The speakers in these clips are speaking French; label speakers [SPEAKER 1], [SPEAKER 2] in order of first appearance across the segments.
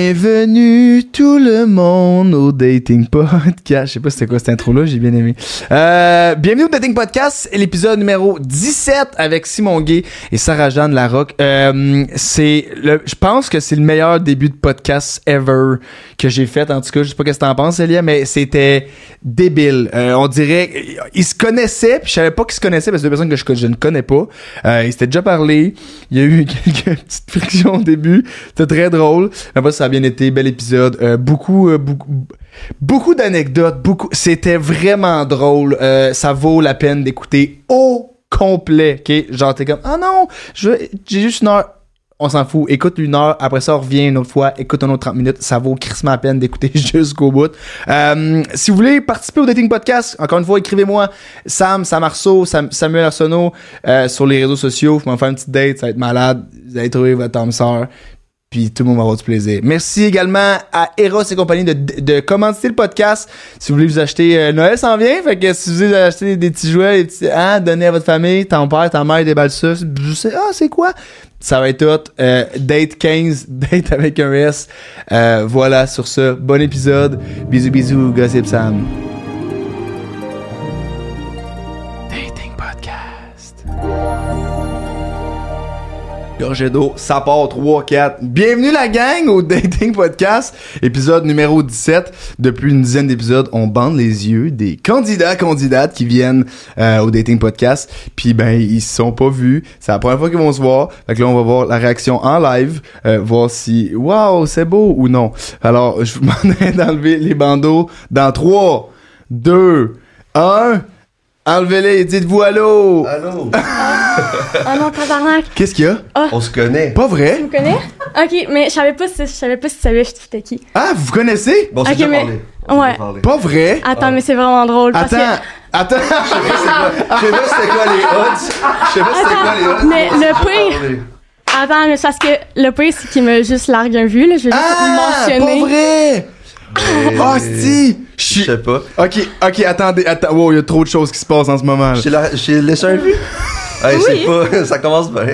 [SPEAKER 1] Bienvenue tout le monde au Dating Podcast. Je sais pas c'était quoi cette intro-là, j'ai bien aimé. Euh, bienvenue au Dating Podcast, l'épisode numéro 17 avec Simon Gay et Sarah-Jeanne Larocque. Euh, c'est le, je pense que c'est le meilleur début de podcast ever que j'ai fait. En tout cas, je sais pas qu'est-ce que t'en penses, Elia, mais c'était débile. Euh, on dirait, ils se connaissaient, puis je savais pas qu'ils se connaissaient parce que c'est des personnes que je, je ne connais pas. Euh, ils s'étaient déjà parlé. Il y a eu quelques petites frictions au début. C'était très drôle. Mais après, ça a bien été. Bel épisode. Euh, beaucoup, euh, beaucoup, beaucoup d'anecdotes. Beaucoup. C'était vraiment drôle. Euh, ça vaut la peine d'écouter au complet. Ok, genre t'es comme, ah non, je veux- j'ai juste une heure. On s'en fout. Écoute une heure. Après ça, reviens une autre fois. Écoute un autre 30 minutes. Ça vaut crissement la peine d'écouter jusqu'au bout. Euh, si vous voulez participer au Dating Podcast, encore une fois, écrivez-moi Sam, Sam Arceau, Sam- Samuel Arsenault euh, sur les réseaux sociaux. Vous m'en faire une petite date. Ça va être malade. Vous allez trouver votre âme sœur. Puis tout le monde va avoir du plaisir. Merci également à Eros et compagnie de, de commenter le podcast. Si vous voulez vous acheter, euh, Noël s'en vient. Fait que si vous voulez acheter des petits jouets, des petits, hein, donner à votre famille, ton père, ta mère, des balles ça, je sais, ah, c'est quoi? Ça va être tout. Euh, date 15, date avec un S. Euh, voilà, sur ce, bon épisode. Bisous, bisous, Gossip Sam. Dating Podcast. Gorgée d'eau, ça part 3, 4. Bienvenue la gang au Dating Podcast, épisode numéro 17. Depuis une dizaine d'épisodes, on bande les yeux des candidats, candidates qui viennent euh, au Dating Podcast. Puis ben, ils se sont pas vus. C'est la première fois qu'ils vont se voir. Fait que là, on va voir la réaction en live, euh, voir si, waouh, c'est beau ou non. Alors, je vous demande d'enlever les bandeaux dans 3, 2, 1. Enlevez-les et dites-vous allô.
[SPEAKER 2] Allô?
[SPEAKER 3] Oh non, tabarnak!
[SPEAKER 1] Qu'est-ce qu'il y a?
[SPEAKER 2] On se connaît.
[SPEAKER 1] Pas vrai?
[SPEAKER 3] Tu me connais? Ok, mais je savais pas si, je savais pas si tu savais c'était qui.
[SPEAKER 1] Ah, vous connaissez?
[SPEAKER 2] Bon, on s'est
[SPEAKER 3] Ok,
[SPEAKER 2] déjà
[SPEAKER 3] mais-
[SPEAKER 2] parlé. On s'est
[SPEAKER 3] ouais.
[SPEAKER 2] déjà parlé.
[SPEAKER 1] Pas vrai?
[SPEAKER 3] Attends, mais c'est vraiment drôle parce
[SPEAKER 1] Oh. Attends, attends.
[SPEAKER 2] Je sais pas c'était quoi les odds. Je sais pas c'était quoi les
[SPEAKER 3] que...
[SPEAKER 2] odds.
[SPEAKER 3] Mais
[SPEAKER 1] Ah,
[SPEAKER 3] le
[SPEAKER 2] On s'est
[SPEAKER 3] pire...
[SPEAKER 2] parlé.
[SPEAKER 3] Attends, mais c'est parce que le pire, c'est qu'il m'a juste largué un vu, là. Je vais juste
[SPEAKER 1] Ah,
[SPEAKER 3] mentionner.
[SPEAKER 1] pas vrai.
[SPEAKER 2] Mais-
[SPEAKER 1] Ah, si. Je
[SPEAKER 2] Eh, Je
[SPEAKER 1] suis.
[SPEAKER 2] sais pas.
[SPEAKER 1] Ok, ok, attendez, attends. Wow, il y a trop de choses qui se passent en ce moment. là.
[SPEAKER 2] J'ai la- J'ai laissé un vu. Hey, c'est
[SPEAKER 3] Oui.
[SPEAKER 2] pas. Ça commence bien.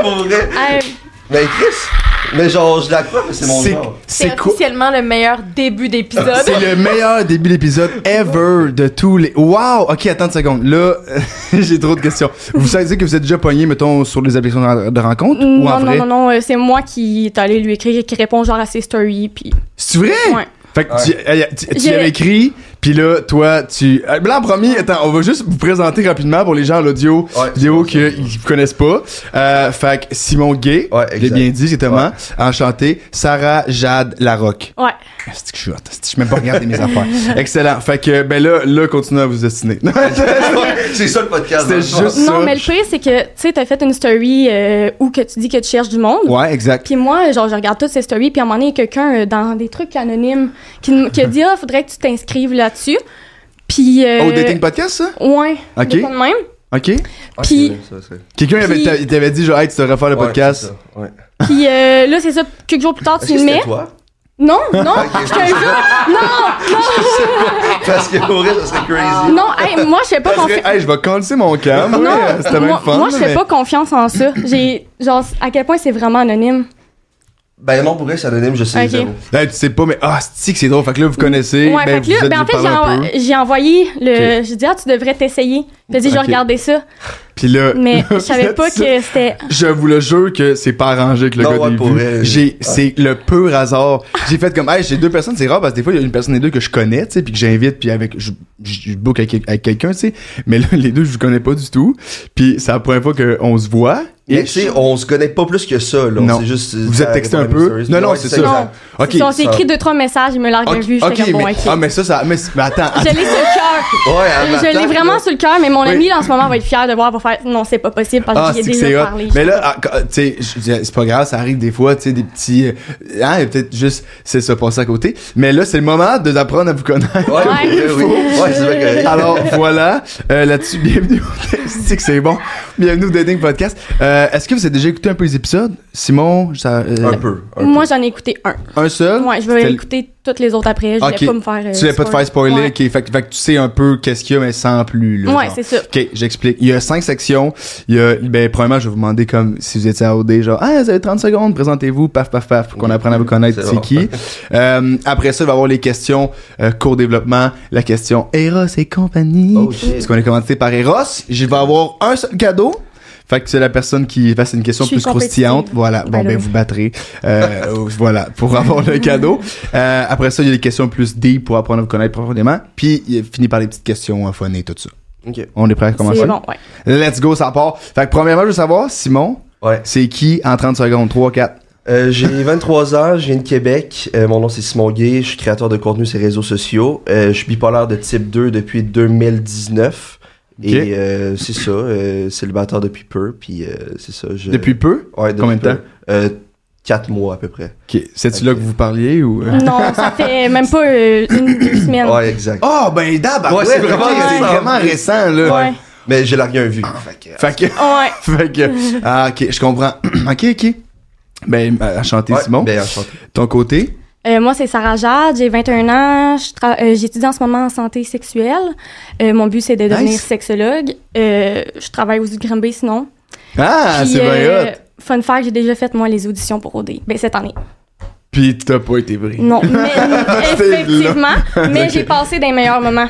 [SPEAKER 2] Pour vrai.
[SPEAKER 3] Hey,
[SPEAKER 2] Mais Chris, mais genre, je la crois, mais c'est mon
[SPEAKER 1] C'est-
[SPEAKER 2] genre.
[SPEAKER 1] C'est quoi?
[SPEAKER 4] officiellement le meilleur début d'épisode.
[SPEAKER 1] C'est le meilleur début d'épisode ever de tous les. Wow! Ok, attends une seconde. Là, j'ai trop de questions. Vous savez que vous êtes déjà pogné, mettons, sur les applications de rencontre ou en
[SPEAKER 3] non, non,
[SPEAKER 1] vrai?
[SPEAKER 3] non, non, euh, c'est moi qui est allé lui écrire et qui répond genre à ses stories, puis...
[SPEAKER 1] C'est vrai?
[SPEAKER 3] Ouais.
[SPEAKER 1] Fait que tu, hey, tu, tu
[SPEAKER 3] J'ai-
[SPEAKER 1] avais écrit, puis là, toi, tu... euh, Là, en premier, attends, on va juste vous présenter rapidement pour les gens à l'audio,
[SPEAKER 2] Ouais,
[SPEAKER 1] vidéo
[SPEAKER 2] c'est bon,
[SPEAKER 1] qu'ils ne connaissent pas. Euh, fait que Simon Gay,
[SPEAKER 2] Ouais,
[SPEAKER 1] j'ai
[SPEAKER 2] exact.
[SPEAKER 1] bien dit, c'est Thomas, enchanté. Sarah Jade Larocque.
[SPEAKER 3] Ouais.
[SPEAKER 1] Est-ce que je suis hot? Asti, Je même pas regarder mes affaires. Excellent. Fait que, ben là, là, continuez à vous destiner.
[SPEAKER 2] C'est ça le podcast.
[SPEAKER 1] C'était
[SPEAKER 2] dans le fond.
[SPEAKER 1] juste- Ça,
[SPEAKER 3] Non, mais le
[SPEAKER 1] je-
[SPEAKER 3] pire, c'est que, tu sais, t'as fait une story euh, où que tu dis que tu cherches du monde.
[SPEAKER 1] ouais, exact.
[SPEAKER 3] Puis moi, genre, je regarde toutes ces stories, puis à un moment donné, il y a quelqu'un euh, dans des trucs anonymes qui, m- qui a dit « Ah, faudrait que tu t'inscrives là-dessus. » Puis... euh,
[SPEAKER 1] Au Oh, Dating Podcast, ça?
[SPEAKER 3] Ouais.
[SPEAKER 1] Ok.
[SPEAKER 3] des fois de même.
[SPEAKER 1] OK.
[SPEAKER 2] Ah,
[SPEAKER 3] Puis-
[SPEAKER 2] c'est vrai, ça, c'est-
[SPEAKER 1] Quelqu'un avait-
[SPEAKER 3] Puis-
[SPEAKER 1] t'a- il t'avait dit, genre, hey, tu devrais faire le
[SPEAKER 2] Ouais, c'est
[SPEAKER 1] podcast.
[SPEAKER 2] ça, ouais.
[SPEAKER 3] Puis euh, là, c'est ça, quelques jours plus tard,
[SPEAKER 2] Est-ce
[SPEAKER 3] tu
[SPEAKER 2] que
[SPEAKER 3] le
[SPEAKER 2] c'était
[SPEAKER 3] mets.
[SPEAKER 2] toi?
[SPEAKER 3] Non, non,
[SPEAKER 2] Ok,
[SPEAKER 3] je te jure.
[SPEAKER 2] Parce que pour vrai, ça serait crazy.
[SPEAKER 3] Non, hey, moi, je fais pas
[SPEAKER 1] Parce que,
[SPEAKER 3] confiance.
[SPEAKER 1] hey, je vais canceler mon cam.
[SPEAKER 3] Non,
[SPEAKER 1] Ouais, C'était même
[SPEAKER 3] moi,
[SPEAKER 1] fun.
[SPEAKER 3] moi, je fais
[SPEAKER 1] mais-
[SPEAKER 3] pas confiance en ça. J'ai, genre, à quel point c'est vraiment anonyme.
[SPEAKER 2] Ben non, pour vrai, c'est anonyme, je sais
[SPEAKER 3] Ok.
[SPEAKER 2] zéro.
[SPEAKER 1] Là, tu sais pas, mais ah, c'est que c'est drôle. Fait que là, vous connaissez.
[SPEAKER 3] ouais,
[SPEAKER 1] ben,
[SPEAKER 3] fait que là,
[SPEAKER 1] vous êtes
[SPEAKER 3] ben, en
[SPEAKER 1] vous
[SPEAKER 3] fait, j'ai,
[SPEAKER 1] parlez un peu.
[SPEAKER 3] envo- j'ai envoyé le. J'ai dit, ah, tu devrais t'essayer. Puis elle dit, je vais
[SPEAKER 1] Ok.
[SPEAKER 3] regarder ça.
[SPEAKER 1] Puis là,
[SPEAKER 3] Mais
[SPEAKER 1] là,
[SPEAKER 3] je
[SPEAKER 1] vous
[SPEAKER 3] savais
[SPEAKER 1] êtes
[SPEAKER 3] pas
[SPEAKER 1] ça.
[SPEAKER 3] que c'était.
[SPEAKER 1] Je vous le jure que c'est pas arrangé avec le
[SPEAKER 2] Non,
[SPEAKER 1] gars
[SPEAKER 2] ouais,
[SPEAKER 1] des
[SPEAKER 2] pour
[SPEAKER 1] vues.
[SPEAKER 2] vrai.
[SPEAKER 1] J'ai, c'est le pur hasard. J'ai fait comme, hey, j'ai deux personnes, c'est rare parce que des fois, il y a une personne des deux que je connais, tu sais, puis que j'invite, puis avec, je, je je book avec, avec quelqu'un, tu sais. Mais là, les deux, je vous connais pas du tout. Puis c'est la première fois qu'on se voit.
[SPEAKER 2] Mais tu sais, on se connaît pas plus que ça, là.
[SPEAKER 1] Non.
[SPEAKER 2] C'est juste.
[SPEAKER 1] Vous êtes texté un peu? Non, non, c'est ça.
[SPEAKER 2] exact.
[SPEAKER 1] Ok.
[SPEAKER 3] on s'est
[SPEAKER 2] ça-
[SPEAKER 3] écrit deux, trois messages, il me l'a
[SPEAKER 1] Ok,
[SPEAKER 3] revu. J'étais
[SPEAKER 1] ok,
[SPEAKER 3] comme, bon,
[SPEAKER 1] mais,
[SPEAKER 3] ok.
[SPEAKER 1] ah, mais ça, ça, mais, mais attends,
[SPEAKER 3] Je l'ai sur le cœur.
[SPEAKER 2] Ouais,
[SPEAKER 3] Je l'ai vraiment sur le cœur, mais mon
[SPEAKER 1] Oui.
[SPEAKER 3] ami, en ce moment, va être fier de voir, va faire non, c'est pas possible parce
[SPEAKER 1] Ah,
[SPEAKER 3] qu'il
[SPEAKER 1] c'est
[SPEAKER 3] a
[SPEAKER 1] que c'est
[SPEAKER 3] déjà
[SPEAKER 1] hot.
[SPEAKER 3] parlé.
[SPEAKER 1] Mais là, ah, quand- tu sais, je veux dire, c'est pas grave, ça arrive des fois, tu sais, des petits. euh, Hein, il y a peut-être juste, c'est ça, passer à côté. Mais là, c'est le moment de d'apprendre à vous connaître.
[SPEAKER 2] Ouais,
[SPEAKER 3] Ouais.
[SPEAKER 2] oui, oui. Ouais, c'est vrai que.
[SPEAKER 1] Alors voilà, euh, là-dessus, bienvenue au c'est que c'est bon. Bienvenue au Dating Podcast. Euh, Est-ce que vous avez déjà écouté un peu les épisodes? Simon, ça, euh,
[SPEAKER 2] un peu. un
[SPEAKER 3] Moi, j'en ai écouté un.
[SPEAKER 1] un seul?
[SPEAKER 3] Ouais, je vais
[SPEAKER 1] C'était-
[SPEAKER 3] écouter toutes les autres après. Je voulais
[SPEAKER 1] Ok.
[SPEAKER 3] pas me faire. euh,
[SPEAKER 1] Tu voulais pas te faire spoiler,
[SPEAKER 3] Ouais.
[SPEAKER 1] ok. Fait, que- fait que tu sais un peu qu'est-ce qu'il y a, mais sans plus. Là,
[SPEAKER 3] Ouais,
[SPEAKER 1] genre.
[SPEAKER 3] c'est ça.
[SPEAKER 1] Ok, j'explique. Il y a cinq sec- section. Il y a, ben, premièrement, je vais vous demander comme si vous étiez à OD, genre, ah, vous avez 30 secondes, présentez-vous, paf, paf, paf, pour qu'on
[SPEAKER 2] Oui,
[SPEAKER 1] apprenne à vous connaître
[SPEAKER 2] c'est
[SPEAKER 1] c'est
[SPEAKER 2] bon.
[SPEAKER 1] qui. Euh, après ça, il va y avoir les questions euh, cours développement, la question Eros et compagnie.
[SPEAKER 2] Oh, shit.
[SPEAKER 1] Parce qu'on est commencé par Eros. Je vais avoir un seul cadeau. Fait que c'est la personne qui fasse une question
[SPEAKER 3] Je suis
[SPEAKER 1] plus croustillante.
[SPEAKER 3] compétitive.
[SPEAKER 1] Voilà. Bon,
[SPEAKER 3] Ben
[SPEAKER 1] ben,
[SPEAKER 3] oui.
[SPEAKER 1] vous battrez. Euh, voilà. Pour avoir le cadeau. Euh, après ça, il y a des questions plus deep pour apprendre à vous connaître profondément. Puis, il finit par les petites questions euh, fun et tout ça.
[SPEAKER 2] Ok.
[SPEAKER 1] On est prêt à commencer?
[SPEAKER 3] C'est bon, ouais.
[SPEAKER 1] Let's go, ça part. Fait que premièrement, je veux savoir, Simon,
[SPEAKER 2] Ouais.
[SPEAKER 1] c'est qui en 30 secondes? 3, 4.
[SPEAKER 2] Euh, j'ai 23 ans, je viens de Québec. Euh, mon nom c'est Simon Gay, je suis créateur de contenu sur les réseaux sociaux. Euh, je suis bipolaire de type 2 depuis 2019.
[SPEAKER 1] Ok.
[SPEAKER 2] Et euh, c'est ça, euh, célibataire depuis peu, puis euh, c'est ça. Je...
[SPEAKER 1] Depuis peu?
[SPEAKER 2] ouais, depuis
[SPEAKER 1] combien de
[SPEAKER 2] peu.
[SPEAKER 1] temps?
[SPEAKER 2] Euh, 4 mois à peu près.
[SPEAKER 1] Ok. C'est-tu là que vous parliez ou? euh?
[SPEAKER 3] Non, ça fait même pas euh, une deux semaines.
[SPEAKER 2] Ouais, exact.
[SPEAKER 1] Ah, oh, ben d'ab,
[SPEAKER 2] Ouais, c'est vraiment
[SPEAKER 1] c'est
[SPEAKER 2] récent.
[SPEAKER 1] vraiment récent,
[SPEAKER 2] Oh,
[SPEAKER 1] là.
[SPEAKER 3] Ouais.
[SPEAKER 2] Mais j'ai la rien vu. Fait que-
[SPEAKER 1] Fait que,
[SPEAKER 3] Ouais.
[SPEAKER 1] fait que, ah, ok, je comprends. ok, ok. Ben, euh, enchanté,
[SPEAKER 2] Ouais,
[SPEAKER 1] Simon.
[SPEAKER 2] ben, enchanté.
[SPEAKER 1] Ton côté,
[SPEAKER 3] Euh, moi, c'est Sarah Jade, j'ai 21 ans, je tra- euh, j'étudie en ce moment en santé sexuelle. Euh, mon but, c'est de devenir
[SPEAKER 1] Nice.
[SPEAKER 3] sexologue. Euh, je travaille aux Grimby sinon.
[SPEAKER 1] ah,
[SPEAKER 3] Puis,
[SPEAKER 1] c'est
[SPEAKER 3] euh,
[SPEAKER 1] bien hot.
[SPEAKER 3] Fun fact, j'ai déjà fait, moi, les auditions pour OD. Ben, cette année.
[SPEAKER 1] Puis t'as pas été pris.
[SPEAKER 3] Non, mais effectivement, mais j'ai passé des meilleurs moments.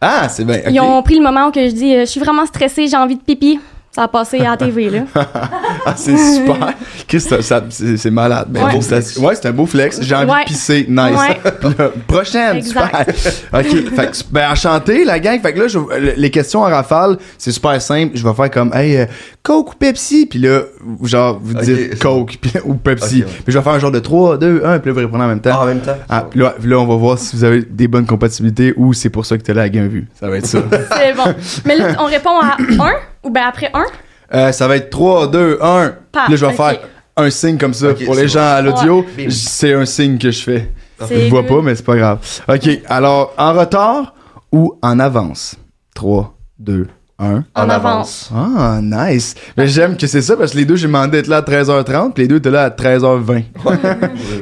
[SPEAKER 1] Ah, c'est bien. ok.
[SPEAKER 3] Ils ont pris le moment où que je dis, euh, je suis vraiment stressée, j'ai envie de pipi. Ça a passé à la TV, là.
[SPEAKER 1] Ah, c'est super. Qu'est-ce que ça- ça- c'est c'est malade. Ben,
[SPEAKER 3] Ouais.
[SPEAKER 1] beau flex. ouais, c'est un beau flex. J'ai envie
[SPEAKER 3] Ouais.
[SPEAKER 1] de pisser. Nice. Prochaine,
[SPEAKER 3] Exact.
[SPEAKER 1] super. OK, fait que, ben enchanté la gang. Fait que là je- le- les questions en rafale, c'est super simple, je vais faire comme hey euh, Coke ou Pepsi puis là genre vous
[SPEAKER 2] Ok,
[SPEAKER 1] dites
[SPEAKER 2] c'est
[SPEAKER 1] Coke puis- ou Pepsi.
[SPEAKER 2] Ok, ouais.
[SPEAKER 1] Puis je vais faire un genre de 3 2 1 puis là vous répondez en même
[SPEAKER 2] Ah,
[SPEAKER 1] temps.
[SPEAKER 2] en même temps.
[SPEAKER 1] Ah, puis là, puis là, on va voir si vous avez des bonnes compatibilités ou c'est pour ça que t'es là à gain vue. Ça va être ça.
[SPEAKER 3] C'est bon. Mais là, on répond à un ou ben après un.
[SPEAKER 1] Euh, ça va être 3, 2, 1.
[SPEAKER 3] Pas.
[SPEAKER 1] Puis là, je vais
[SPEAKER 3] Ok.
[SPEAKER 1] faire un signe comme ça.
[SPEAKER 2] Ok,
[SPEAKER 1] Pour les
[SPEAKER 2] c'est
[SPEAKER 1] gens
[SPEAKER 2] bon.
[SPEAKER 1] à l'audio,
[SPEAKER 2] Ouais.
[SPEAKER 1] j- c'est un signe que je fais. Je
[SPEAKER 3] C'est
[SPEAKER 1] ne vois
[SPEAKER 3] good.
[SPEAKER 1] pas, mais c'est pas grave. OK, alors, en retard ou en avance? 3, 2, 1.
[SPEAKER 3] En
[SPEAKER 1] Ah, nice. Mais j'aime que c'est ça parce que les deux, j'ai demandé d'être là à 13h30, puis les deux étaient là à 13h20.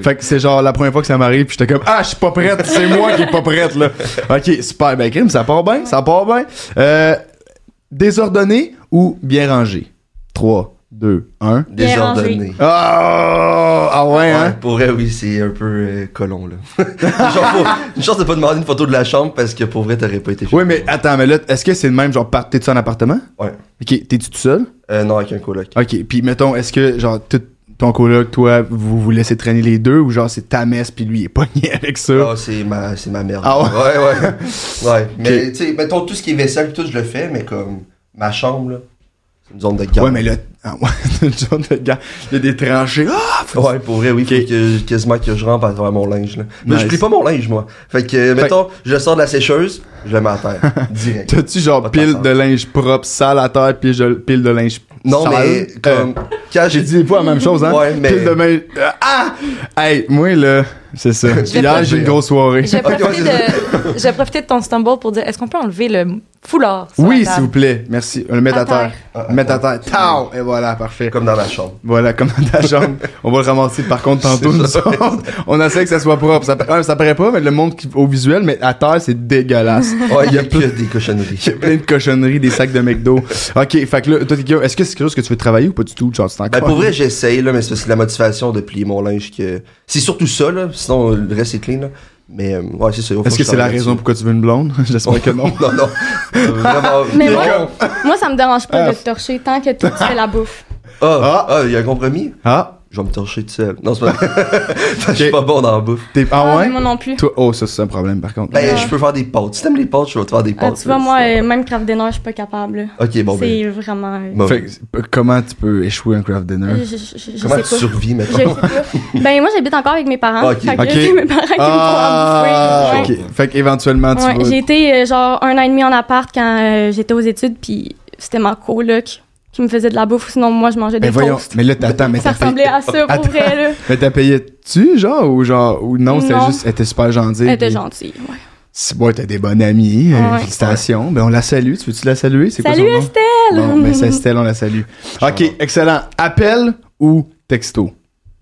[SPEAKER 1] Fait que c'est genre la première fois que ça m'arrive, puis j'étais comme ah, je suis pas prête, c'est moi qui est pas prête là. OK, super ben crime, ça part bien, ça part bien. Euh, désordonné ou bien rangé 3 2 1.
[SPEAKER 2] Désordonné.
[SPEAKER 1] Ah ah ouais
[SPEAKER 2] Ouais,
[SPEAKER 1] hein.
[SPEAKER 2] pour vrai, oui, c'est un peu euh, colon, là. Genre, faut- une chance de pas demander une photo de la chambre parce que pour vrai, t'aurais pas été chez
[SPEAKER 1] Oui,
[SPEAKER 2] nous.
[SPEAKER 1] mais attends, mais là, est-ce que c'est le même genre par- t'es-tu en appartement?
[SPEAKER 2] Ouais.
[SPEAKER 1] OK, t'es-tu tout seul?
[SPEAKER 2] Euh, non, avec un coloc.
[SPEAKER 1] OK, puis mettons, est-ce que genre tout ton coloc, toi, vous vous laissez traîner les deux ou genre c'est ta messe puis lui il est pogné avec ça?
[SPEAKER 2] Ah, c'est ma, c'est ma merde.
[SPEAKER 1] Euh. Ah ouais?
[SPEAKER 2] ouais? Ouais, ouais. mais tu sais, mettons tout ce qui est vaisselle, tout, je le fais, mais comme ma chambre, là, c'est une zone de garde.
[SPEAKER 1] ouais, mais là, ah, ouais, le genre de gars, il y a des tranchées. Ah, faut-
[SPEAKER 2] Ouais, pour vrai, oui,
[SPEAKER 1] Ok.
[SPEAKER 2] faut que, quasiment que je rentre à travers mon linge, là. Mais
[SPEAKER 1] Nice.
[SPEAKER 2] je plie pas mon linge, moi. Fait que, euh, mettons, je le sors de la sécheuse, je le mets à terre, direct.
[SPEAKER 1] T'as-tu genre
[SPEAKER 2] Pas
[SPEAKER 1] pile
[SPEAKER 2] tant.
[SPEAKER 1] de linge propre, sale à terre, pile de, pile de linge
[SPEAKER 2] Non,
[SPEAKER 1] sale?
[SPEAKER 2] mais comme,
[SPEAKER 1] Euh,
[SPEAKER 2] quand
[SPEAKER 1] j'ai dit des fois la même chose, hein?
[SPEAKER 2] Ouais, mais-
[SPEAKER 1] Pile de linge... euh, ah! Hey, moi, là, c'est ça.
[SPEAKER 4] J'ai
[SPEAKER 1] Hier,
[SPEAKER 4] pas
[SPEAKER 1] j'ai
[SPEAKER 2] fait.
[SPEAKER 1] une grosse soirée.
[SPEAKER 4] J'ai
[SPEAKER 2] ouais,
[SPEAKER 4] profité,
[SPEAKER 2] c'est
[SPEAKER 4] de, j'ai profité de ton stumble pour dire est-ce qu'on peut enlever le foulard sur
[SPEAKER 1] Oui,
[SPEAKER 4] la
[SPEAKER 1] s'il vous
[SPEAKER 4] table?
[SPEAKER 1] plaît. Merci. On le met à,
[SPEAKER 3] À
[SPEAKER 1] terre.
[SPEAKER 3] terre.
[SPEAKER 2] Ah,
[SPEAKER 1] Le Mettre à
[SPEAKER 2] attends.
[SPEAKER 1] terre. Tao! Et voilà, parfait.
[SPEAKER 2] Comme dans ma chambre.
[SPEAKER 1] Voilà, comme dans ta jambe. On va le ramasser par contre tantôt, nous autres. On essaie que ça soit propre. Ça, pa- un, ça paraît pas, mais le monde qui- au visuel, mais à terre, c'est dégueulasse.
[SPEAKER 2] Ouais, il y a que des cochonneries.
[SPEAKER 1] Il y a plein de cochonneries, des sacs de McDo. OK, fait que là, toi, t'es curieux, est-ce que c'est quelque chose que tu veux travailler ou pas du tout? Genre, c'est encore-
[SPEAKER 2] Ben, pour vrai, j'essaye, là, mais c'est parce que la motivation de plier mon linge que. C'est surtout ça, là. Sinon, le reste est clean, là. Mais, euh, ouais, c'est ça.
[SPEAKER 1] Est-ce que c'est la raison pourquoi tu veux une blonde? J'espère que non.
[SPEAKER 2] Non, non. Euh, Vraiment.
[SPEAKER 3] Mais
[SPEAKER 2] non.
[SPEAKER 3] moi, moi, ça me dérange pas
[SPEAKER 1] Ah.
[SPEAKER 3] de te torcher tant que toi, tu fais la bouffe.
[SPEAKER 2] Ah, ah, il y a un compromis.
[SPEAKER 1] Ah,
[SPEAKER 2] Je vais me torcher tout seul. Non, c'est pas vrai. Je
[SPEAKER 1] Ok.
[SPEAKER 2] suis pas bon dans la bouffe.
[SPEAKER 1] t'es. Ah
[SPEAKER 3] mais
[SPEAKER 1] ouais?
[SPEAKER 3] Moi non plus.
[SPEAKER 1] Toi, oh, ça, c'est un problème par contre.
[SPEAKER 2] Ben,
[SPEAKER 3] Ouais.
[SPEAKER 2] je peux faire des pâtes. Si t'aimes les pâtes, je vais te faire des
[SPEAKER 3] Ah,
[SPEAKER 2] pâtes.
[SPEAKER 3] tu vois,
[SPEAKER 2] là,
[SPEAKER 3] moi,
[SPEAKER 2] c'est-
[SPEAKER 3] euh, même craft dinner, je suis pas capable.
[SPEAKER 2] Ok, bon, ben.
[SPEAKER 3] c'est vraiment. euh,
[SPEAKER 2] bon.
[SPEAKER 1] Fait que, euh, comment tu peux échouer un craft dinner?
[SPEAKER 3] je, je- je- je
[SPEAKER 2] Comment
[SPEAKER 3] sais
[SPEAKER 2] tu
[SPEAKER 3] pas.
[SPEAKER 2] survis
[SPEAKER 3] Je
[SPEAKER 2] maintenant?
[SPEAKER 3] sais pas. Ben, moi, j'habite encore avec mes parents.
[SPEAKER 2] Ok.
[SPEAKER 3] Fait que là,
[SPEAKER 1] Ok. Ah,
[SPEAKER 3] c'est mes parents qui me font en bouffer. Ouais.
[SPEAKER 1] ok. Fait qu'éventuellement, tu
[SPEAKER 3] Ouais,
[SPEAKER 1] vas.
[SPEAKER 3] j'ai été euh, genre un an et demi en appart quand euh, j'étais aux études, puis c'était ma coloc qui me faisait de la bouffe, sinon moi je mangeais
[SPEAKER 1] Ben
[SPEAKER 3] des
[SPEAKER 1] voyons,
[SPEAKER 3] toasts.
[SPEAKER 1] mais là, t'attends, mais
[SPEAKER 3] Ça
[SPEAKER 1] t'as payé.
[SPEAKER 3] ressemblait à ça pour
[SPEAKER 1] Attends.
[SPEAKER 3] vrai, là.
[SPEAKER 1] Mais t'as payé-tu, genre, ou genre, ou non, c'était
[SPEAKER 3] Non.
[SPEAKER 1] juste, elle était super gentille.
[SPEAKER 3] Elle était
[SPEAKER 1] puis-
[SPEAKER 3] gentille. ouais.
[SPEAKER 1] Si, ouais, t'as des bonnes amies, euh,
[SPEAKER 3] Ouais.
[SPEAKER 1] félicitations. Ben, on la salue. Tu veux-tu la saluer? C'est quoi son
[SPEAKER 3] Salut
[SPEAKER 1] nom?
[SPEAKER 3] Estelle!
[SPEAKER 1] Bon, ben, c'est Estelle, on la salue. OK, excellent. Appel ou texto?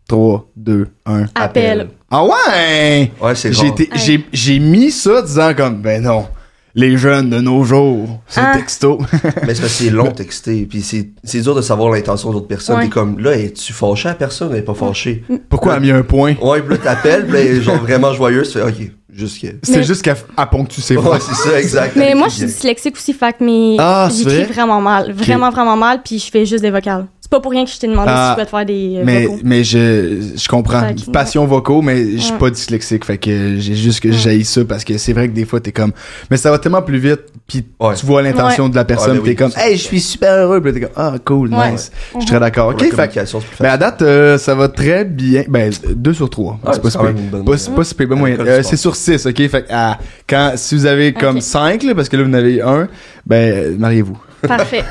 [SPEAKER 1] 3, 2, 1.
[SPEAKER 3] Appel.
[SPEAKER 1] Ah ouais!
[SPEAKER 2] Ouais, c'est
[SPEAKER 1] J'ai
[SPEAKER 2] genre.
[SPEAKER 1] été- j'ai- j'ai mis ça disant comme, ben non. les jeunes de nos jours. C'est
[SPEAKER 3] Ah.
[SPEAKER 1] texto.
[SPEAKER 2] Mais c'est parce que c'est long texté, puis c'est c'est dur de savoir l'intention d'autres personnes.
[SPEAKER 3] Ouais.
[SPEAKER 2] T'es comme, là, es-tu fâché à personne? Elle est pas fâchée.
[SPEAKER 1] Pourquoi elle a mis un point?
[SPEAKER 2] Ouais, puis là, t'appelles, puis là, elle est genre vraiment joyeuse, tu fais, OK, jusque.
[SPEAKER 1] C'est
[SPEAKER 3] Mais-
[SPEAKER 1] juste qu'elle elle ponctue ses
[SPEAKER 2] Ouais,
[SPEAKER 1] phrases.
[SPEAKER 2] c'est ça, exact.
[SPEAKER 3] Mais moi,
[SPEAKER 2] Avec
[SPEAKER 3] je suis
[SPEAKER 2] les liens.
[SPEAKER 3] dyslexique aussi, fait que mes...
[SPEAKER 1] Ah, c'est
[SPEAKER 3] j'écris
[SPEAKER 1] vrai?
[SPEAKER 3] vraiment mal. Vraiment, vraiment mal, puis je fais juste des vocales. C'est pas pour rien que je t'ai demandé
[SPEAKER 1] Ah,
[SPEAKER 3] si je pouvais te faire des euh,
[SPEAKER 1] Mais,
[SPEAKER 3] vocaux.
[SPEAKER 1] mais je, je comprends.
[SPEAKER 3] Fait que-
[SPEAKER 1] Passion vocaux, mais je suis
[SPEAKER 3] Ouais.
[SPEAKER 1] pas dyslexique. Fait que j'ai juste que
[SPEAKER 3] Ouais.
[SPEAKER 1] j'haïs ça parce que c'est vrai que des fois, t'es comme, mais ça va tellement plus vite. Puis
[SPEAKER 2] Ouais.
[SPEAKER 1] tu vois l'intention de la personne.
[SPEAKER 2] Ouais, ben
[SPEAKER 1] t'es
[SPEAKER 2] oui,
[SPEAKER 1] comme,
[SPEAKER 2] c'est
[SPEAKER 1] hey, je
[SPEAKER 2] ça.
[SPEAKER 1] suis super heureux. Puis là, t'es comme, ah, cool,
[SPEAKER 3] Ouais.
[SPEAKER 1] nice. Je suis très d'accord.
[SPEAKER 2] Pour la
[SPEAKER 1] Ok, fait que-
[SPEAKER 2] communication, c'est plus
[SPEAKER 1] mais à
[SPEAKER 2] facile.
[SPEAKER 1] date, euh, ça va très bien. Ben, 2 sur 3.
[SPEAKER 2] Ouais,
[SPEAKER 1] c'est pas
[SPEAKER 2] c'est
[SPEAKER 1] si
[SPEAKER 2] quand
[SPEAKER 1] pire.
[SPEAKER 2] même une bonne-
[SPEAKER 1] Pas si- pas si pire, bonne moyenne.
[SPEAKER 2] Alcool
[SPEAKER 1] Euh,
[SPEAKER 2] sport.
[SPEAKER 1] C'est sur 6, ok? Fait que, ah, quand, si vous avez comme
[SPEAKER 3] Ok.
[SPEAKER 1] 5, parce que là, vous en avez un, ben, euh, mariez-vous.
[SPEAKER 3] Parfait.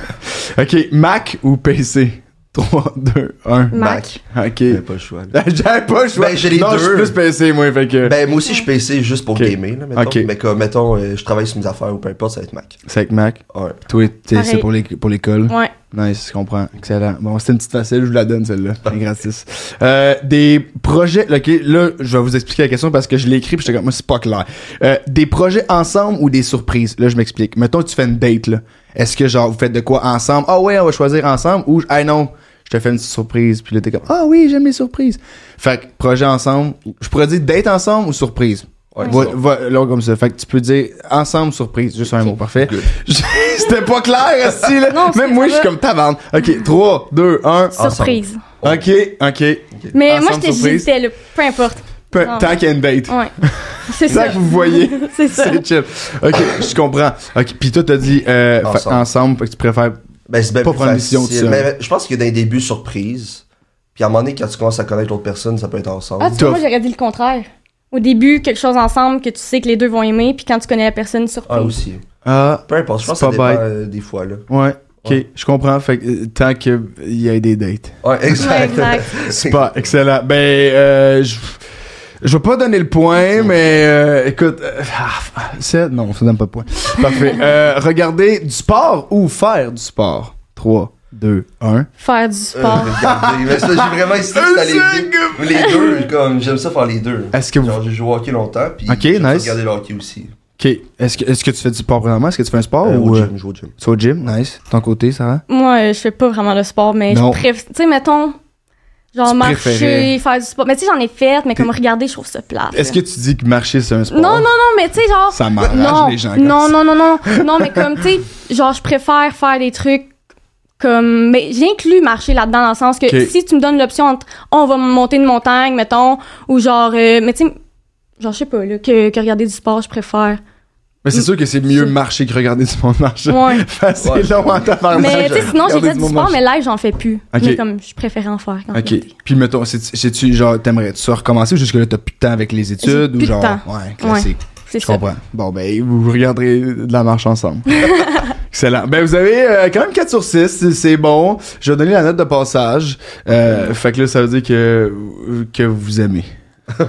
[SPEAKER 1] Ok, Mac ou PC? 3, 2, 1.
[SPEAKER 3] Mac.
[SPEAKER 1] Ok.
[SPEAKER 2] J'avais pas le choix. là.
[SPEAKER 1] J'avais pas le choix.
[SPEAKER 2] Ben, j'ai les
[SPEAKER 1] non, je suis
[SPEAKER 2] deux.
[SPEAKER 1] plus PC, moi, fait que.
[SPEAKER 2] Ben, moi aussi, je suis PC juste pour
[SPEAKER 1] Ok.
[SPEAKER 2] gamer, là, mettons.
[SPEAKER 1] Ok.
[SPEAKER 2] Mais comme, mettons, euh, je travaille sur mes affaires ou peu importe, ça va être Mac.
[SPEAKER 1] C'est avec Mac.
[SPEAKER 2] Ouais.
[SPEAKER 1] Toi, t'es-
[SPEAKER 3] Pareil.
[SPEAKER 1] c'est pour les- pour l'école.
[SPEAKER 3] Ouais.
[SPEAKER 1] Nice, je comprends. Excellent. Bon, c'était une petite facile, je vous la donne, celle-là. C'est gratis. Euh, des projets. Ok, là, je vais vous expliquer la question parce que je l'ai écrit puis j'étais comme, moi, c'est pas clair. Euh, des projets ensemble ou des surprises? Là, je m'explique. Mettons que tu fais une date, là. Est-ce que, genre, vous faites de quoi ensemble? Ah ouais, on va choisir ensemble ou, ah non, je te fais une surprise. Puis là, t'es comme, ah oui, j'aime les surprises. Fait que, projet ensemble. Je pourrais dire date ensemble ou surprise?
[SPEAKER 2] Ouais,
[SPEAKER 1] Va,
[SPEAKER 2] c'est ça.
[SPEAKER 1] va- là, comme ça. Fait que tu peux dire ensemble surprise. Juste un mot, parfait.
[SPEAKER 2] Good.
[SPEAKER 1] C'était pas clair, si là.
[SPEAKER 3] Non,
[SPEAKER 1] Même
[SPEAKER 3] c'est-
[SPEAKER 1] moi,
[SPEAKER 3] ça
[SPEAKER 1] je suis
[SPEAKER 3] va.
[SPEAKER 1] comme taverne. Ok, 3, 2, 1.
[SPEAKER 3] Surprise.
[SPEAKER 1] Ok, Ah, ok.
[SPEAKER 3] Mais
[SPEAKER 1] Ensemble,
[SPEAKER 3] moi, j'étais
[SPEAKER 1] surprise.
[SPEAKER 3] j'hésitais, là. Peu importe.
[SPEAKER 1] Peu-
[SPEAKER 3] Non.
[SPEAKER 1] Tant qu'il y a une date.
[SPEAKER 3] Ouais. C'est
[SPEAKER 1] C'est ça
[SPEAKER 3] ça.
[SPEAKER 1] que vous voyez.
[SPEAKER 3] C'est ça.
[SPEAKER 1] C'est chill. Ok, je comprends. Ok, pis toi, t'as dit euh, fa- ensemble.
[SPEAKER 2] Ensemble.
[SPEAKER 1] fait que tu préfères.
[SPEAKER 2] Ben, c'est bien
[SPEAKER 1] Pas
[SPEAKER 2] plus
[SPEAKER 1] prendre une décision
[SPEAKER 2] facile.
[SPEAKER 1] tout seul.
[SPEAKER 2] Mais je pense qu'il y a des débuts surprises. Puis à un moment donné, quand tu commences à connaître l'autre personne, ça peut être ensemble.
[SPEAKER 3] Ah, tu vois,
[SPEAKER 1] Tough.
[SPEAKER 3] moi, j'aurais dit le contraire. Au début, quelque chose ensemble que tu sais que les deux vont aimer, puis quand tu connais la personne,
[SPEAKER 2] Ah,
[SPEAKER 3] surprise.
[SPEAKER 2] aussi.
[SPEAKER 1] Ah,
[SPEAKER 2] Peu importe, je pense que
[SPEAKER 1] C'est
[SPEAKER 2] ça
[SPEAKER 1] pas
[SPEAKER 2] dépend euh, des fois, là.
[SPEAKER 1] ouais. Ok,
[SPEAKER 2] Ouais.
[SPEAKER 1] je comprends. Fait que euh, tant qu'il y a des dates.
[SPEAKER 2] Ouais,
[SPEAKER 3] Ouais,
[SPEAKER 2] exact.
[SPEAKER 3] exact.
[SPEAKER 1] Super, excellent. Ben, euh, je. Je vais pas donner le point, mais euh, écoute, euh, ah, c'est- non, ça donne pas de point. Parfait. Euh, regardez du sport ou faire du sport. 3, 2, 1.
[SPEAKER 3] Faire du sport.
[SPEAKER 2] Euh, regardez, mais ça, j'ai vraiment essayé
[SPEAKER 1] Un
[SPEAKER 2] que t'allais
[SPEAKER 1] single.
[SPEAKER 2] bien. les deux, comme, j'aime ça faire les deux.
[SPEAKER 1] Est-ce que vous-
[SPEAKER 2] Genre, j'ai joué au hockey longtemps, puis
[SPEAKER 1] Ok,
[SPEAKER 2] j'aime ça
[SPEAKER 1] nice.
[SPEAKER 2] regarder le hockey aussi.
[SPEAKER 1] OK. Est-ce que, est-ce que tu fais du sport présentement? Est-ce que tu fais un sport
[SPEAKER 2] Euh,
[SPEAKER 1] ou...
[SPEAKER 2] au
[SPEAKER 1] euh,
[SPEAKER 2] gym, je joue au gym.
[SPEAKER 1] tu vas au gym? Nice. Ton côté, ça va?
[SPEAKER 3] Moi, euh, je fais pas vraiment le sport, mais
[SPEAKER 1] Non.
[SPEAKER 3] je préfère. Tu sais, mettons, genre
[SPEAKER 1] Tu
[SPEAKER 3] marcher,
[SPEAKER 1] préférais.
[SPEAKER 3] faire du sport. Mais tu sais, j'en ai fait, mais comme
[SPEAKER 1] T'es-
[SPEAKER 3] regarder, je trouve ça plate.
[SPEAKER 1] Est-ce que tu dis que marcher, c'est un sport?
[SPEAKER 3] Non, non, non, mais tu sais, genre.
[SPEAKER 1] Ça m'arrache,
[SPEAKER 3] non,
[SPEAKER 1] les gens, comme
[SPEAKER 3] non,
[SPEAKER 1] ça.
[SPEAKER 3] non, non, non, non, mais comme, tu sais, genre, je préfère faire des trucs comme. Mais j'inclus marcher là-dedans, dans le sens que
[SPEAKER 1] Ok.
[SPEAKER 3] si tu me donnes l'option entre on va monter une montagne, mettons, ou genre. euh, mais tu sais, genre, je sais pas, là, que, que regarder du sport, je préfère.
[SPEAKER 1] Mais c'est sûr que c'est mieux marcher que regarder du monde marcher.
[SPEAKER 3] Ouais.
[SPEAKER 1] Fait que c'est
[SPEAKER 2] Ouais.
[SPEAKER 1] long en tabarnak.
[SPEAKER 3] mais tu sais, sinon, j'ai
[SPEAKER 1] Regarder
[SPEAKER 3] fait du
[SPEAKER 1] monde
[SPEAKER 3] sport, mais
[SPEAKER 1] marcher.
[SPEAKER 3] live, j'en fais plus.
[SPEAKER 1] Ok.
[SPEAKER 3] Mais comme, je préférais en faire. qu'en
[SPEAKER 1] OK.
[SPEAKER 3] regarder.
[SPEAKER 1] Puis, mettons, c'est- c'est-tu, genre, t'aimerais-tu ça recommencer ou jusque-là, t'as plus de temps avec les études ou
[SPEAKER 3] plus de
[SPEAKER 1] genre...
[SPEAKER 3] temps.
[SPEAKER 1] Ouais, classique.
[SPEAKER 3] C'est
[SPEAKER 1] Je
[SPEAKER 3] ça.
[SPEAKER 1] comprends. Bon, ben, vous regarderez de la marche ensemble. Excellent. Ben, vous avez euh, quand même 4 sur 6. C'est bon. Je vais donner la note de passage. Euh, fait que là, ça veut dire que, que vous aimez.
[SPEAKER 2] Ah,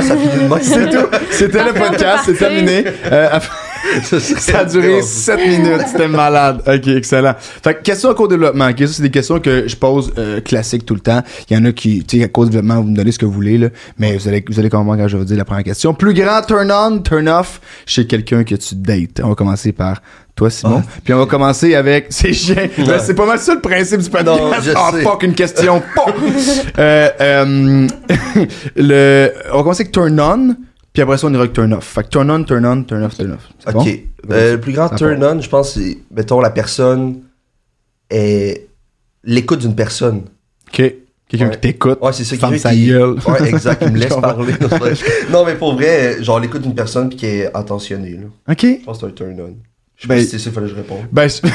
[SPEAKER 2] ça finit de même.
[SPEAKER 1] C'est tout. C'était le
[SPEAKER 3] Parfait, on peut
[SPEAKER 1] podcast. C'est
[SPEAKER 3] partir.
[SPEAKER 1] terminé. Euh, après- ça a duré 7 minutes. C'était malade. OK, excellent. Fait que question à cours développement. OK, ça, c'est des questions que je pose euh, classiques tout le temps. Il y en a qui, tu sais, à cause développement, vous me donnez ce que vous voulez, là. Mais vous allez, vous allez comprendre quand je vais vous dire la première question. Plus grand turn on, turn off chez quelqu'un que tu dates. On va commencer par toi, Simon. Puis on va commencer avec ces chiens. Ben, c'est pas mal ça le principe du podcast.
[SPEAKER 2] Non, je
[SPEAKER 1] Ah,
[SPEAKER 2] sais.
[SPEAKER 1] fuck, une question. Pom! Euh, euh, le, on va commencer avec turn on, puis après ça, on ira avec turn off. Fait que turn on, turn on, turn off, turn off. C'est
[SPEAKER 2] Ok.
[SPEAKER 1] bon?
[SPEAKER 2] Euh, le plus grand
[SPEAKER 1] Ça
[SPEAKER 2] turn on, je pense, c'est, mettons, la personne est l'écoute d'une personne.
[SPEAKER 1] Ok. Quelqu'un
[SPEAKER 2] Ouais.
[SPEAKER 1] qui t'écoute.
[SPEAKER 2] Ouais, c'est ça
[SPEAKER 1] Ferme
[SPEAKER 2] qui
[SPEAKER 1] sa
[SPEAKER 2] qui-
[SPEAKER 1] gueule.
[SPEAKER 2] Ouais, exact, il me laisse
[SPEAKER 1] Je comprends.
[SPEAKER 2] parler. Non, c'est vrai. non, mais pour vrai, euh, genre l'écoute d'une personne puis qui est attentionnée. Là.
[SPEAKER 1] Ok.
[SPEAKER 2] Je pense que c'est un turn on. Je sais
[SPEAKER 1] Ben-
[SPEAKER 2] pas si c'est ça, fallait que je réponde.
[SPEAKER 1] Ben, c'est-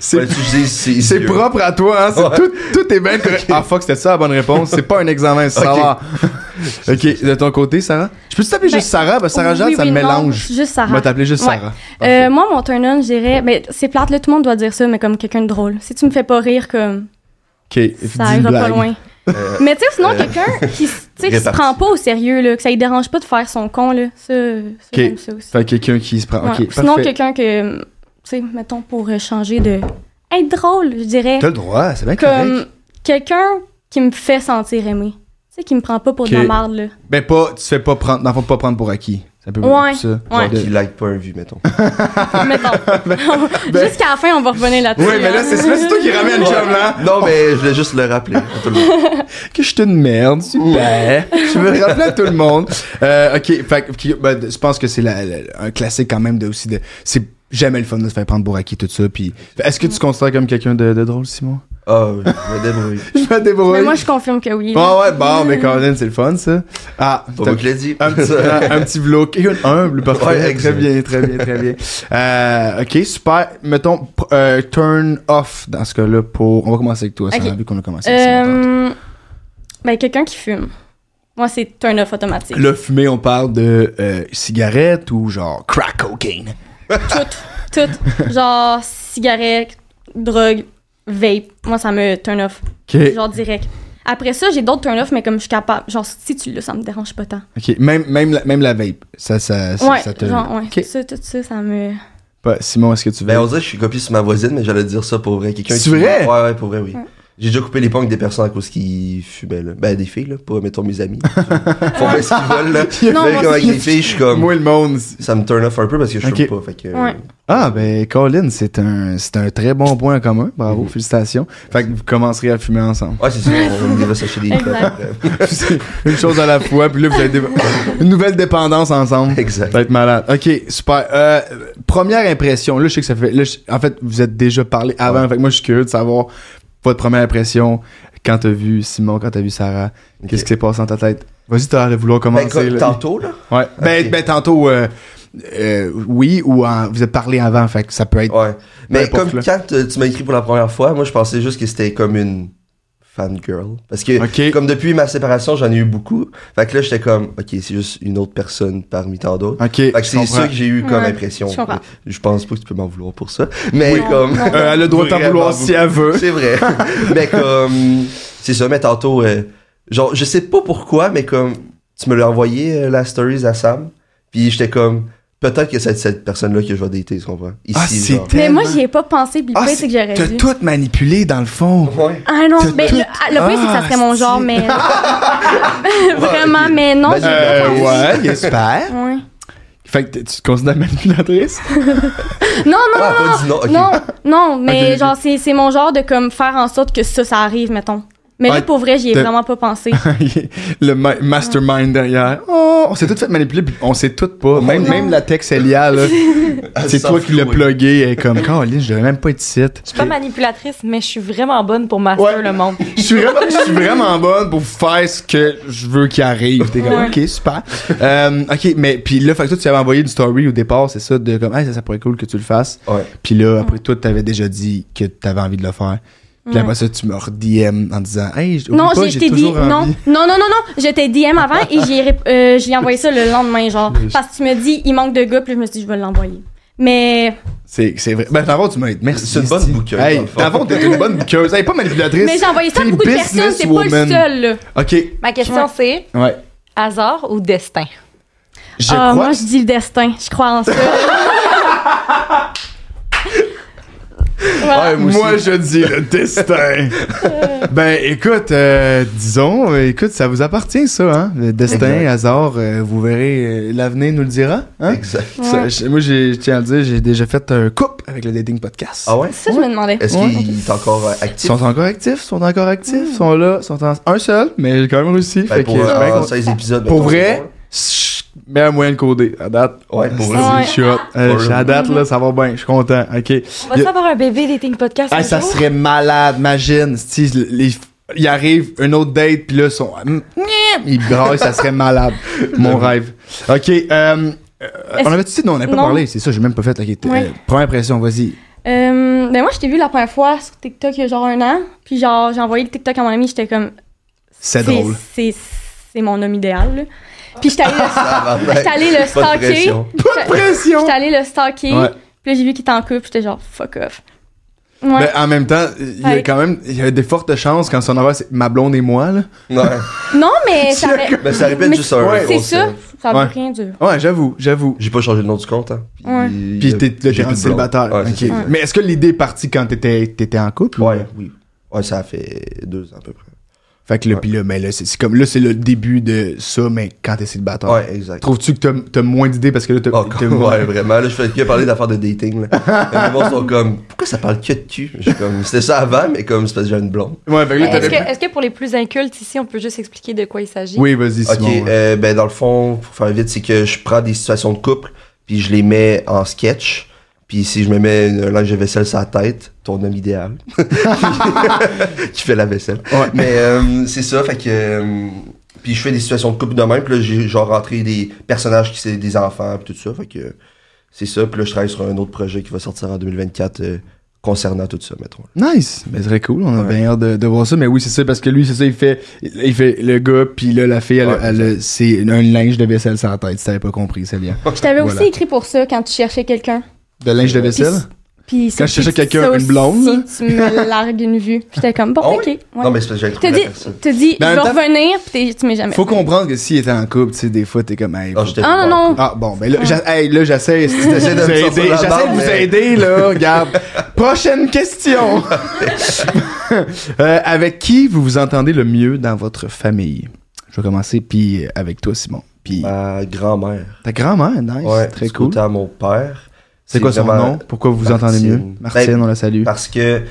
[SPEAKER 1] c'est.
[SPEAKER 2] Ouais, tu dis, c'est
[SPEAKER 1] C'est
[SPEAKER 2] vieux.
[SPEAKER 1] propre à toi, hein? c'est
[SPEAKER 2] Ouais.
[SPEAKER 1] tout, tout est bien correct. Ah, fuck, c'était ça la bonne réponse. C'est pas un examen, c'est
[SPEAKER 2] Ok.
[SPEAKER 1] Sarah. ok, de ton côté, Sarah? Je peux t'appeler
[SPEAKER 3] Ben,
[SPEAKER 1] juste Sarah? Parce que Sarah
[SPEAKER 3] oui,
[SPEAKER 1] Jeanne,
[SPEAKER 3] oui,
[SPEAKER 1] ça me
[SPEAKER 3] non,
[SPEAKER 1] mélange.
[SPEAKER 3] juste Sarah.
[SPEAKER 1] Je vais t'appeler juste
[SPEAKER 3] Ouais.
[SPEAKER 1] Sarah.
[SPEAKER 3] Euh, moi, mon turn-on, je dirais. Ben, c'est plate, là, tout le monde doit dire ça, mais comme quelqu'un de drôle. Si tu me fais pas rire, comme.
[SPEAKER 1] Ok, dis
[SPEAKER 3] Ça
[SPEAKER 1] une
[SPEAKER 3] ira pas
[SPEAKER 1] blague.
[SPEAKER 3] loin.
[SPEAKER 2] Euh,
[SPEAKER 3] Mais tu sais, sinon, quelqu'un qui, s- tu sais, qui se
[SPEAKER 2] Réparti.
[SPEAKER 3] prend pas au sérieux, là, que ça lui dérange pas de faire son con, là. Ça, ça, j'aime ça aussi.
[SPEAKER 1] Fait que quelqu'un qui se prend.
[SPEAKER 3] Ouais.
[SPEAKER 1] Ok,
[SPEAKER 3] Ou Sinon,
[SPEAKER 1] parfait.
[SPEAKER 3] quelqu'un que. Tu sais, mettons, pour euh, changer de. Être drôle, je dirais.
[SPEAKER 1] T'as le droit, c'est bien correct.
[SPEAKER 3] Comme. Quelqu'un qui me fait sentir aimé. Tu sais, qui me prend pas pour de la
[SPEAKER 1] Ok.
[SPEAKER 3] marde, là.
[SPEAKER 1] Ben pas, tu te fais pas prendre, dans le fond, pas prendre pour acquis. C'est un peu
[SPEAKER 3] Ouais,
[SPEAKER 1] ça. genre
[SPEAKER 3] ouais.
[SPEAKER 1] de-
[SPEAKER 2] Qui like pas un vu, mettons.
[SPEAKER 3] Mettons. Jusqu'à la fin, on va revenir là-dessus.
[SPEAKER 1] Ouais, Ben mais là, c'est là, c'est toi qui ramène John là.
[SPEAKER 2] non, mais je voulais juste le rappeler à tout le monde.
[SPEAKER 1] Que je suis une merde, super. je veux le rappeler à tout le monde. Euh, ok, fait que- qui- ben, je pense que c'est la- la- un classique quand même de aussi de. C'est jamais le fun de se faire prendre pour acquis tout ça. Puis, est-ce que tu te considères comme quelqu'un de, de drôle, Simon
[SPEAKER 2] Ah, oui, je me débrouille.
[SPEAKER 1] Je me
[SPEAKER 3] Mais
[SPEAKER 1] débrouille.
[SPEAKER 3] moi, je confirme que oui.
[SPEAKER 1] Ah ouais, bon, mais Colin, c'est le fun ça. Ah,
[SPEAKER 2] Pas
[SPEAKER 1] t'as-
[SPEAKER 2] moi qui l'ai dit.
[SPEAKER 1] un petit, un, un petit vlog. Et un humble, parfait.
[SPEAKER 2] Ouais,
[SPEAKER 1] très
[SPEAKER 2] exact.
[SPEAKER 1] bien, très bien, très bien. Euh, ok, super. Mettons, pr- euh, turn off dans ce cas-là pour. On va commencer avec toi, ça
[SPEAKER 3] Ok.
[SPEAKER 1] vu qu'on a commencé. avec Simon tantôt.
[SPEAKER 3] Euh, ben, quelqu'un qui fume. Moi, c'est turn off automatique.
[SPEAKER 1] Le fumé, on parle de euh, cigarette ou genre crack cocaine.
[SPEAKER 3] Tout. Genre, cigarette, drogue, vape. Moi, ça me turn off.
[SPEAKER 1] Ok,
[SPEAKER 3] Genre, direct. Après ça, j'ai d'autres turn off, mais comme je suis capable. Genre, si tu l'as, ça me dérange pas tant.
[SPEAKER 1] ok. Même, même, la, même la vape, ça, ça, ça,
[SPEAKER 3] ouais,
[SPEAKER 1] ça te.
[SPEAKER 3] genre, ouais.
[SPEAKER 1] Ok.
[SPEAKER 3] Ça, tout ça, ça me.
[SPEAKER 1] Bah, Simon, est-ce que tu veux?
[SPEAKER 2] Ben, on dirait que je suis copié sur ma voisine, mais j'allais dire ça pour vrai. Quelqu'un
[SPEAKER 1] C'est
[SPEAKER 2] qui-
[SPEAKER 1] vrai?
[SPEAKER 2] Ouais, ouais, pour vrai, oui. J'ai déjà coupé les pongs des personnes à cause qu'ils fumaient, là. Ben, des filles, là, pas, mettons, mes amis. Ils font bien ce qu'ils veulent, là.
[SPEAKER 3] Non,
[SPEAKER 2] Mais
[SPEAKER 3] moi,
[SPEAKER 2] comme avec
[SPEAKER 1] c'est-
[SPEAKER 2] les filles, je suis comme.
[SPEAKER 1] Moi, le monde.
[SPEAKER 2] Ça me turn off un peu parce que je fume
[SPEAKER 1] Ok.
[SPEAKER 2] pas, fait que.
[SPEAKER 3] Ouais.
[SPEAKER 1] Ah, ben, Colin, c'est un, c'est un très bon point en commun. Bravo,
[SPEAKER 2] Mhm.
[SPEAKER 1] félicitations. Fait que vous commencerez à fumer ensemble.
[SPEAKER 2] Ouais, c'est ça, on on va s'acheter des
[SPEAKER 3] Exact.
[SPEAKER 2] clopes après.
[SPEAKER 1] C'est une chose à la fois, puis là, vous avez dé- une nouvelle dépendance ensemble.
[SPEAKER 2] Exact.
[SPEAKER 1] Ça va être malade. OK, super. Euh, première impression, là, je sais que ça fait... là, je- en fait, vous êtes déjà parlé avant, fait que moi, je suis curieux de savoir votre première impression quand t'as vu Simon, quand t'as vu Sarah. Qu'est-ce qui s'est passé dans ta tête? Vas-y, t'as l'air de vouloir
[SPEAKER 2] Ben,
[SPEAKER 1] commencer.
[SPEAKER 2] comme
[SPEAKER 1] là.
[SPEAKER 2] tantôt, là.
[SPEAKER 1] Ouais. Ben,
[SPEAKER 2] Ok.
[SPEAKER 1] ben, tantôt, euh, euh, oui, ou en- vous êtes parlé avant, fait que ça peut être...
[SPEAKER 2] Ouais. Mais
[SPEAKER 1] importe,
[SPEAKER 2] comme
[SPEAKER 1] là.
[SPEAKER 2] quand euh, tu m'as écrit pour la première fois, moi je pensais juste que c'était comme une fangirl. Parce que
[SPEAKER 1] Ok.
[SPEAKER 2] comme depuis ma séparation, j'en ai eu beaucoup. Fait que là j'étais comme, ok, c'est juste une autre personne parmi tant d'autres.
[SPEAKER 1] OK,
[SPEAKER 2] Fait que
[SPEAKER 1] je
[SPEAKER 2] c'est
[SPEAKER 1] comprends.
[SPEAKER 2] ça que j'ai eu comme
[SPEAKER 3] Ouais,
[SPEAKER 2] impression.
[SPEAKER 3] je comprends.
[SPEAKER 2] Je pense pas que tu peux m'en vouloir pour ça. Mais
[SPEAKER 3] Non,
[SPEAKER 2] comme.
[SPEAKER 3] non.
[SPEAKER 1] Euh, elle a le droit de t'en
[SPEAKER 2] Vraiment
[SPEAKER 1] vouloir si elle veut.
[SPEAKER 2] C'est vrai. mais comme. C'est ça, mais tantôt. euh, genre, je sais pas pourquoi, mais comme. Tu me l'as envoyé, euh, la stories à Sam. Puis j'étais comme. Peut-être que c'est cette personne-là que je vais dater, tu comprends? Ici,
[SPEAKER 1] Ah, c'est
[SPEAKER 2] genre.
[SPEAKER 3] Mais moi,
[SPEAKER 1] tellement-
[SPEAKER 3] j'y ai pas pensé, puis le
[SPEAKER 1] Ah,
[SPEAKER 3] pire, c'est que j'aurais
[SPEAKER 1] T'as
[SPEAKER 3] dû.
[SPEAKER 1] tout manipulé, dans le fond.
[SPEAKER 2] Ouais.
[SPEAKER 3] Ah non,
[SPEAKER 1] T'as
[SPEAKER 3] mais
[SPEAKER 1] tout-
[SPEAKER 3] le, ah, le pire, c'est que ça serait mon
[SPEAKER 1] Ah,
[SPEAKER 3] genre,
[SPEAKER 1] si.
[SPEAKER 3] mais. Vraiment, mais non,
[SPEAKER 2] Vas-y.
[SPEAKER 3] j'ai
[SPEAKER 1] Euh,
[SPEAKER 3] pas pensé.
[SPEAKER 1] ouais, il est super.
[SPEAKER 3] Ouais.
[SPEAKER 1] Fait que t- tu te considères manipulatrice?
[SPEAKER 3] Non, non,
[SPEAKER 2] Ah, pas du non. ok.
[SPEAKER 3] non, non, mais
[SPEAKER 1] Ok, ok.
[SPEAKER 3] genre, c'est, c'est mon genre de comme faire en sorte que ça, ça arrive, mettons. Mais
[SPEAKER 1] Ouais,
[SPEAKER 3] là, pour vrai, j'y ai
[SPEAKER 1] t'as-
[SPEAKER 3] vraiment pas pensé.
[SPEAKER 1] le ma- mastermind derrière. Oh, on s'est toutes fait manipuler, puis on sait toutes pas. Même,
[SPEAKER 3] Non.
[SPEAKER 1] même la tech Célia, là,
[SPEAKER 2] Elle
[SPEAKER 1] c'est
[SPEAKER 2] s'en
[SPEAKER 1] toi qui
[SPEAKER 2] Ah, fout,
[SPEAKER 1] l'as
[SPEAKER 2] oui.
[SPEAKER 1] plugué. Elle est comme, Caroline, je devrais même pas être ici.
[SPEAKER 4] Je suis pas manipulatrice, mais je suis vraiment bonne pour master
[SPEAKER 1] Ouais.
[SPEAKER 4] le monde.
[SPEAKER 1] Je suis vraiment, je suis vraiment bonne pour faire ce que je veux qu'il arrive. T'es comme,
[SPEAKER 3] Ouais.
[SPEAKER 1] ok, super. Euh, ok, mais puis là, fait que toi, tu avais envoyé une story au départ, c'est ça, de comme, hey, ça, ça pourrait être cool que tu le fasses.
[SPEAKER 2] Ouais.
[SPEAKER 1] Puis là, après, toi, t'avais déjà dit que t'avais envie de le faire. Puis
[SPEAKER 3] Ouais.
[SPEAKER 1] après ça, tu me re-DM en disant, hey, j- oublie
[SPEAKER 3] Non,
[SPEAKER 1] pas,
[SPEAKER 3] j'ai,
[SPEAKER 1] j'ai
[SPEAKER 3] t'ai dit,
[SPEAKER 1] toujours
[SPEAKER 3] non, non,
[SPEAKER 1] envie.
[SPEAKER 3] non, non, non, j'étais DM avant et j'ai, rép- euh, j'ai envoyé ça le lendemain, genre. Parce que tu me dis, il manque de gars, puis là, je me suis dit, je vais l'envoyer. Mais,
[SPEAKER 1] C'est, c'est vrai. Ben, dans le fond, tu m'as Merci.
[SPEAKER 2] C'est une bonne
[SPEAKER 1] Esti.
[SPEAKER 2] bouqueuse,
[SPEAKER 1] Hey,
[SPEAKER 2] dans le fond.
[SPEAKER 1] dans le fond, t'es une bonne bouqueuse. Elle est pas manipulatrice.
[SPEAKER 3] mais j'ai envoyé ça à
[SPEAKER 1] t'es
[SPEAKER 3] beaucoup de personnes, c'est pas le
[SPEAKER 1] businesswoman.
[SPEAKER 3] seul, là.
[SPEAKER 1] OK.
[SPEAKER 4] Ma question, c'est
[SPEAKER 1] Ouais.
[SPEAKER 4] hasard ou destin?
[SPEAKER 1] Je
[SPEAKER 3] Ah,
[SPEAKER 1] crois.
[SPEAKER 3] Moi, je dis le destin. Je crois en ça. Voilà.
[SPEAKER 2] Ouais, moi aussi.
[SPEAKER 1] Moi, je dis le destin. ben, écoute, euh, disons, euh, écoute, ça vous appartient, ça, hein? Le destin,
[SPEAKER 2] Exact.
[SPEAKER 1] hasard, euh, vous verrez, euh, l'avenir nous le dira, hein?
[SPEAKER 2] Exact.
[SPEAKER 1] Ça, je- moi, j'ai, je tiens à le dire, j'ai déjà fait un couple avec le Dating Podcast.
[SPEAKER 2] Ah ouais?
[SPEAKER 3] Ça, je me demandais.
[SPEAKER 2] Est-ce
[SPEAKER 1] Ouais.
[SPEAKER 2] qu'il est encore euh,
[SPEAKER 1] Ils
[SPEAKER 2] actif?
[SPEAKER 1] sont encore actifs, sont encore
[SPEAKER 3] Mm.
[SPEAKER 1] actifs, sont là, sont en... un seul, mais j'ai quand même réussi.
[SPEAKER 2] Ben,
[SPEAKER 1] fait
[SPEAKER 2] pour
[SPEAKER 1] que,
[SPEAKER 2] euh,
[SPEAKER 1] ben,
[SPEAKER 2] en
[SPEAKER 1] con-
[SPEAKER 2] 16 épisodes.
[SPEAKER 1] Pour
[SPEAKER 2] mettons,
[SPEAKER 1] vrai,
[SPEAKER 2] c'est bon.
[SPEAKER 1] chut, meilleur moyen de coder. À date,
[SPEAKER 2] Ouais, pour
[SPEAKER 1] c'est
[SPEAKER 2] vrai.
[SPEAKER 3] Ouais. Ah.
[SPEAKER 1] je suis hot. Euh, je suis à date, là, ça va bien. Je suis content. OK.
[SPEAKER 4] On va-tu
[SPEAKER 1] Y a-
[SPEAKER 4] avoir un bébé dating podcast un
[SPEAKER 1] Ah, ça
[SPEAKER 4] jour?
[SPEAKER 1] serait malade, imagine. Si les, il arrive une autre date, puis là, ils sont. mm, Ils braillent, ça serait malade. Mon rêve. OK. euh, euh,
[SPEAKER 3] Est-ce-
[SPEAKER 1] on avait-tu dit? Non, on n'avait pas
[SPEAKER 3] Non.
[SPEAKER 1] parlé. C'est ça, j'ai même pas fait. OK. t-
[SPEAKER 3] Ouais.
[SPEAKER 1] euh, première impression, vas-y.
[SPEAKER 3] Euh, ben moi, je t'ai vu la première fois sur TikTok il y a genre un an. Puis genre, j'ai envoyé le TikTok à mon ami. J'étais comme...
[SPEAKER 1] C'est drôle.
[SPEAKER 3] C'est c'est mon homme idéal, là. Puis j'étais allée le,
[SPEAKER 2] Ah, ben,
[SPEAKER 3] j'étais allée le
[SPEAKER 2] Pas de
[SPEAKER 3] stalker.
[SPEAKER 2] pression.
[SPEAKER 1] Pas de pression!
[SPEAKER 3] J'étais allée le stalker.
[SPEAKER 1] Ouais.
[SPEAKER 3] Puis là, j'ai vu qu'il était en couple. Puis j'étais genre, fuck off.
[SPEAKER 1] Mais
[SPEAKER 3] Ouais.
[SPEAKER 1] Ben, en même temps, il y a
[SPEAKER 3] Ouais.
[SPEAKER 1] quand même il y a des fortes chances quand son envers, c'est ma blonde et moi. Là.
[SPEAKER 2] Ouais.
[SPEAKER 3] non, mais ça... aurait-
[SPEAKER 2] Mais ça répète
[SPEAKER 3] Mais-
[SPEAKER 2] juste un.
[SPEAKER 1] Ouais.
[SPEAKER 3] C'est
[SPEAKER 2] gros,
[SPEAKER 3] ça. Ça
[SPEAKER 1] Ouais.
[SPEAKER 3] veut rien dire.
[SPEAKER 1] Ouais, j'avoue, j'avoue.
[SPEAKER 2] J'ai pas changé le nom du compte, hein. Puis,
[SPEAKER 3] Ouais.
[SPEAKER 1] Puis
[SPEAKER 2] euh,
[SPEAKER 1] t'es le
[SPEAKER 2] j'ai plus de
[SPEAKER 1] terrain célibataire.
[SPEAKER 2] blonde. Ouais,
[SPEAKER 1] Ok.
[SPEAKER 2] c'est ça, exact.
[SPEAKER 1] Mais est-ce que l'idée est partie quand t'étais, t'étais en couple? ou-
[SPEAKER 2] Ouais, oui. Ouais, ça fait deux ans à peu près.
[SPEAKER 1] Fait que là,
[SPEAKER 2] Ouais.
[SPEAKER 1] puis là, ben là, c'est c'est comme là, c'est le début de ça, mais quand t'essaies de battre.
[SPEAKER 2] Ouais, exact.
[SPEAKER 1] Trouves-tu que t'as- t'as moins d'idées parce que là, t'as.
[SPEAKER 2] Oh,
[SPEAKER 1] t'as-
[SPEAKER 2] comme- ouais, vraiment. Là, je fais que parler d'affaires de dating. Là. Les gens sont comme, pourquoi ça parle que de cul? Je suis comme, C'était ça avant, mais comme c'est parce que j'ai une blonde.
[SPEAKER 1] Ouais, fait que là,
[SPEAKER 4] Est-ce que,
[SPEAKER 1] t'avais-
[SPEAKER 4] est-ce que pour les plus incultes ici, on peut juste expliquer de quoi il s'agit?
[SPEAKER 1] Oui, vas-y,
[SPEAKER 2] Ok,
[SPEAKER 1] Simon. ouais.
[SPEAKER 2] euh, ben dans le fond, pour faire vite, c'est que je prends des situations de couple, puis je les mets en sketch. Puis si je me mets une- un linge de vaisselle sur la tête, ton homme idéal, qui fait la vaisselle.
[SPEAKER 1] Ouais.
[SPEAKER 2] Mais euh, c'est ça, fait que... euh, puis je fais des situations de couple de même, puis là, j'ai genre rentré des personnages qui c'est des enfants, puis tout ça, fait que c'est ça. Puis là, je travaille sur un autre projet qui va sortir en 2024 euh, concernant tout ça, mettons.
[SPEAKER 1] Nice, mais très cool, on a
[SPEAKER 2] Ouais.
[SPEAKER 1] bien hâte de, de voir ça, mais oui c'est ça parce que lui c'est ça il fait il fait le gars puis là la fille elle,
[SPEAKER 2] Ouais,
[SPEAKER 1] elle- c'est un linge de vaisselle sans tête si t'avais pas compris c'est bien.
[SPEAKER 3] Je t'avais
[SPEAKER 1] Voilà.
[SPEAKER 3] aussi écrit pour ça quand tu cherchais quelqu'un.
[SPEAKER 1] De linge de vaisselle?
[SPEAKER 3] Puis c'est-
[SPEAKER 1] Quand je cherchais
[SPEAKER 3] c'est-
[SPEAKER 1] quelqu'un,
[SPEAKER 3] ça
[SPEAKER 1] une blonde, là.
[SPEAKER 3] aussi, tu me largues une vue. Puis j'étais comme, bon,
[SPEAKER 2] Ah
[SPEAKER 3] ok.
[SPEAKER 2] ouais?
[SPEAKER 3] ouais.
[SPEAKER 2] Non, mais c'est parce que j'ai
[SPEAKER 3] T'as
[SPEAKER 2] trouvé
[SPEAKER 3] dit,
[SPEAKER 2] la personne.
[SPEAKER 3] t'as dit,
[SPEAKER 1] Mais en
[SPEAKER 3] je vais
[SPEAKER 1] même temps-
[SPEAKER 3] revenir, puis t'es- tu m'es jamais.
[SPEAKER 1] Faut comprendre que s'il était en couple, tu sais, des fois t'es comme hey,
[SPEAKER 2] Ah,
[SPEAKER 1] faut-
[SPEAKER 2] j'étais-
[SPEAKER 3] Ah non, non.
[SPEAKER 1] Ah bon, ben là, j'a- hey, là j'essaie j'essaie de
[SPEAKER 2] de
[SPEAKER 1] vous
[SPEAKER 2] me sortir
[SPEAKER 1] aider,
[SPEAKER 2] la
[SPEAKER 1] j'essaie
[SPEAKER 2] barbe,
[SPEAKER 1] de vous
[SPEAKER 2] mais-
[SPEAKER 1] aider là, regarde. Prochaine question. Euh, avec qui vous vous entendez le mieux dans votre famille Je vais commencer puis euh, avec toi Simon. Puis
[SPEAKER 2] Ma grand-mère.
[SPEAKER 1] ta grand-mère, nice,
[SPEAKER 2] Ouais,
[SPEAKER 1] très
[SPEAKER 2] du
[SPEAKER 1] Ah. cool.
[SPEAKER 2] côté à mon père.
[SPEAKER 1] C'est quoi son
[SPEAKER 2] vraiment-
[SPEAKER 1] nom Pourquoi vous vous
[SPEAKER 2] Martine.
[SPEAKER 1] entendez mieux
[SPEAKER 2] Ben,
[SPEAKER 1] Martine, on la salue.
[SPEAKER 2] Parce que,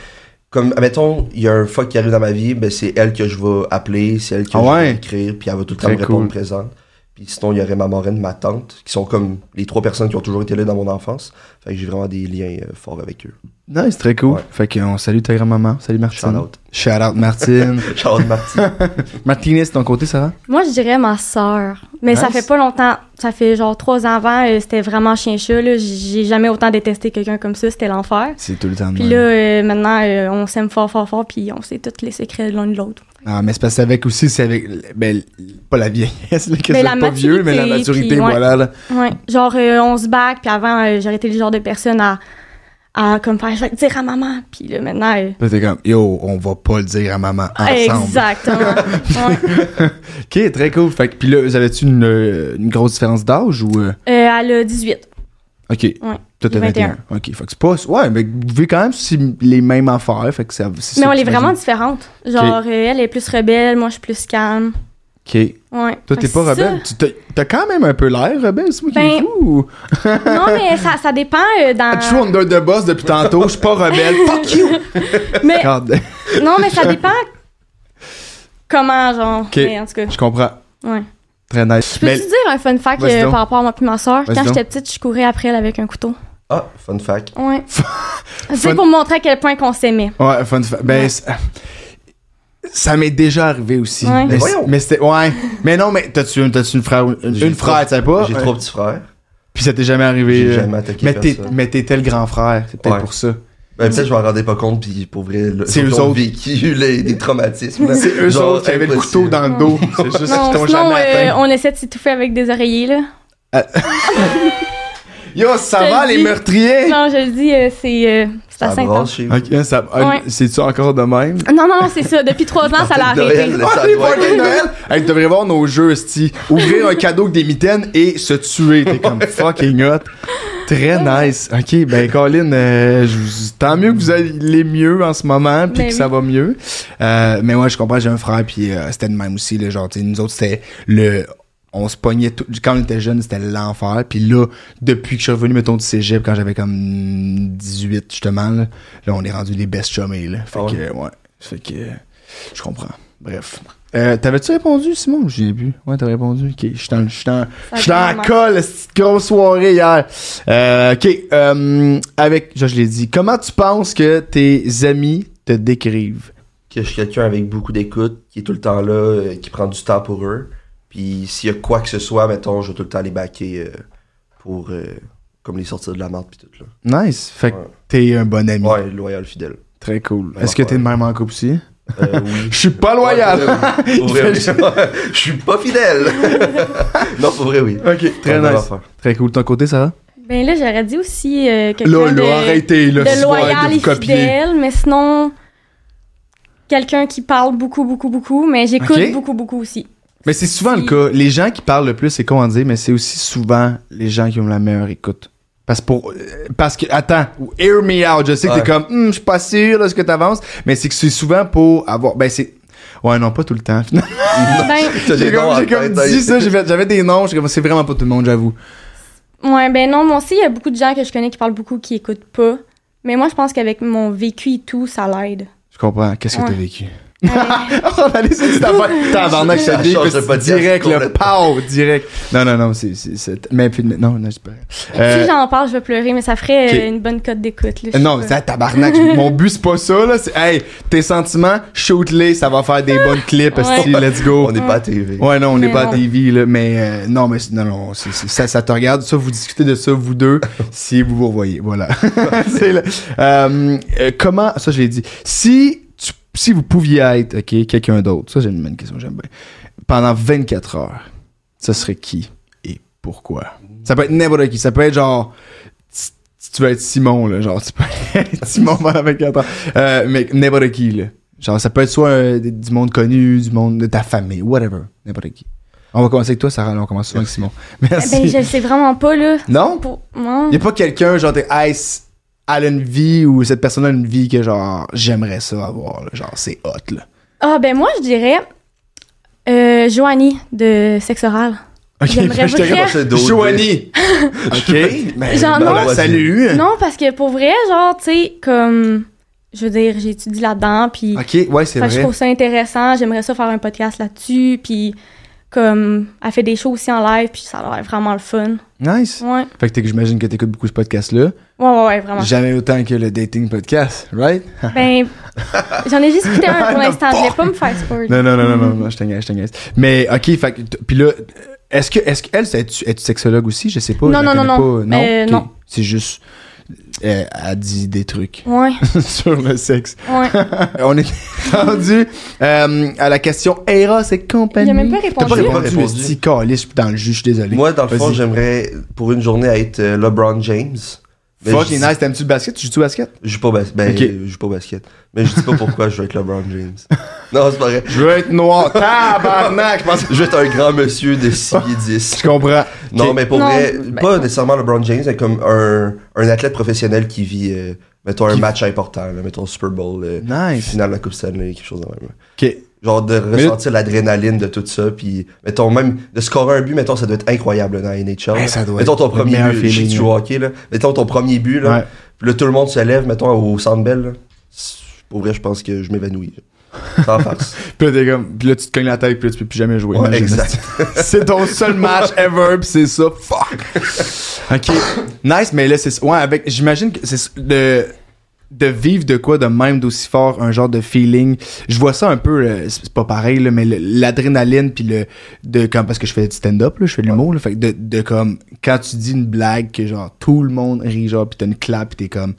[SPEAKER 2] comme, admettons, il y a un fuck qui arrive dans ma vie, ben, c'est elle que je vais appeler, c'est elle que
[SPEAKER 1] Ah
[SPEAKER 2] je
[SPEAKER 1] ouais?
[SPEAKER 2] vais écrire, puis elle va tout le temps
[SPEAKER 1] Très
[SPEAKER 2] me répondre
[SPEAKER 1] cool.
[SPEAKER 2] présente. Puis sinon, il y aurait ma marraine, ma tante, qui sont comme les trois personnes qui ont toujours été là dans mon enfance. Fait que j'ai vraiment des liens euh, forts avec eux.
[SPEAKER 1] Nice, très cool.
[SPEAKER 2] Ouais.
[SPEAKER 1] Fait qu'on salue ta grand-maman, salut Martine.
[SPEAKER 2] Shout out.
[SPEAKER 1] Shout out Martine.
[SPEAKER 2] Charles Martin.
[SPEAKER 1] Martinez, de ton côté Sarah
[SPEAKER 3] Moi, je dirais ma sœur. Mais ça
[SPEAKER 1] Nice.
[SPEAKER 3] fait pas longtemps. Ça fait genre trois ans avant, euh, c'était vraiment chien-chat. là. J'ai jamais autant détesté quelqu'un comme ça. C'était l'enfer.
[SPEAKER 1] C'est tout le temps de
[SPEAKER 3] Puis
[SPEAKER 1] même.
[SPEAKER 3] là, euh, maintenant, euh, on s'aime fort, fort, fort, puis on sait tous les secrets l'un de l'autre.
[SPEAKER 1] Ah, mais c'est parce que c'est avec aussi, c'est avec, ben, pas la vieillesse, là, que
[SPEAKER 3] Mais
[SPEAKER 1] c'est
[SPEAKER 3] la
[SPEAKER 1] pas vieux, mais la
[SPEAKER 3] maturité,
[SPEAKER 1] maturité,
[SPEAKER 3] puis ouais.
[SPEAKER 1] voilà, là.
[SPEAKER 3] Ouais. Genre, euh, on se back, puis avant, euh, j'aurais été le genre de personne à, à comme faire, je vais le dire à maman. Puis là, maintenant, euh,
[SPEAKER 1] Là, t'es comme, yo, on va pas le dire à maman ensemble.
[SPEAKER 3] Exactement. Ouais.
[SPEAKER 1] Ok, très cool. Fait que, pis là, vous avez-tu une, euh, une grosse différence d'âge ou, euh,
[SPEAKER 3] Euh, elle a 18.
[SPEAKER 1] ok.
[SPEAKER 3] Ouais.
[SPEAKER 1] Toi, t'as
[SPEAKER 3] J'ai
[SPEAKER 1] 21. Ok, fait que c'est pas, ouais, mais vous vivez quand même si- les mêmes affaires, fait que ça, c'est
[SPEAKER 3] Mais
[SPEAKER 1] ça
[SPEAKER 3] on
[SPEAKER 1] que
[SPEAKER 3] est vraiment
[SPEAKER 1] j'imagine.
[SPEAKER 3] différentes. Genre, euh, elle est plus rebelle, moi, je suis plus calme.
[SPEAKER 1] Ok.
[SPEAKER 3] Ouais.
[SPEAKER 1] Toi,
[SPEAKER 3] Fait
[SPEAKER 1] t'es
[SPEAKER 3] que
[SPEAKER 1] pas
[SPEAKER 3] Ah, ça-
[SPEAKER 1] rebelle. Tu t'as- T'as quand même un peu l'air rebelle, c'est moi qui est
[SPEAKER 3] Ben,
[SPEAKER 1] fou. ou-
[SPEAKER 3] Non, mais ça, ça dépend euh, dans.
[SPEAKER 1] Je suis en deuil de boss depuis tantôt, je suis pas rebelle. Fuck you!
[SPEAKER 3] mais,
[SPEAKER 1] Regarde,
[SPEAKER 3] non, mais ça dépend comment, genre.
[SPEAKER 1] Ok.
[SPEAKER 3] Mais en tout cas,
[SPEAKER 1] je comprends.
[SPEAKER 3] ouais.
[SPEAKER 1] Très nice.
[SPEAKER 3] Je peux
[SPEAKER 1] Mais-
[SPEAKER 3] te dire un fun fact
[SPEAKER 1] Vas-y
[SPEAKER 3] euh,
[SPEAKER 1] donc.
[SPEAKER 3] par rapport à moi puis ma soeur?
[SPEAKER 1] Vas-y
[SPEAKER 3] Quand
[SPEAKER 1] donc.
[SPEAKER 3] j'étais petite, je courais après elle avec un couteau.
[SPEAKER 2] Ah, fun fact.
[SPEAKER 3] Ouais.
[SPEAKER 1] Fun-
[SPEAKER 3] C'est pour montrer à quel point qu'on s'aimait.
[SPEAKER 1] Ouais, fun fact. Ben,
[SPEAKER 3] Ouais.
[SPEAKER 1] c'est- ça m'est déjà arrivé aussi.
[SPEAKER 3] Ouais.
[SPEAKER 1] Mais,
[SPEAKER 2] Mais Ben voyons.
[SPEAKER 1] mais c'était. Ouais. Mais non, mais t'as-tu une, t'as-tu une frère ou- euh, une,
[SPEAKER 2] J'ai
[SPEAKER 1] une
[SPEAKER 2] trois-
[SPEAKER 1] frère, tu sais pas?
[SPEAKER 2] J'ai
[SPEAKER 1] Ouais.
[SPEAKER 2] trois petits frères.
[SPEAKER 1] Puis ça t'est jamais arrivé.
[SPEAKER 2] J'ai
[SPEAKER 1] euh,
[SPEAKER 2] jamais attaqué
[SPEAKER 1] mais, t'es,
[SPEAKER 2] personne.
[SPEAKER 1] mais t'étais le grand frère. C'est peut-être
[SPEAKER 2] Ouais.
[SPEAKER 1] pour ça.
[SPEAKER 2] Ben, peut-être que je m'en rendais pas compte, puis pour vrai, le,
[SPEAKER 1] C'est
[SPEAKER 2] ils
[SPEAKER 1] eux
[SPEAKER 2] ont
[SPEAKER 1] autres.
[SPEAKER 2] vécu les, des traumatismes.
[SPEAKER 1] C'est eux
[SPEAKER 2] Genre,
[SPEAKER 1] autres qui avaient le couteau
[SPEAKER 2] impossible.
[SPEAKER 1] dans le dos. C'est juste qu'ils
[SPEAKER 3] Non,
[SPEAKER 1] t'ont
[SPEAKER 3] sinon,
[SPEAKER 1] jamais
[SPEAKER 3] euh,
[SPEAKER 1] atteint.
[SPEAKER 3] on essaie de s'étouffer avec des oreillers, là.
[SPEAKER 1] Yo, ça
[SPEAKER 3] je
[SPEAKER 1] va,
[SPEAKER 3] te
[SPEAKER 1] les
[SPEAKER 3] dis.
[SPEAKER 1] meurtriers?
[SPEAKER 3] Non, je le dis, euh, c'est euh, c'est
[SPEAKER 2] Ça
[SPEAKER 3] assez
[SPEAKER 2] brasse
[SPEAKER 3] intense.
[SPEAKER 2] chez vous.
[SPEAKER 1] Ok, ça. ah,
[SPEAKER 3] Ouais.
[SPEAKER 1] C'est-tu encore de même?
[SPEAKER 3] Non, non, non, c'est ça. Depuis trois ans, ça l'a
[SPEAKER 2] Partie de
[SPEAKER 3] arrêté.
[SPEAKER 2] Noël, là.
[SPEAKER 1] Ah,
[SPEAKER 2] Ça
[SPEAKER 1] les
[SPEAKER 2] doit
[SPEAKER 1] parties
[SPEAKER 2] être-
[SPEAKER 1] de Noël! Hey, tu devrais voir nos jeux, sti. Ouvrir un cadeau avec des mitaines et se tuer. T'es comme fucking hot. Très nice. Ok, ben Colin, euh, je vous- tant mieux que vous allez mieux en ce moment, puis
[SPEAKER 3] Ben
[SPEAKER 1] que
[SPEAKER 3] oui.
[SPEAKER 1] ça va mieux. Euh, mais ouais, je comprends, j'ai un frère, puis euh, c'était le même aussi. Là, genre, tu sais, nous autres, c'était le... On se pognait tout. Quand on était jeune, c'était l'enfer. Puis là, depuis que je suis revenu, mettons, du cégep, quand j'avais comme 18, justement, là, là, on est rendu les best chummies, là. Fait
[SPEAKER 2] Ah ouais?
[SPEAKER 1] que, ouais. Fait que, je comprends. Bref. Euh, T'avais-tu répondu, Simon? Je l'ai plus. Ouais, t'as répondu. Ok, je suis dans, le- je suis dans, je suis dans la
[SPEAKER 3] vraiment.
[SPEAKER 1] colle, cette grosse soirée hier. Euh, ok, euh, avec, je, je l'ai dit, comment tu penses que tes amis te décrivent?
[SPEAKER 2] que je suis quelqu'un avec beaucoup d'écoute, qui est tout le temps là, euh, qui prend du temps pour eux. Puis s'il y a quoi que ce soit, mettons, je vais tout le temps les baquer euh, pour euh, comme les sortir de la merde puis tout là.
[SPEAKER 1] Nice. Fait que
[SPEAKER 2] Ouais.
[SPEAKER 1] t'es un bon ami.
[SPEAKER 2] Ouais, loyal, fidèle.
[SPEAKER 1] Très cool.
[SPEAKER 2] Ouais,
[SPEAKER 1] Est-ce que t'es
[SPEAKER 2] ouais.
[SPEAKER 1] de même en couple aussi?
[SPEAKER 2] Euh, oui.
[SPEAKER 1] Je suis pas loyal.
[SPEAKER 2] Ouais, pour vrai, oui. Pour vrai,
[SPEAKER 1] Il fait
[SPEAKER 2] oui. je suis pas fidèle. non, pour vrai, oui.
[SPEAKER 1] ok, très
[SPEAKER 2] Pas de
[SPEAKER 1] nice.
[SPEAKER 2] affaire.
[SPEAKER 1] Très cool. Ton côté, Sarah?
[SPEAKER 3] Ben là, j'aurais dit aussi euh, quelqu'un
[SPEAKER 1] Là,
[SPEAKER 3] de,
[SPEAKER 1] là, arrêtez, là,
[SPEAKER 3] de
[SPEAKER 1] c'est pas
[SPEAKER 3] loyal
[SPEAKER 1] de
[SPEAKER 3] et
[SPEAKER 1] vous copier.
[SPEAKER 3] fidèle, mais sinon, quelqu'un qui parle beaucoup, beaucoup, beaucoup, mais j'écoute
[SPEAKER 1] Ok.
[SPEAKER 3] beaucoup, beaucoup aussi.
[SPEAKER 1] Mais c'est souvent
[SPEAKER 3] Si-
[SPEAKER 1] le cas. Les gens qui parlent le plus, c'est comment dire, mais c'est aussi souvent les gens qui ont la meilleure écoute. Parce, pour, euh, parce que, attends, ou hear me out. Je sais que
[SPEAKER 2] Ouais.
[SPEAKER 1] t'es comme, Hum, je suis pas sûr de ce que t'avances, mais c'est que c'est souvent pour avoir. Ben, c'est. Ouais, non, pas tout le temps. finalement.
[SPEAKER 3] Ben,
[SPEAKER 2] T'as des
[SPEAKER 1] j'ai
[SPEAKER 2] noms
[SPEAKER 1] comme,
[SPEAKER 2] en
[SPEAKER 1] j'ai comme
[SPEAKER 2] tête, hein.
[SPEAKER 1] dit ça, j'ai fait- j'avais des noms, j'ai comme, c'est vraiment pas tout le monde, j'avoue.
[SPEAKER 3] ouais, ben non, moi aussi, il y a beaucoup de gens que je connais qui parlent beaucoup, qui écoutent pas. Mais moi, je pense qu'avec mon vécu et tout, ça l'aide.
[SPEAKER 1] Je comprends. Qu'est-ce que
[SPEAKER 3] Ouais.
[SPEAKER 1] t'as vécu?
[SPEAKER 3] Euh,
[SPEAKER 1] On a laissé cette affaire. Tabarnak,
[SPEAKER 2] Ça
[SPEAKER 1] ça dit
[SPEAKER 2] change le podcast
[SPEAKER 1] direct, le
[SPEAKER 2] complètement.
[SPEAKER 1] pow, direct. Non, non, non, c'est, c'est, c'est- mais puis, non, non, c'est pas vrai.
[SPEAKER 3] si
[SPEAKER 1] Euh,
[SPEAKER 3] j'en parle, je vais pleurer, mais ça ferait euh,
[SPEAKER 1] ok.
[SPEAKER 3] une bonne cote d'écoute. là, je sais
[SPEAKER 1] non,
[SPEAKER 3] pas.
[SPEAKER 1] c'est un tabarnak. Mon but, c'est pas ça, là. C'est, hey, tes sentiments, shoot-les, ça va faire des bonnes clips,
[SPEAKER 3] Ouais.
[SPEAKER 1] esti, let's go.
[SPEAKER 2] On n'est pas à TV.
[SPEAKER 1] Ouais, non, on n'est
[SPEAKER 3] Mais
[SPEAKER 1] pas
[SPEAKER 3] non.
[SPEAKER 1] à TV, là, mais euh, non, mais c'est- non, non, c'est- c'est- ça, ça te regarde, ça, vous discutez de ça, vous deux, si vous vous revoyez, voilà. C'est le- euh, euh, comment, ça, je l'ai dit, si, tu- si vous pouviez être, OK, quelqu'un d'autre, ça, j'ai une bonne question, j'aime bien, pendant 24 heures, ça serait qui et pourquoi? Ça peut être n'importe qui, ça peut être genre... si- si Tu veux être Simon, là, genre, tu peux être Simon pendant 24 heures. Euh, mais n'importe qui, là. Genre, ça peut être soit euh, d- du monde connu, du monde de ta famille, whatever, n'importe qui. On va commencer avec toi, Sarah. là, on commence souvent avec Simon. Merci.
[SPEAKER 3] Ben, je le sais vraiment pas, là.
[SPEAKER 1] Non?
[SPEAKER 3] Pour... Non.
[SPEAKER 1] Y a pas quelqu'un, genre, t'es ice, elle a une vie ou cette personne a une vie que, genre, j'aimerais ça avoir, là. Genre, c'est hot, là.
[SPEAKER 3] Ah, ben moi, je dirais euh, Joanie de Sexe Oral.
[SPEAKER 1] Ok,
[SPEAKER 3] J'aimerais
[SPEAKER 1] je te
[SPEAKER 3] vraiment-
[SPEAKER 1] regarde.
[SPEAKER 2] C'est d'autres-
[SPEAKER 1] Joanie! ok. Ben,
[SPEAKER 3] Genre, non.
[SPEAKER 1] ben, salut!
[SPEAKER 3] Non, parce que pour vrai, genre, tu sais, comme. Je veux dire, j'étudie là-dedans, puis.
[SPEAKER 1] Ok, ouais, c'est
[SPEAKER 3] fait que je
[SPEAKER 1] vrai.
[SPEAKER 3] trouve ça intéressant. J'aimerais ça faire un podcast là-dessus, puis. Comme. Elle fait des shows aussi en live, puis ça a l'air vraiment le fun.
[SPEAKER 1] Nice.
[SPEAKER 3] Ouais.
[SPEAKER 1] Fait que t'es- j'imagine que t'écoutes beaucoup ce podcast-là.
[SPEAKER 3] Ouais, ouais, ouais, vraiment.
[SPEAKER 1] Jamais autant que le dating podcast, right?
[SPEAKER 3] Ben. J'en ai juste quitté un pour
[SPEAKER 1] The
[SPEAKER 3] l'instant. Je voulais
[SPEAKER 1] fuck?
[SPEAKER 3] pas me faire spoil.
[SPEAKER 1] Non, non, non, non, non, non, je te niaise, je te niaise. Mais, ok, fait que t- Puis là, est-ce que, est-ce qu'elle, es-tu, es-tu sexologue aussi? Je sais pas.
[SPEAKER 3] Non,
[SPEAKER 1] je la
[SPEAKER 3] non, non,
[SPEAKER 1] connais
[SPEAKER 3] non.
[SPEAKER 1] pas.
[SPEAKER 3] Euh,
[SPEAKER 1] ok.
[SPEAKER 3] non.
[SPEAKER 1] C'est juste. euh, Elle dit des trucs
[SPEAKER 3] Ouais,
[SPEAKER 1] sur le sexe.
[SPEAKER 3] ouais.
[SPEAKER 1] On est rendu euh, à la question Eros et compagnie.
[SPEAKER 3] Il a même pas
[SPEAKER 1] T'as
[SPEAKER 3] répondu.
[SPEAKER 1] pas
[SPEAKER 2] J'ai pas
[SPEAKER 1] répondu, mais
[SPEAKER 2] répondu.
[SPEAKER 1] si, calisse, je suis dans le jus, je suis désolé.
[SPEAKER 2] Moi, dans le fond,
[SPEAKER 1] Vas-y.
[SPEAKER 2] j'aimerais pour une journée être euh, LeBron James. Mais
[SPEAKER 1] Fuck,
[SPEAKER 2] Ben, je
[SPEAKER 1] il est
[SPEAKER 2] dis-
[SPEAKER 1] nice. T'aimes-tu le basket? Tu joues au basket?
[SPEAKER 2] Je joue pas, bas- ben,
[SPEAKER 1] Ok.
[SPEAKER 2] je joue pas au basket. Mais je dis pas pourquoi je veux être LeBron James. Non, c'est pas vrai.
[SPEAKER 1] Je veux être noir. Tabarnak! Je pense
[SPEAKER 2] Je veux être un grand monsieur de 6 pieds 10.
[SPEAKER 1] Je comprends.
[SPEAKER 2] Non,
[SPEAKER 1] Ok.
[SPEAKER 2] mais pour
[SPEAKER 3] Non,
[SPEAKER 2] vrai,
[SPEAKER 3] ben-
[SPEAKER 2] pas nécessairement LeBron James, mais comme un, un athlète professionnel qui vit, euh, mettons, un
[SPEAKER 1] Qui-
[SPEAKER 2] match important, là, mettons, Super Bowl, euh,
[SPEAKER 1] Nice.
[SPEAKER 2] finale de la Coupe Stanley, quelque chose de même.
[SPEAKER 1] Ok.
[SPEAKER 2] Genre de
[SPEAKER 1] là-
[SPEAKER 2] ressentir l'adrénaline de tout ça, puis mettons même de scorer un but, mettons ça doit être incroyable là, dans la NHL.
[SPEAKER 1] Ouais, ça doit
[SPEAKER 2] mettons
[SPEAKER 1] être
[SPEAKER 2] ton
[SPEAKER 1] le
[SPEAKER 2] premier
[SPEAKER 1] meilleur
[SPEAKER 2] but, je sais
[SPEAKER 1] feeling,
[SPEAKER 2] que tu joues au hockey là. Mettons ton premier but là,
[SPEAKER 1] Ouais.
[SPEAKER 2] puis là tout le monde se lève, mettons au Centre Bell. là. C'est- Pour vrai, je pense que je m'évanouis. là. Sans farce.
[SPEAKER 1] Puis là, t'es comme, puis là, tu te cognes la tête, puis là, tu peux plus jamais jouer.
[SPEAKER 2] Ouais,
[SPEAKER 1] Imagine.
[SPEAKER 2] exact.
[SPEAKER 1] c'est ton seul match ever, pis c'est ça. Fuck. OK. Nice, mais là, c'est ça. Ouais, avec, j'imagine que c'est de, de vivre de quoi de même d'aussi fort, un genre de feeling. Je vois ça un peu, euh, c'est c'est pas pareil, là, mais le- l'adrénaline, puis le, de, comme, parce que je fais du stand-up, là, je fais de l'humour, là, fait que de, de comme, quand tu dis une blague, que genre, tout le monde rit, genre, pis t'as une clap, pis t'es comme,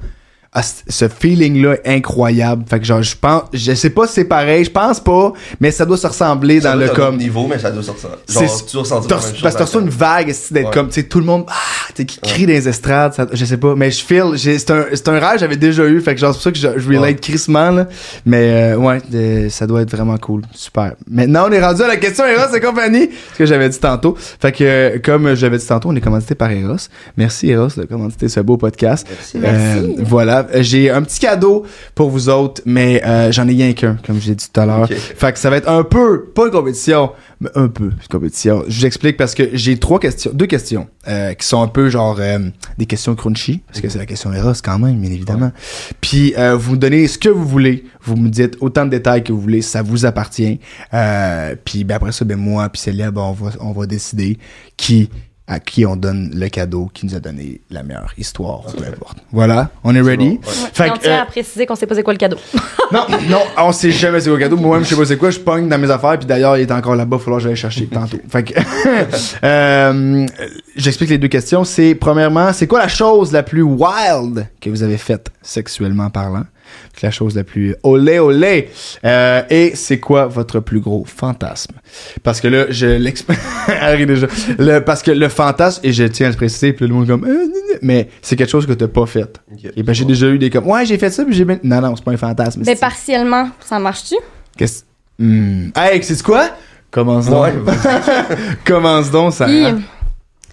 [SPEAKER 1] ah, c- ce feeling là est incroyable fait que genre je pense je sais pas si c'est pareil je pense pas mais ça doit se ressembler
[SPEAKER 2] Ça
[SPEAKER 1] dans
[SPEAKER 2] doit
[SPEAKER 1] le
[SPEAKER 2] être un autre
[SPEAKER 1] comme
[SPEAKER 2] niveau, mais ça doit sortir.
[SPEAKER 1] c'est
[SPEAKER 2] Genre, tu ressentis la
[SPEAKER 1] t'as-
[SPEAKER 2] même chose
[SPEAKER 1] parce que t'as
[SPEAKER 2] dans
[SPEAKER 1] reçu
[SPEAKER 2] le
[SPEAKER 1] une
[SPEAKER 2] temps.
[SPEAKER 1] vague est-ce, d'être
[SPEAKER 2] Ouais.
[SPEAKER 1] comme tu sais tout le monde ah tu sais, qui crie dans les estrades ça- je sais pas mais je feel j'ai- c'est un c'est un rêve que j'avais déjà eu fait que genre c'est pour ça que je, je relate
[SPEAKER 2] Ouais.
[SPEAKER 1] crissement là mais euh, ouais de- ça doit être vraiment cool super maintenant on est rendu à la question Eros et compagnie ce que j'avais dit tantôt fait que euh, comme j'avais dit tantôt on est commandité par Eros merci Eros de commanditer ce beau podcast
[SPEAKER 2] Merci.
[SPEAKER 3] Merci.
[SPEAKER 1] voilà Euh, j'ai un petit cadeau pour vous autres mais euh, j'en ai rien qu'un comme j'ai dit tout à l'heure
[SPEAKER 2] Ok.
[SPEAKER 1] fait que ça va être un peu, pas une compétition, mais un peu une compétition. Je vous explique parce que j'ai trois questions, deux questions euh, qui sont un peu genre euh, des questions crunchy parce que c'est la question Eros quand même, bien évidemment. Puis euh, vous me donnez ce que vous voulez, vous me dites autant de détails que vous voulez, ça vous appartient. Euh, puis ben après ça, ben moi puis Célia, ben on va on va décider qui à qui on donne le cadeau qui nous a donné la meilleure histoire, peu importe. Voilà, on est ready.
[SPEAKER 2] bon, ouais.
[SPEAKER 1] Fait
[SPEAKER 4] Et on
[SPEAKER 1] que,
[SPEAKER 4] tient
[SPEAKER 1] euh,
[SPEAKER 4] à préciser qu'on sait pas c'est quoi le cadeau.
[SPEAKER 1] non, non, on sait jamais c'est quoi le cadeau. Moi-même, je sais pas c'est quoi. Je pogne dans mes affaires. Puis d'ailleurs, il est encore là-bas. Faut que j'aille chercher tantôt. Fait que, euh, j'explique les deux questions. C'est, premièrement, c'est quoi la chose la plus wild que vous avez faite sexuellement parlant? Puis la chose la plus olé olé. Euh, et c'est quoi votre plus gros fantasme? Parce que là, je l'explique. déjà. Le- parce que le fantasme, et je tiens à le préciser, puis le monde est comme, Euh, euh, euh, mais c'est quelque chose que t'as pas fait.
[SPEAKER 2] Ok.
[SPEAKER 1] Et ben, j'ai déjà eu des comme, ouais, j'ai fait ça, puis j'ai bien. Non, non, c'est pas un fantasme.
[SPEAKER 3] Ben,
[SPEAKER 1] c'est-
[SPEAKER 3] partiellement, ça marche-tu?
[SPEAKER 1] Qu'est-ce. Hmm. Hey, c'est quoi? Commence donc.
[SPEAKER 2] Ouais,
[SPEAKER 1] Commence donc, ça. hein.
[SPEAKER 3] Puis,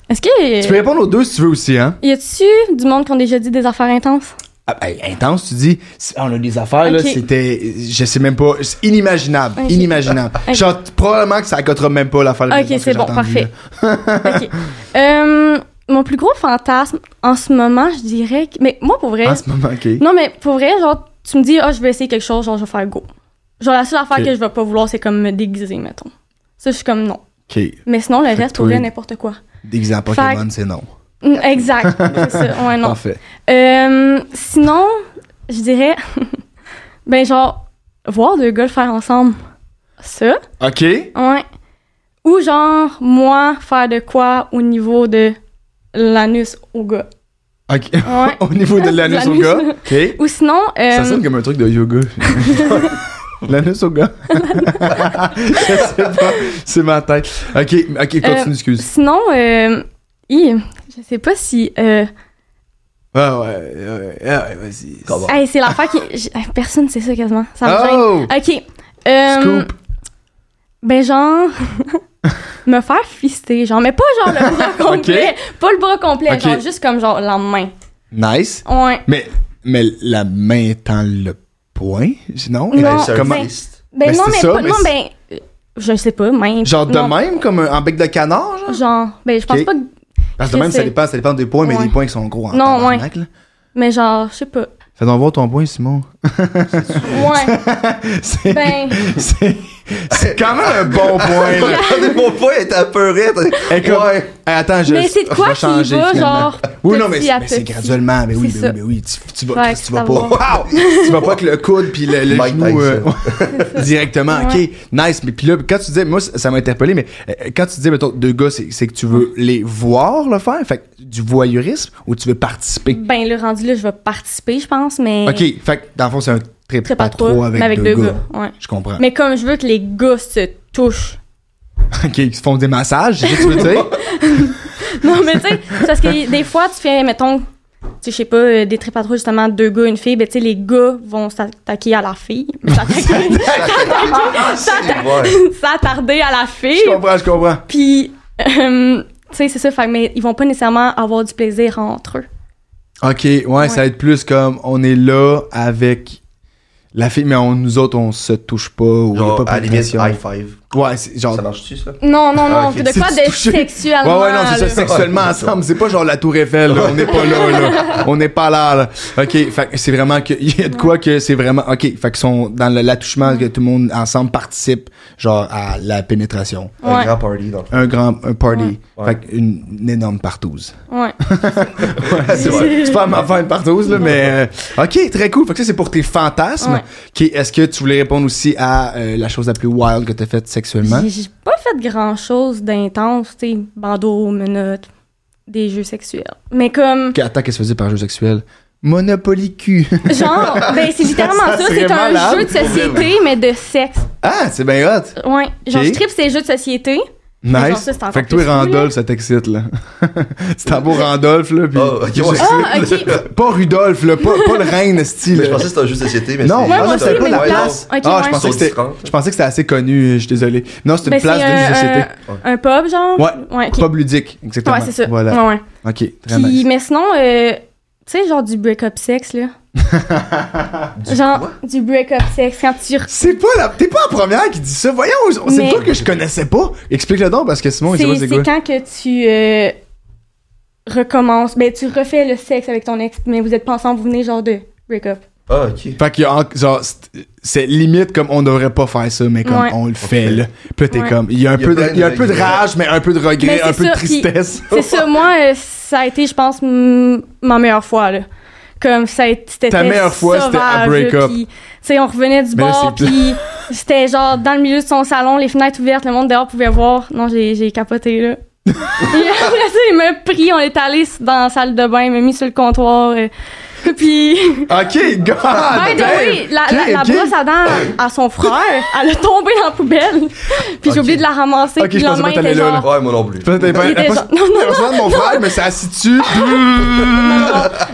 [SPEAKER 3] Est-ce que.
[SPEAKER 1] Tu peux répondre aux deux si tu veux aussi, hein?
[SPEAKER 3] Y a-tu du monde qui ont déjà dit des affaires intenses?
[SPEAKER 1] ah, hey, intense, tu dis, c'est- on a des affaires, là,
[SPEAKER 3] Ok.
[SPEAKER 1] c'était, je sais même pas, c'est inimaginable,
[SPEAKER 3] Ok.
[SPEAKER 1] inimaginable.
[SPEAKER 3] Ok.
[SPEAKER 1] Genre, probablement que ça accotera même pas l'affaire. la
[SPEAKER 3] Ok,
[SPEAKER 1] plus longue que
[SPEAKER 3] c'est
[SPEAKER 1] j'ai
[SPEAKER 3] bon,
[SPEAKER 1] entendue,
[SPEAKER 3] parfait. OK. Euh, mon plus gros fantasme en ce moment, je dirais. que- Mais moi, pour vrai.
[SPEAKER 1] là. En ce moment, ok.
[SPEAKER 3] Non, mais pour vrai, genre, tu me dis, ah, je vais essayer quelque chose, genre, je vais faire go. Genre, la seule affaire
[SPEAKER 1] Ok.
[SPEAKER 3] que je vais pas vouloir, c'est comme me déguiser, mettons. Ça, je suis comme non.
[SPEAKER 1] Ok.
[SPEAKER 3] Mais sinon, le
[SPEAKER 1] que
[SPEAKER 3] reste, pour
[SPEAKER 1] toi,
[SPEAKER 3] vrai, n'importe quoi.
[SPEAKER 1] Déguisé en Pokémon, c'est non.
[SPEAKER 3] Mm, Exact. c'est ça. Ouais, non.
[SPEAKER 1] Parfait.
[SPEAKER 3] Euh, sinon, je dirais, ben, genre, voir deux gars le faire ensemble. Ça.
[SPEAKER 1] Ok.
[SPEAKER 3] Ouais. Ou genre, moi, faire de quoi au niveau de l'anus au gars.
[SPEAKER 1] Ok.
[SPEAKER 3] Ouais.
[SPEAKER 1] Au niveau de l'anus au
[SPEAKER 3] L'anus.
[SPEAKER 1] gars. Ok.
[SPEAKER 3] Ou sinon, euh,
[SPEAKER 1] Ça sonne comme un truc de yoga. L'anus au gars. Je sais pas. C'est ma tête. Ok, ok,
[SPEAKER 3] Euh,
[SPEAKER 1] continue, excuse.
[SPEAKER 3] sinon, euh, hi, je sais pas si, euh,
[SPEAKER 1] Ah ouais, ouais, ouais, ouais, vas-y.
[SPEAKER 2] Comment?
[SPEAKER 3] hey, c'est l'affaire qui, j'- hey, personne sait ça quasiment. Ça me gêne.
[SPEAKER 1] Oh!
[SPEAKER 3] Ok. Euh,
[SPEAKER 1] Scoop.
[SPEAKER 3] Ben genre, me faire fister, genre, mais pas genre le bras complet, pas le bras complet,
[SPEAKER 1] Ok.
[SPEAKER 3] genre juste comme genre la main.
[SPEAKER 1] Nice.
[SPEAKER 3] Ouais.
[SPEAKER 1] Mais, mais la main étant le point, non?
[SPEAKER 3] Non,
[SPEAKER 1] Elle-
[SPEAKER 2] c'est un
[SPEAKER 1] comment-
[SPEAKER 3] ben-
[SPEAKER 2] fist.
[SPEAKER 3] Ben
[SPEAKER 1] Ben,
[SPEAKER 3] non,
[SPEAKER 1] c'est
[SPEAKER 3] mais
[SPEAKER 1] ça,
[SPEAKER 3] pas,
[SPEAKER 1] mais
[SPEAKER 3] non, ben, euh, je sais pas, main.
[SPEAKER 1] Genre de
[SPEAKER 3] non,
[SPEAKER 1] même, comme un, en bec de canard, genre?
[SPEAKER 3] Genre, ben je pense
[SPEAKER 1] Ok.
[SPEAKER 3] pas que
[SPEAKER 1] Parce que de même, ça
[SPEAKER 3] c'est-
[SPEAKER 1] dépend, ça dépend des points, mais
[SPEAKER 3] Ouais.
[SPEAKER 1] les points qui sont gros en
[SPEAKER 3] Non,
[SPEAKER 1] tabarnak, là.
[SPEAKER 3] Mais genre, je sais pas.
[SPEAKER 1] Fais donc voir ton point, Simon.
[SPEAKER 3] Ouais,
[SPEAKER 1] C'est
[SPEAKER 3] ben,
[SPEAKER 1] c'est- c'est quand même un bon point, là.
[SPEAKER 2] Regardez mon poing est apeuré. t'as-
[SPEAKER 1] Et comme-
[SPEAKER 2] Ouais.
[SPEAKER 1] Hey, attends, je
[SPEAKER 3] Mais c'est de
[SPEAKER 1] je
[SPEAKER 3] quoi
[SPEAKER 1] vais changer,
[SPEAKER 3] qui va,
[SPEAKER 1] finalement.
[SPEAKER 3] genre,
[SPEAKER 1] Oui, non, mais,
[SPEAKER 3] petit
[SPEAKER 1] c'est-
[SPEAKER 3] à
[SPEAKER 1] mais c'est
[SPEAKER 3] petit.
[SPEAKER 1] graduellement. Mais oui,
[SPEAKER 3] C'est
[SPEAKER 1] mais oui,
[SPEAKER 3] ça.
[SPEAKER 1] mais oui. Tu, tu vas,
[SPEAKER 3] Ouais,
[SPEAKER 1] Chris, tu vas
[SPEAKER 3] ça
[SPEAKER 1] pas.
[SPEAKER 3] va.
[SPEAKER 1] Wow! tu vas pas avec le coude puis le, le
[SPEAKER 2] Mike
[SPEAKER 1] genou. euh,
[SPEAKER 2] Tyson.
[SPEAKER 1] directement. OK,
[SPEAKER 3] Ouais.
[SPEAKER 1] nice. Mais puis là, quand tu disais, moi, ça ça m'a interpellé, mais euh, quand tu disais, mettons, deux gars, c'est c'est que tu veux les voir le faire? Fait que du voyeurisme ou tu veux participer?
[SPEAKER 3] ben le rendu là, je vais participer, je pense, mais.
[SPEAKER 1] OK, fait que dans le fond, c'est un trip
[SPEAKER 3] C'est
[SPEAKER 1] à
[SPEAKER 3] pas
[SPEAKER 1] trois avec,
[SPEAKER 3] mais avec
[SPEAKER 1] deux, gars.
[SPEAKER 3] Ouais.
[SPEAKER 1] Je comprends.
[SPEAKER 3] Mais comme je veux que les gars se touchent.
[SPEAKER 1] OK, ils se font des massages, c'est ça que tu veux dire?
[SPEAKER 3] Non, mais tu sais, c'est parce que des fois, tu fais, mettons, tu sais, je sais pas, euh, des trips à trois, justement, deux gars, une fille, ben tu sais, les gars vont s'attaquer à la fille. S'attaquer-
[SPEAKER 2] Ah, C'est- ouais.
[SPEAKER 3] S'attarder à la fille.
[SPEAKER 1] Je comprends, je comprends.
[SPEAKER 3] Puis, euh, tu sais, c'est ça, fait, que, mais ils vont pas nécessairement avoir du plaisir entre eux.
[SPEAKER 1] OK, ouais, ça va être plus comme on est là avec la fille, mais on, nous autres, on se touche pas ou on
[SPEAKER 2] Genre,
[SPEAKER 1] est pas
[SPEAKER 2] à la limite,
[SPEAKER 1] pression.
[SPEAKER 2] high five.
[SPEAKER 1] Ouais, c'est genre.
[SPEAKER 2] Ça marche-tu, ça?
[SPEAKER 3] Non, non,
[SPEAKER 2] Ah,
[SPEAKER 3] non,
[SPEAKER 2] ok.
[SPEAKER 3] de
[SPEAKER 1] Si
[SPEAKER 3] quoi
[SPEAKER 1] tu
[SPEAKER 3] de
[SPEAKER 1] touchais- Ouais,
[SPEAKER 3] sexuellement.
[SPEAKER 1] ouais, non, c'est ça,
[SPEAKER 3] là.
[SPEAKER 1] sexuellement ensemble. C'est pas genre la Tour Eiffel, là. On n'est pas là, là. On n'est pas là, là. OK, fait que c'est vraiment que, il y a de quoi que c'est vraiment, OK, fait qu'ils sont dans le- l'attouchement, que tout le monde ensemble participe, genre, à la pénétration.
[SPEAKER 2] Un
[SPEAKER 3] Ouais.
[SPEAKER 2] grand party, dans le fond.
[SPEAKER 1] Un grand, un party.
[SPEAKER 2] Ouais.
[SPEAKER 1] Fait qu'une une énorme partouze.
[SPEAKER 3] Ouais.
[SPEAKER 1] c'est vrai. C'est pas ma fin de partouze, là, mais, euh, OK, très cool. Fait que ça, c'est pour tes fantasmes.
[SPEAKER 3] Ouais.
[SPEAKER 1] OK, est-ce que tu voulais répondre aussi à euh, la chose la plus wild que t'as faite sexuellement?
[SPEAKER 3] J'ai j'ai pas fait grand chose d'intense, tu sais, bandeau, menottes, des jeux sexuels. Mais comme,
[SPEAKER 1] Ok, Attends, qu'est-ce que ça faisait par jeu sexuel? Monopoly cul.
[SPEAKER 3] genre, ben c'est littéralement
[SPEAKER 1] ça
[SPEAKER 3] ça,
[SPEAKER 1] serait
[SPEAKER 3] c'est un
[SPEAKER 1] malade,
[SPEAKER 3] jeu de société, mais de sexe.
[SPEAKER 1] ah, c'est bien hot.
[SPEAKER 3] Euh, Ouais. Genre,
[SPEAKER 1] Ok.
[SPEAKER 3] je tripe ces jeux de société. Mais genre,
[SPEAKER 1] Nice.
[SPEAKER 3] ça, c'est encore
[SPEAKER 1] fait que toi,
[SPEAKER 3] plus cool,
[SPEAKER 1] Randolph, ça t'excite, là. c'est un beau Randolph, là. Puis...
[SPEAKER 2] Oh, ok,
[SPEAKER 1] Je
[SPEAKER 2] ouais.
[SPEAKER 1] sais-
[SPEAKER 3] Ah, ok.
[SPEAKER 1] Pas Rudolph, là. Pas, pas le reine, style.
[SPEAKER 2] Mais je pensais que c'était un jeu de société, mais
[SPEAKER 1] Euh, Non,
[SPEAKER 2] c'est- Ah,
[SPEAKER 3] Ouais,
[SPEAKER 1] non,
[SPEAKER 3] moi
[SPEAKER 2] c'est
[SPEAKER 3] aussi,
[SPEAKER 1] c'était
[SPEAKER 2] un
[SPEAKER 1] pas
[SPEAKER 3] mais
[SPEAKER 1] la
[SPEAKER 3] une
[SPEAKER 2] wild.
[SPEAKER 1] place.
[SPEAKER 3] place. Ok,
[SPEAKER 1] ah, je pensais
[SPEAKER 3] ouais.
[SPEAKER 1] que c'était.
[SPEAKER 2] Sur différentes.
[SPEAKER 1] Je pensais que c'était assez connu, euh, je suis désolé. Non, c'était une
[SPEAKER 3] Ben, c'est
[SPEAKER 1] place de jeu de
[SPEAKER 3] un,
[SPEAKER 1] société.
[SPEAKER 3] un- un pub, genre.
[SPEAKER 1] Ouais.
[SPEAKER 3] Ouais, ok.
[SPEAKER 1] Pub ludique, exactement.
[SPEAKER 3] Ouais, c'est ça.
[SPEAKER 1] Voilà.
[SPEAKER 3] Ouais, ouais.
[SPEAKER 1] Ok, très
[SPEAKER 3] Puis,
[SPEAKER 1] nice.
[SPEAKER 3] mais sinon, euh, tu sais, genre du break-up sexe, là. genre, du break-up sexe, quand tu
[SPEAKER 1] C'est pas la. T'es pas la première qui dit ça. Voyons, on- c'est
[SPEAKER 3] Mais-
[SPEAKER 1] toi que je connaissais pas. Explique-le donc parce que Simon, il sait
[SPEAKER 3] C'est
[SPEAKER 1] pas c'est quoi.
[SPEAKER 3] c'est quand que tu euh, recommences, ben tu refais le sexe avec ton ex, mais vous êtes pas ensemble, vous venez genre de break-up.
[SPEAKER 2] Ah, ok.
[SPEAKER 1] Fait qu'il y a en- genre, c'est- c'est limite comme on devrait pas faire ça, mais comme
[SPEAKER 3] Ouais.
[SPEAKER 1] on le fait, là. Puis t'es
[SPEAKER 3] Ouais.
[SPEAKER 1] comme, il y a un,
[SPEAKER 2] Il y a
[SPEAKER 1] peu, de,
[SPEAKER 2] plein de
[SPEAKER 1] il y a un peu de
[SPEAKER 2] regrets.
[SPEAKER 1] rage, mais un peu de
[SPEAKER 3] Mais
[SPEAKER 1] regret,
[SPEAKER 3] c'est
[SPEAKER 1] un peu de
[SPEAKER 3] ça, puis-
[SPEAKER 1] tristesse.
[SPEAKER 3] C'est ça, moi, euh, ça a été, je pense, m- ma meilleure fois, là. Comme ça, a été- c'était
[SPEAKER 1] Ta meilleure fois, c'était à
[SPEAKER 3] sauvage,
[SPEAKER 1] break
[SPEAKER 3] là,
[SPEAKER 1] up.
[SPEAKER 3] puis, Tu sais, on revenait du
[SPEAKER 1] Mais là,
[SPEAKER 3] bar,
[SPEAKER 1] c'est-
[SPEAKER 3] puis c'était genre dans le milieu de son salon, les fenêtres ouvertes, le monde dehors pouvait voir. Non, j'ai j'ai capoté, là. Et après ça, il m'a pris, on est allé dans la salle de bain, il m'a mis sur le comptoir, euh, puis...
[SPEAKER 1] Ok, God!
[SPEAKER 3] By the way, la, la- la
[SPEAKER 1] Ah, ben, ok.
[SPEAKER 3] brosse à dents à son frère, elle a tombé dans la poubelle. Puis j'ai oublié de la ramasser.
[SPEAKER 1] Ok,
[SPEAKER 3] puis
[SPEAKER 1] je
[SPEAKER 3] le
[SPEAKER 1] pensais
[SPEAKER 3] lendemain,
[SPEAKER 1] pas que
[SPEAKER 3] était
[SPEAKER 1] t'allais là, Ben,
[SPEAKER 3] genre...
[SPEAKER 2] Ouais, moi non plus.
[SPEAKER 1] Peut-être t'avais pas-
[SPEAKER 3] Il était
[SPEAKER 1] pas-
[SPEAKER 3] genre- non, non,
[SPEAKER 1] Elle ressemble à mon frère, mais ça se situe.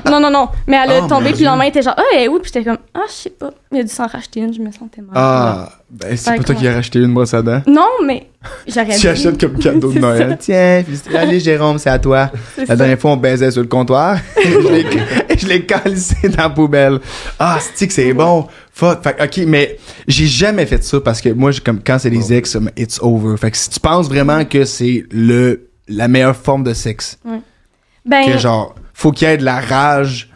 [SPEAKER 3] Non, non, non. Mais elle
[SPEAKER 1] Oh,
[SPEAKER 3] a
[SPEAKER 1] mon
[SPEAKER 3] tombé, puis Ah,
[SPEAKER 1] Dieu.
[SPEAKER 3] le lendemain, elle était genre, ah, elle est où? Puis j'étais comme, ah, je sais pas. Il a dû s'en racheter une, je me sentais mal.
[SPEAKER 1] Ah, Ben, c'est pas toi qui as racheté une brosse à dents.
[SPEAKER 3] Non, mais j'aurais
[SPEAKER 1] Tu achètes comme cadeau de
[SPEAKER 3] C'est
[SPEAKER 1] Noël. Tiens, félicitations. allez Jérôme, c'est à toi.
[SPEAKER 3] C'est
[SPEAKER 1] La
[SPEAKER 3] ça.
[SPEAKER 1] dernière fois, on baisait sur le comptoir. je l'ai- je l'ai calissé dans la poubelle. Ah, c'est que c'est bon. Fuck. Fait que, OK, mais j'ai jamais fait ça parce que moi, j'ai comme quand c'est des ex, um, it's over. Fait que si tu penses vraiment que c'est le la meilleure forme de sexe,
[SPEAKER 3] Ben,
[SPEAKER 1] que genre, faut qu'il y ait de la rage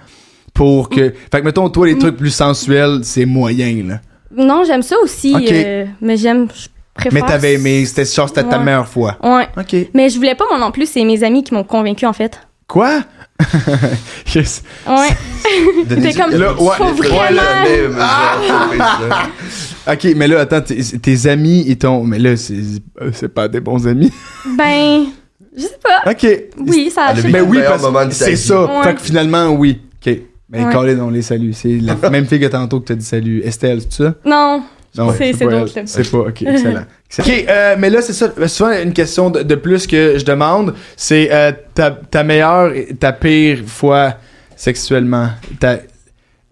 [SPEAKER 1] pour que... Fait que, mettons, toi,
[SPEAKER 3] Mm.
[SPEAKER 1] les trucs plus sensuels, c'est moyen, là.
[SPEAKER 3] non, j'aime ça aussi,
[SPEAKER 1] Ok.
[SPEAKER 3] euh, mais j'aime, je préfère.
[SPEAKER 1] Mais t'avais aimé, c'était genre, c'était ta
[SPEAKER 3] Ouais.
[SPEAKER 1] meilleure fois.
[SPEAKER 3] Ouais.
[SPEAKER 1] OK.
[SPEAKER 3] Mais je voulais pas, moi non plus, c'est mes amis qui m'ont convaincu en fait.
[SPEAKER 1] Quoi? Yes.
[SPEAKER 3] Ouais.
[SPEAKER 2] Donnez-y
[SPEAKER 3] T'es comme-
[SPEAKER 2] quelques
[SPEAKER 1] Là, ouais,
[SPEAKER 2] petites
[SPEAKER 3] faut
[SPEAKER 2] minutes,
[SPEAKER 3] vraiment-
[SPEAKER 2] jamais, mais
[SPEAKER 1] Ah.
[SPEAKER 2] genre, ça.
[SPEAKER 1] OK, mais là, attends, tes, tes amis, ils t'ont... Mais là, c'est euh, c'est pas des bons amis.
[SPEAKER 3] Ben, je sais pas.
[SPEAKER 1] OK.
[SPEAKER 3] Oui, ça.
[SPEAKER 2] Elle a
[SPEAKER 3] je-
[SPEAKER 2] vécu
[SPEAKER 1] Mais
[SPEAKER 2] le
[SPEAKER 1] oui,
[SPEAKER 2] meilleur
[SPEAKER 1] parce
[SPEAKER 2] moment
[SPEAKER 1] que
[SPEAKER 2] de sa
[SPEAKER 1] c'est
[SPEAKER 2] vie.
[SPEAKER 1] ça.
[SPEAKER 3] Ouais.
[SPEAKER 1] Fait que finalement, oui. OK. Mais
[SPEAKER 3] Ouais.
[SPEAKER 1] Colin, on les salue. C'est la même fille que tantôt que t'as dit salut. Estelle, c'est ça?
[SPEAKER 3] Non.
[SPEAKER 1] Non,
[SPEAKER 3] C'est- c'est
[SPEAKER 1] pas
[SPEAKER 3] d'autres,
[SPEAKER 1] elle.
[SPEAKER 3] là.
[SPEAKER 1] C'est pas, ok, excellent. Excellent. ok, euh, mais là, c'est ça. Souvent, une question de, de plus que je demande, c'est euh, ta, ta meilleure, et ta pire fois sexuellement. Ta...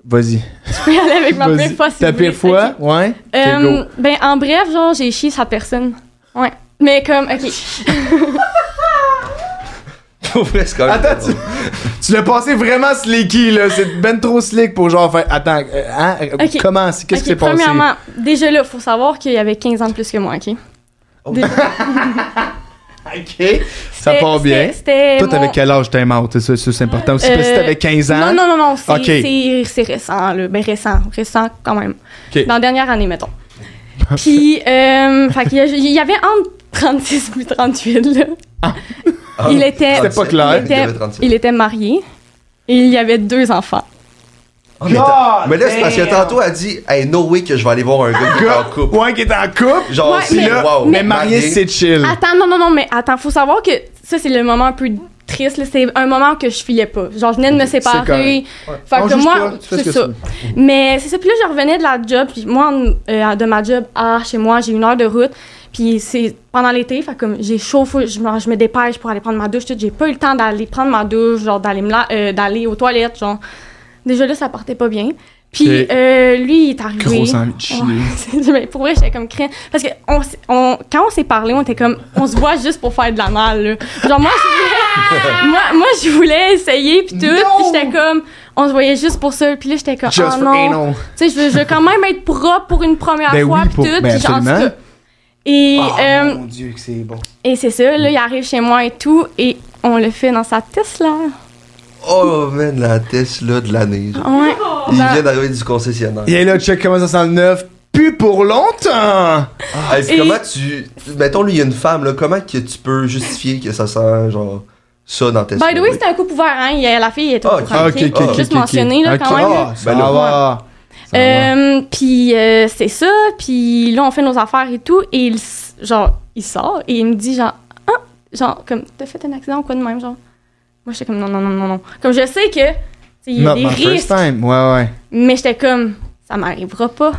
[SPEAKER 1] Vas-y.
[SPEAKER 3] Je peux y aller avec ma
[SPEAKER 1] Vas-y.
[SPEAKER 3] pire fois. si
[SPEAKER 1] Ta
[SPEAKER 3] vous
[SPEAKER 1] pire
[SPEAKER 3] voulez.
[SPEAKER 1] fois,
[SPEAKER 3] Ok.
[SPEAKER 1] ouais. Ok,
[SPEAKER 3] Euh,
[SPEAKER 1] go.
[SPEAKER 3] ben, en bref, genre, j'ai chié sa personne. Ouais. Mais comme, ok.
[SPEAKER 2] Pour vrai, c'est quand même.
[SPEAKER 1] Attends, tu, tu l'as passé vraiment slicky, là. C'est ben trop slick pour genre faire. Attends, euh, hein,
[SPEAKER 3] Ok.
[SPEAKER 1] comment? c'est- Qu'est-ce
[SPEAKER 3] Ok,
[SPEAKER 1] qui s'est passé?
[SPEAKER 3] Premièrement, déjà là, faut savoir qu'il y avait 15 ans de plus que moi, ok?
[SPEAKER 2] Oh,
[SPEAKER 1] Ok. Ça
[SPEAKER 3] C'était-
[SPEAKER 1] part bien.
[SPEAKER 3] c'était- C'était.
[SPEAKER 1] Toi, t'avais
[SPEAKER 3] mon-
[SPEAKER 1] quel âge t'es mort? C'est ça, ça, c'est important aussi.
[SPEAKER 3] Euh,
[SPEAKER 1] parce que t'avais 15 ans.
[SPEAKER 3] Non, non, non, non, c'est
[SPEAKER 1] Ok.
[SPEAKER 3] c'est- c'est récent, là. Ben, récent, récent quand même.
[SPEAKER 1] Ok.
[SPEAKER 3] Dans la dernière année, mettons. Puis, euh, fait qu'il y a- il y avait entre 36 et 38, là.
[SPEAKER 2] ah,
[SPEAKER 3] Il était-
[SPEAKER 1] C'était pas clair.
[SPEAKER 3] Il était, il était marié et il y avait deux enfants.
[SPEAKER 2] Oh, mais t'as- mais là, c'est parce que tantôt, elle dit Hey, no way que je vais aller voir un gars qui est en
[SPEAKER 1] Gars,
[SPEAKER 2] couple.
[SPEAKER 1] ouais, qui est en couple.
[SPEAKER 2] Genre,
[SPEAKER 3] Ouais,
[SPEAKER 2] c'est
[SPEAKER 3] mais-
[SPEAKER 2] là,
[SPEAKER 1] Là,
[SPEAKER 2] wow,
[SPEAKER 1] mais marié, c'est chill.
[SPEAKER 3] Attends, non, non, non, mais attends, faut savoir que ça, c'est le moment un peu triste, là. C'est un moment que je filais pas. Genre, je venais de me séparer. Fait
[SPEAKER 1] On
[SPEAKER 3] que
[SPEAKER 1] juge
[SPEAKER 3] moi,
[SPEAKER 1] pas, tu fais ce
[SPEAKER 3] c'est
[SPEAKER 1] que
[SPEAKER 3] ça.
[SPEAKER 1] tu Mm.
[SPEAKER 3] Mais c'est ça. Puis là, je revenais de la job. Puis moi, en- euh, de ma job à chez moi, j'ai une heure de route. Puis c'est pendant l'été. Fait que comme j'ai chaud, faut- je, me- je me dépêche pour aller prendre ma douche. tout. J'ai pas eu le temps d'aller prendre ma douche, genre d'aller me la- euh, d'aller aux toilettes. Genre, déjà là, ça partait pas bien. Puis
[SPEAKER 1] Ok.
[SPEAKER 3] euh, lui, il est arrivé.
[SPEAKER 1] Gros envie de chier.
[SPEAKER 3] Ouais, c'est- mais pour vrai, j'étais comme crainte. Parce que on, s- on- quand on s'est parlé, on était comme, on se voit juste pour faire de la mal. là. Genre, moi, je voulais, moi, moi, je voulais essayer, puis tout. Puis j'étais comme, on se voyait juste pour ça. Puis là, j'étais comme,
[SPEAKER 1] Just for
[SPEAKER 3] ah non.
[SPEAKER 1] anal.
[SPEAKER 3] Tu sais, je veux, je veux quand même être propre pour une première
[SPEAKER 1] Ben
[SPEAKER 3] fois,
[SPEAKER 1] oui,
[SPEAKER 3] puis
[SPEAKER 1] pour-
[SPEAKER 3] tout.
[SPEAKER 1] ben
[SPEAKER 3] puis genre, en tout
[SPEAKER 1] absolument.
[SPEAKER 3] cas. Et, euh,
[SPEAKER 1] Ah, mon dieu, que c'est bon.
[SPEAKER 3] et c'est ça, là, il arrive chez moi et tout, et on le fait dans sa Tesla.
[SPEAKER 2] Oh, man, la Tesla de l'année. genre.
[SPEAKER 3] Ouais.
[SPEAKER 1] Oh!
[SPEAKER 2] Il
[SPEAKER 3] Dans-
[SPEAKER 2] vient d'arriver du concessionnaire.
[SPEAKER 1] Il est là, check comment ça sent le neuf. Plus pour longtemps!
[SPEAKER 2] Hey, puis
[SPEAKER 3] Et-
[SPEAKER 2] Ah, Comment tu. Mettons, lui, il y a une femme, là. Comment que tu peux justifier que ça sent, genre, ça dans Tesla?
[SPEAKER 3] By the way, c'était un couple ouvert, hein. il y a- La fille elle était
[SPEAKER 2] Ah,
[SPEAKER 3] au
[SPEAKER 2] ok,
[SPEAKER 3] courant,
[SPEAKER 2] ok,
[SPEAKER 3] ok?
[SPEAKER 2] ok,
[SPEAKER 3] Oh. Juste
[SPEAKER 1] ok, ok.
[SPEAKER 3] mentionné, là, quand
[SPEAKER 1] Ok.
[SPEAKER 3] même. là.
[SPEAKER 1] Ah, ça
[SPEAKER 2] Ben là,
[SPEAKER 1] va. Ça va.
[SPEAKER 3] Euh, puis euh, c'est ça, puis là on fait nos affaires et tout, et il, s- genre il sort et il me dit genre ah genre comme t'as fait un accident ou quoi de même genre. Moi j'étais comme non non non non non. Comme je sais que tu sais, il y a
[SPEAKER 1] Not
[SPEAKER 3] des
[SPEAKER 1] my first
[SPEAKER 3] risques,
[SPEAKER 1] time. Ouais, ouais.
[SPEAKER 3] mais j'étais comme ça m'arrivera pas.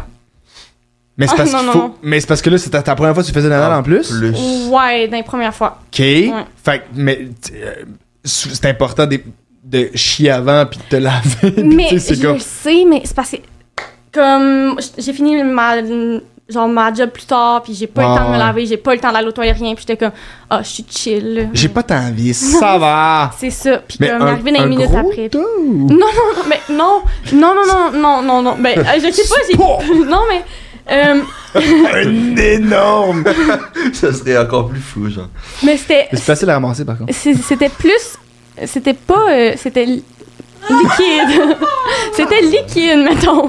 [SPEAKER 1] Mais c'est
[SPEAKER 3] Ah,
[SPEAKER 1] parce,
[SPEAKER 3] non,
[SPEAKER 1] qu'il
[SPEAKER 3] non,
[SPEAKER 1] faut...
[SPEAKER 3] non.
[SPEAKER 1] mais c'est parce que là, c'était ta première fois que tu faisais de la Ah, en plus. OK.
[SPEAKER 3] Ouais, dans les premières fois.
[SPEAKER 1] Fait que, mais t- euh, sou- c'est important de, de chier avant puis de te laver. Puis,
[SPEAKER 3] mais
[SPEAKER 1] tu sais,
[SPEAKER 3] je
[SPEAKER 1] c'est comme.
[SPEAKER 3] le sais, mais c'est passé comme j- j'ai fini ma genre ma job plus tard, puis j'ai pas eu
[SPEAKER 1] Ah,
[SPEAKER 3] le temps de
[SPEAKER 1] ouais.
[SPEAKER 3] me laver, j'ai pas eu le temps d'aller au toilettes rien, puis j'étais comme ah je suis chill. là.
[SPEAKER 1] J'ai pas t'envie, ça va.
[SPEAKER 3] C'est ça, puis
[SPEAKER 1] Mais
[SPEAKER 3] comme
[SPEAKER 1] un,
[SPEAKER 3] arrivé dans
[SPEAKER 1] un
[SPEAKER 3] les minutes
[SPEAKER 1] gros
[SPEAKER 3] après.
[SPEAKER 1] dos.
[SPEAKER 3] Non, non, mais non, non, non, non, non, non, non, ben, euh, je sais pas, j'ai... Non, mais... euh,
[SPEAKER 1] Un énorme.
[SPEAKER 2] Ça serait encore plus fou, genre.
[SPEAKER 3] mais c'était...
[SPEAKER 1] C'est facile à ramasser par contre.
[SPEAKER 3] c'est- C'était plus... C'était pas... euh, c'était li- liquide. c'était liquide, mettons.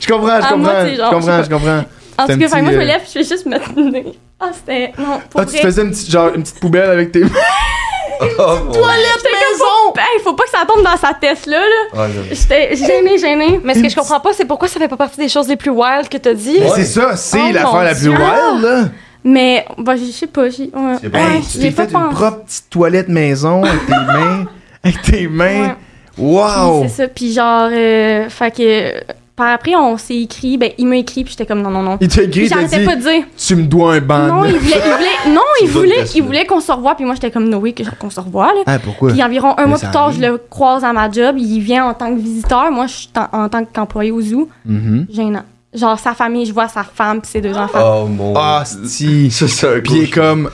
[SPEAKER 1] Je comprends, je
[SPEAKER 3] Ah, moi,
[SPEAKER 1] comprends.
[SPEAKER 3] c'est genre,
[SPEAKER 1] je comprends,
[SPEAKER 3] je
[SPEAKER 1] je
[SPEAKER 3] sais
[SPEAKER 1] comprends. Ah,
[SPEAKER 3] En
[SPEAKER 1] C'est un
[SPEAKER 3] tout cas, fait
[SPEAKER 1] petit,
[SPEAKER 3] que moi, je me
[SPEAKER 1] euh,
[SPEAKER 3] lève, je fais juste me tenir. Ah, c'était... Non, pour
[SPEAKER 1] Ah, tu
[SPEAKER 3] vrai.
[SPEAKER 1] te faisais une petite, genre, une petite poubelle avec tes mains.
[SPEAKER 2] Oh, mon-
[SPEAKER 3] Ah, J'étais comme, faut- hey, faut pas que ça tombe dans sa tête, là, là.
[SPEAKER 2] Ah, j'aime.
[SPEAKER 3] J'étais gênée, gênée.
[SPEAKER 4] Mais ce que je comprends pas, c'est pourquoi ça fait pas partie des choses les plus wild que t'as dit.
[SPEAKER 1] Mais
[SPEAKER 2] Ouais.
[SPEAKER 1] C'est ça, c'est
[SPEAKER 4] Oh,
[SPEAKER 1] l'affaire
[SPEAKER 4] mon
[SPEAKER 1] la plus
[SPEAKER 4] Dieu.
[SPEAKER 1] wild, là.
[SPEAKER 3] Mais, bah, je sais pas, j'ai... ouais.
[SPEAKER 2] C'est bon.
[SPEAKER 3] Ouais,
[SPEAKER 1] Hey, tu
[SPEAKER 3] Ah, j'ai
[SPEAKER 1] t'es
[SPEAKER 3] pas
[SPEAKER 1] fait une
[SPEAKER 3] pensé.
[SPEAKER 1] propre petite toilette maison avec tes mains. Avec tes mains.
[SPEAKER 3] Puis
[SPEAKER 1] Wow!
[SPEAKER 3] C'est ça. Puis genre, euh, fait que euh, par après, on s'est écrit. Ben, il m'a écrit, puis j'étais comme non, non, non.
[SPEAKER 1] Il t'a
[SPEAKER 3] Puis
[SPEAKER 1] écrit, il t'a
[SPEAKER 3] j'arrêtais
[SPEAKER 1] dit,
[SPEAKER 3] pas de dire.
[SPEAKER 1] tu me dois un banc.
[SPEAKER 3] Non, il voulait, il voulait, non,
[SPEAKER 2] C'est
[SPEAKER 3] il
[SPEAKER 2] une bonne
[SPEAKER 3] voulait,
[SPEAKER 2] place,
[SPEAKER 3] il
[SPEAKER 2] là.
[SPEAKER 3] voulait qu'on se revoie. Puis moi, j'étais comme no way que- qu'on se revoie, là.
[SPEAKER 1] Ah, pourquoi?
[SPEAKER 3] Puis environ un
[SPEAKER 1] Mais
[SPEAKER 3] mois
[SPEAKER 1] ça
[SPEAKER 3] plus tard, je
[SPEAKER 1] arrive.
[SPEAKER 3] le croise à ma job. Il vient en tant que visiteur. Moi, je suis en, en tant qu'employé au zoo.
[SPEAKER 1] Mhm.
[SPEAKER 3] Gênant. genre sa famille, je vois sa femme pis ses deux enfants.
[SPEAKER 2] Oh mon.
[SPEAKER 1] Ah, si.
[SPEAKER 2] ça, c'est un
[SPEAKER 1] Puis il est
[SPEAKER 2] cauchemar.
[SPEAKER 1] comme.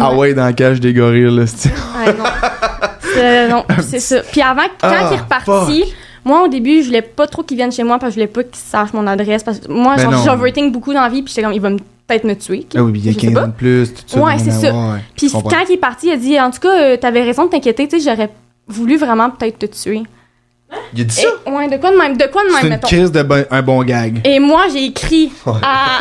[SPEAKER 1] Ah ouais, dans la cage des gorilles, là, c'est-
[SPEAKER 3] Ouais, non. C'est- euh, non, c'est ça. Puis avant, quand
[SPEAKER 1] Ah,
[SPEAKER 3] il est reparti, moi au début, je voulais pas trop qu'il vienne chez moi parce que je voulais pas qu'il sache mon adresse parce que moi,
[SPEAKER 1] Ben
[SPEAKER 3] genre,
[SPEAKER 1] non.
[SPEAKER 3] j'overthink beaucoup dans la vie puis j'étais comme, il va me- peut-être me tuer.
[SPEAKER 1] Ah oui, puis il y a
[SPEAKER 3] Je sais
[SPEAKER 1] 15
[SPEAKER 3] pas.
[SPEAKER 1] ans de plus, tout ça.
[SPEAKER 3] Ouais,
[SPEAKER 1] non,
[SPEAKER 3] c'est
[SPEAKER 1] mais
[SPEAKER 3] ça.
[SPEAKER 1] ouais, ouais.
[SPEAKER 3] Puis
[SPEAKER 1] Je comprends.
[SPEAKER 3] quand il est parti, il a dit En tout cas, euh, t'avais raison de t'inquiéter, tu sais, j'aurais voulu vraiment peut-être te tuer.
[SPEAKER 2] Il a dit ça?
[SPEAKER 3] Et- ouais, de quoi de même, de quoi de
[SPEAKER 1] C'est
[SPEAKER 3] même,
[SPEAKER 1] une
[SPEAKER 3] mettons.
[SPEAKER 1] crise de bon- un bon gag.
[SPEAKER 3] Et moi, j'ai écrit à.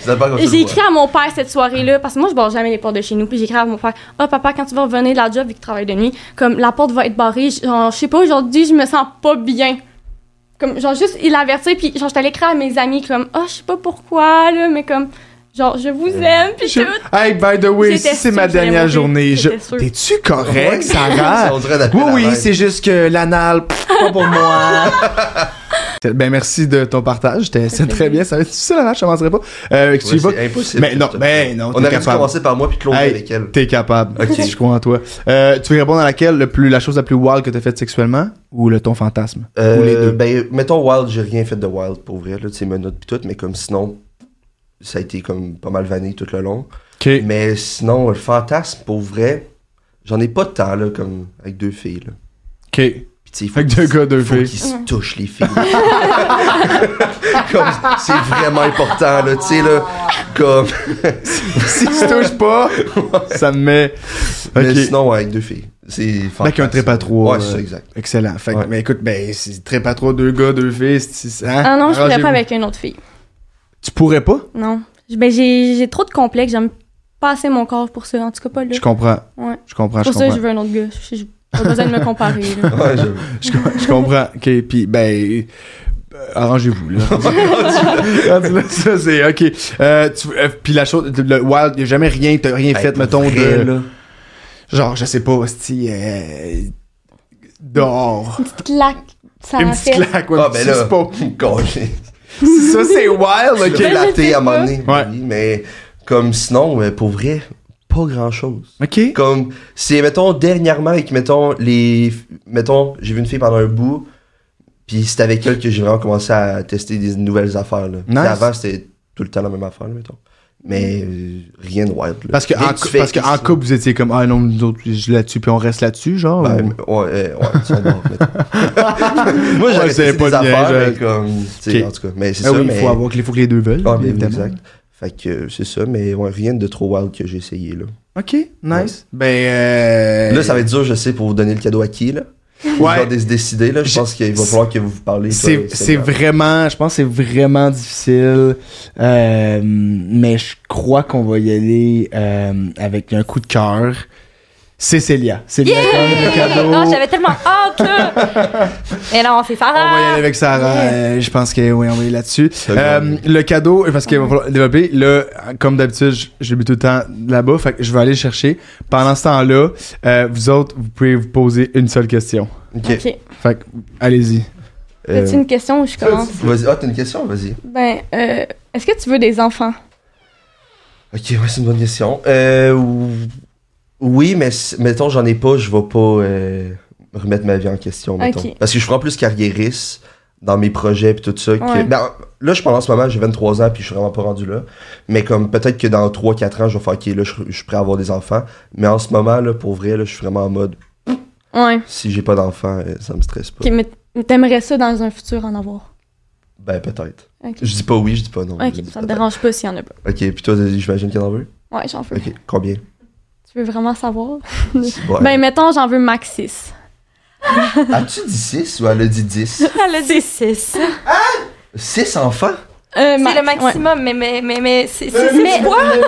[SPEAKER 2] C'est
[SPEAKER 1] Ah,
[SPEAKER 2] pas comme ça.
[SPEAKER 3] j'ai écrit à mon père cette soirée-là, parce que moi, je barre jamais les portes de chez nous. Puis j'ai écrit à mon père Ah, papa, quand tu vas revenir de la job, vu que tu travailles de nuit, comme la porte va être barrée, genre, je sais pas, aujourd'hui, je me sens pas bien. Comme, genre, juste, il avertit, puis genre, je t'allais écrire à mes amis, comme Ah, je sais pas pourquoi, là, mais comme, genre, je vous aime, puis
[SPEAKER 1] Je-
[SPEAKER 3] tout.
[SPEAKER 1] Hey, by the way,
[SPEAKER 3] J'étais
[SPEAKER 1] si c'est
[SPEAKER 3] sûre
[SPEAKER 1] ma
[SPEAKER 3] que j'allais
[SPEAKER 1] dernière
[SPEAKER 3] mourir.
[SPEAKER 1] journée, je...
[SPEAKER 3] J'étais sûre.
[SPEAKER 1] t'es-tu correct,
[SPEAKER 2] ça.
[SPEAKER 1] Sarah?
[SPEAKER 2] On dirait d'après
[SPEAKER 1] Oui,
[SPEAKER 2] la
[SPEAKER 1] oui,
[SPEAKER 2] veille.
[SPEAKER 1] c'est juste que l'anal, pff, pas pour moi. ben, merci de ton partage. C'était- C'est très bien. Ça va être difficile, Anna, je commencerai pas. Euh,
[SPEAKER 2] Ouais,
[SPEAKER 1] excuse pas.
[SPEAKER 2] C'est impossible.
[SPEAKER 1] Mais Ben, non,
[SPEAKER 2] ça.
[SPEAKER 1] mais non,
[SPEAKER 2] On
[SPEAKER 1] t'es
[SPEAKER 2] aurait dû
[SPEAKER 1] capable.
[SPEAKER 2] commencer par moi puis Claude
[SPEAKER 1] Hey.
[SPEAKER 2] avec elle.
[SPEAKER 1] T'es capable.
[SPEAKER 2] Ok.
[SPEAKER 1] Je crois en toi. Euh, tu veux répondre à laquelle le plus, la chose la plus wild que t'as faite sexuellement ou le ton fantasme? Ou les
[SPEAKER 2] Euh,
[SPEAKER 1] deux?
[SPEAKER 2] ben, mettons Wild, j'ai rien fait de Wild pour vrai, là, tu sais, menottes pis tout, mais comme sinon, ça a été comme pas mal vanné tout le long.
[SPEAKER 1] Ok.
[SPEAKER 2] Mais sinon, le fantasme pour vrai, j'en ai pas de temps, là, comme avec deux filles, là.
[SPEAKER 1] Ok.
[SPEAKER 2] Pis tu sais, faut
[SPEAKER 1] Fait que
[SPEAKER 2] qu'ils-
[SPEAKER 1] deux gars, deux
[SPEAKER 2] faut
[SPEAKER 1] filles.
[SPEAKER 2] qu'ils se touchent, les filles. comme, c'est vraiment important, là, tu sais, là, comme,
[SPEAKER 1] S'ils se touchent pas, ça me met.
[SPEAKER 2] mais
[SPEAKER 1] Ok.
[SPEAKER 2] sinon, ouais, avec deux filles. C'est
[SPEAKER 1] Fait qu'il y a un trip à trois,
[SPEAKER 2] Ouais, c'est
[SPEAKER 1] euh,
[SPEAKER 2] ça, exact.
[SPEAKER 1] Excellent. Fait que,
[SPEAKER 2] Ouais.
[SPEAKER 1] mais écoute, ben, c'est très pas trop deux gars, deux filles. c'est- c'est- hein?
[SPEAKER 3] Ah non, je pourrais
[SPEAKER 1] Arrangez-vous.
[SPEAKER 3] pas avec une autre fille.
[SPEAKER 1] Tu pourrais pas?
[SPEAKER 3] Non. J- Ben, j'ai j'ai trop de complexes. J'aime pas assez mon corps pour ça. En tout cas, pas là.
[SPEAKER 1] Je comprends.
[SPEAKER 3] Ouais.
[SPEAKER 1] Je comprends, je
[SPEAKER 3] Pour ça,
[SPEAKER 1] comprends.
[SPEAKER 3] je veux un autre gars. J'ai j'ai pas besoin de me comparer. là.
[SPEAKER 2] Ouais, j'avoue.
[SPEAKER 1] Je, com- je comprends. OK, puis, ben... euh, Arrangez-vous, là. Rendu là, ça, c'est... OK. Euh, tu- euh, puis la chose... Le wild, y a jamais rien, t'as rien
[SPEAKER 2] Hey,
[SPEAKER 1] fait,
[SPEAKER 2] pour
[SPEAKER 1] mettons,
[SPEAKER 2] vrai,
[SPEAKER 1] de...
[SPEAKER 2] là.
[SPEAKER 1] Genre, je sais pas, hostie... euh, dehors.
[SPEAKER 3] Une petite claque. Ça
[SPEAKER 1] Une
[SPEAKER 3] en
[SPEAKER 1] petite
[SPEAKER 3] fait.
[SPEAKER 1] claque, ouais.
[SPEAKER 2] Ah,
[SPEAKER 1] mais
[SPEAKER 2] ben
[SPEAKER 1] ça,
[SPEAKER 2] là.
[SPEAKER 1] c'est pas...
[SPEAKER 2] Gauler.
[SPEAKER 1] Ça, c'est wild,
[SPEAKER 2] que
[SPEAKER 1] OK.
[SPEAKER 3] Ben,
[SPEAKER 2] la
[SPEAKER 3] je
[SPEAKER 2] thé
[SPEAKER 3] sais
[SPEAKER 2] à un moment
[SPEAKER 3] pas.
[SPEAKER 2] donné,
[SPEAKER 1] Ouais.
[SPEAKER 2] oui, mais comme sinon, euh, pour vrai, pas grand chose.
[SPEAKER 1] OK.
[SPEAKER 2] Comme, c'est, mettons, dernièrement, avec, mettons, les. Mettons, j'ai vu une fille pendant un bout, puis c'est avec elle que j'ai vraiment commencé à tester des nouvelles affaires. Là.
[SPEAKER 1] Nice.
[SPEAKER 2] Puis Avant, c'était tout le temps la même affaire, là, mettons. Mais euh, rien de wild. là.
[SPEAKER 1] Parce que,
[SPEAKER 2] Rien
[SPEAKER 1] en,
[SPEAKER 2] tu
[SPEAKER 1] cou-
[SPEAKER 2] fais
[SPEAKER 1] parce que en
[SPEAKER 2] ici.
[SPEAKER 1] couple, vous étiez comme, ah non, nous autres, je là-dessus, puis on reste là-dessus, genre.
[SPEAKER 2] Ben,
[SPEAKER 1] ou-
[SPEAKER 2] ouais, euh, ouais, sur le bord, mettons. Moi,
[SPEAKER 1] Ouais,
[SPEAKER 2] j'avais
[SPEAKER 1] c'est
[SPEAKER 2] testé
[SPEAKER 1] pas
[SPEAKER 2] des
[SPEAKER 1] de lien,
[SPEAKER 2] affaires,
[SPEAKER 1] je-
[SPEAKER 2] mais comme. tu sais,
[SPEAKER 1] Ok.
[SPEAKER 2] En tout cas, mais c'est
[SPEAKER 1] Ah
[SPEAKER 2] ça.
[SPEAKER 1] oui, il
[SPEAKER 2] mais...
[SPEAKER 1] faut avoir il faut que les deux veulent.
[SPEAKER 2] Ah, mais
[SPEAKER 1] évidemment.
[SPEAKER 2] exact. Fait que euh, c'est ça, mais ouais, rien de trop wild que j'ai essayé là.
[SPEAKER 1] Ok, nice. Ben. euh,
[SPEAKER 2] Là, ça va être dur, je sais, pour vous donner le cadeau à qui là. Vous
[SPEAKER 1] Ouais.
[SPEAKER 2] allez se décider là. Je
[SPEAKER 1] J'ai-
[SPEAKER 2] pense qu'il va falloir que vous vous parlez. toi,
[SPEAKER 1] C'est c'est
[SPEAKER 2] Instagram.
[SPEAKER 1] vraiment, je pense que c'est vraiment difficile, euh, mais je crois qu'on va y aller euh, avec un coup de cœur. C'est Célia. Célia, comme le cadeau.
[SPEAKER 4] Non, Ah, j'avais tellement hâte, là. Mais là, on fait
[SPEAKER 1] On va y aller
[SPEAKER 4] Farah.
[SPEAKER 1] avec Sarah. euh, je pense que oui, on va y aller là-dessus.
[SPEAKER 2] va
[SPEAKER 1] Euh,
[SPEAKER 2] bien.
[SPEAKER 1] le cadeau, parce qu'il va falloir développer. Là, comme d'habitude, je- je le mets tout le temps là-bas. Fait que je vais aller le chercher. Pendant ce temps-là, euh, vous autres, vous pouvez vous poser une seule question.
[SPEAKER 2] Ok.
[SPEAKER 3] Ok.
[SPEAKER 1] Fait que, allez-y.
[SPEAKER 2] Euh,
[SPEAKER 3] As-tu une question ou je commence?
[SPEAKER 2] Vas-y. Ah, t'as une question, vas-y.
[SPEAKER 3] Ben, euh, est-ce que tu veux des enfants?
[SPEAKER 2] Ok, ouais, c'est une bonne question. Euh, ou- oui, mais s- mettons, j'en ai pas, je vais pas euh, remettre ma vie en question, mettons.
[SPEAKER 3] Ok.
[SPEAKER 2] Parce que je prends plus carriériste dans mes projets puis tout ça. que-
[SPEAKER 3] Ouais.
[SPEAKER 2] ben, là, je pense en ce moment, j'ai 23 ans puis je suis vraiment pas rendu là. Mais comme peut-être que dans 3-4 ans, je vais faire, ok, là, je, je suis prêt à avoir des enfants. Mais en ce moment, là, pour vrai, là, je suis vraiment en mode,
[SPEAKER 3] Ouais.
[SPEAKER 2] si j'ai pas d'enfants, euh, ça me stresse pas.
[SPEAKER 3] Ok, mais mais t'aimerais ça dans un futur en avoir?
[SPEAKER 2] Ben, peut-être.
[SPEAKER 3] Ok.
[SPEAKER 2] Je dis pas oui, je dis pas non. je
[SPEAKER 3] Ok,
[SPEAKER 2] dis
[SPEAKER 3] ça te
[SPEAKER 2] peut-être.
[SPEAKER 3] dérange pas s'il y en a pas.
[SPEAKER 2] Ok, puis toi, j'imagine qu'il y en veut.
[SPEAKER 3] Ouais, j'en veux.
[SPEAKER 2] Ok, combien?
[SPEAKER 3] Tu veux vraiment savoir?
[SPEAKER 2] Ouais. Ah,
[SPEAKER 3] Ben, mettons, j'en veux max 6.
[SPEAKER 2] As-tu dit 6 ou elle a dit 10?
[SPEAKER 4] Elle a dit 6.
[SPEAKER 2] 6 enfants?
[SPEAKER 3] Euh,
[SPEAKER 4] C'est
[SPEAKER 3] max,
[SPEAKER 4] le
[SPEAKER 3] ouais.
[SPEAKER 4] maximum, mais, mais, mais, mais c'est
[SPEAKER 1] Euh,
[SPEAKER 4] c'est-
[SPEAKER 3] Mais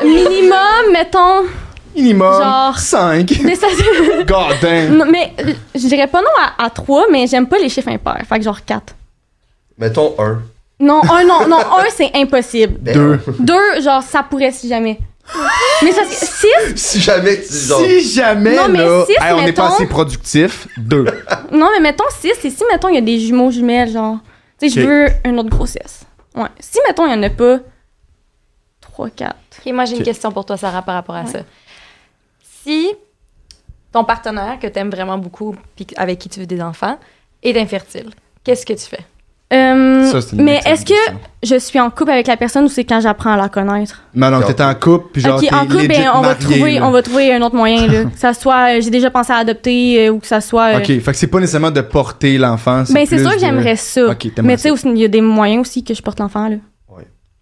[SPEAKER 3] minimum, mettons.
[SPEAKER 1] Minimum.
[SPEAKER 3] Genre-
[SPEAKER 1] 5.
[SPEAKER 3] mais ça, c'est-
[SPEAKER 1] God damn.
[SPEAKER 3] non, mais euh, je dirais pas non à, à 3, mais j'aime pas les chiffres impairs. Fait que genre 4.
[SPEAKER 2] Mettons Ben, 1.
[SPEAKER 3] Non, un, non, non, un, c'est impossible.
[SPEAKER 1] Deux.
[SPEAKER 3] Deux, genre, ça pourrait si jamais. Mais ça, c'est 6,
[SPEAKER 2] Si jamais tu dis genre.
[SPEAKER 1] Si jamais,
[SPEAKER 3] Non, mais
[SPEAKER 1] là,
[SPEAKER 3] six,
[SPEAKER 1] hey, on n'est pas
[SPEAKER 3] mettons. Mm.
[SPEAKER 1] assez productif, deux.
[SPEAKER 3] Non, mais mettons 6, et si, mettons, il y a des jumeaux jumelles, genre, tu sais,
[SPEAKER 1] Ok.
[SPEAKER 3] je veux une autre grossesse. Ouais. Si, mettons, il y en a pas 3, 4.
[SPEAKER 4] Ok, moi, j'ai une
[SPEAKER 1] Ok.
[SPEAKER 4] question pour toi, Sarah, par rapport à
[SPEAKER 3] Ouais.
[SPEAKER 4] ça. Si ton partenaire que t'aimes vraiment beaucoup puis avec qui tu veux des enfants est infertile, qu'est-ce que tu fais?
[SPEAKER 3] Euh,
[SPEAKER 1] Ça, c'est une
[SPEAKER 3] mais
[SPEAKER 1] excellente
[SPEAKER 3] est-ce que
[SPEAKER 1] question.
[SPEAKER 3] je suis en couple avec la personne ou c'est quand j'apprends à la connaître?
[SPEAKER 1] Non, non, t'es en couple, puis genre,
[SPEAKER 3] ok,
[SPEAKER 1] t'es
[SPEAKER 3] en couple,
[SPEAKER 1] legit
[SPEAKER 3] ben, on, va
[SPEAKER 1] marié,
[SPEAKER 3] trouver,
[SPEAKER 1] là.
[SPEAKER 3] on va trouver un autre moyen. Là. que ça soit, euh, j'ai déjà pensé à adopter euh, ou que ça soit. euh,
[SPEAKER 1] Ok, fait que c'est pas nécessairement de porter l'enfant.
[SPEAKER 3] ben, c'est
[SPEAKER 1] plus
[SPEAKER 3] sûr que
[SPEAKER 1] de-
[SPEAKER 3] j'aimerais ça.
[SPEAKER 1] Ok, t'aimerais
[SPEAKER 3] mais tu sais, aussi, il y a des moyens aussi que je porte l'enfant. Là.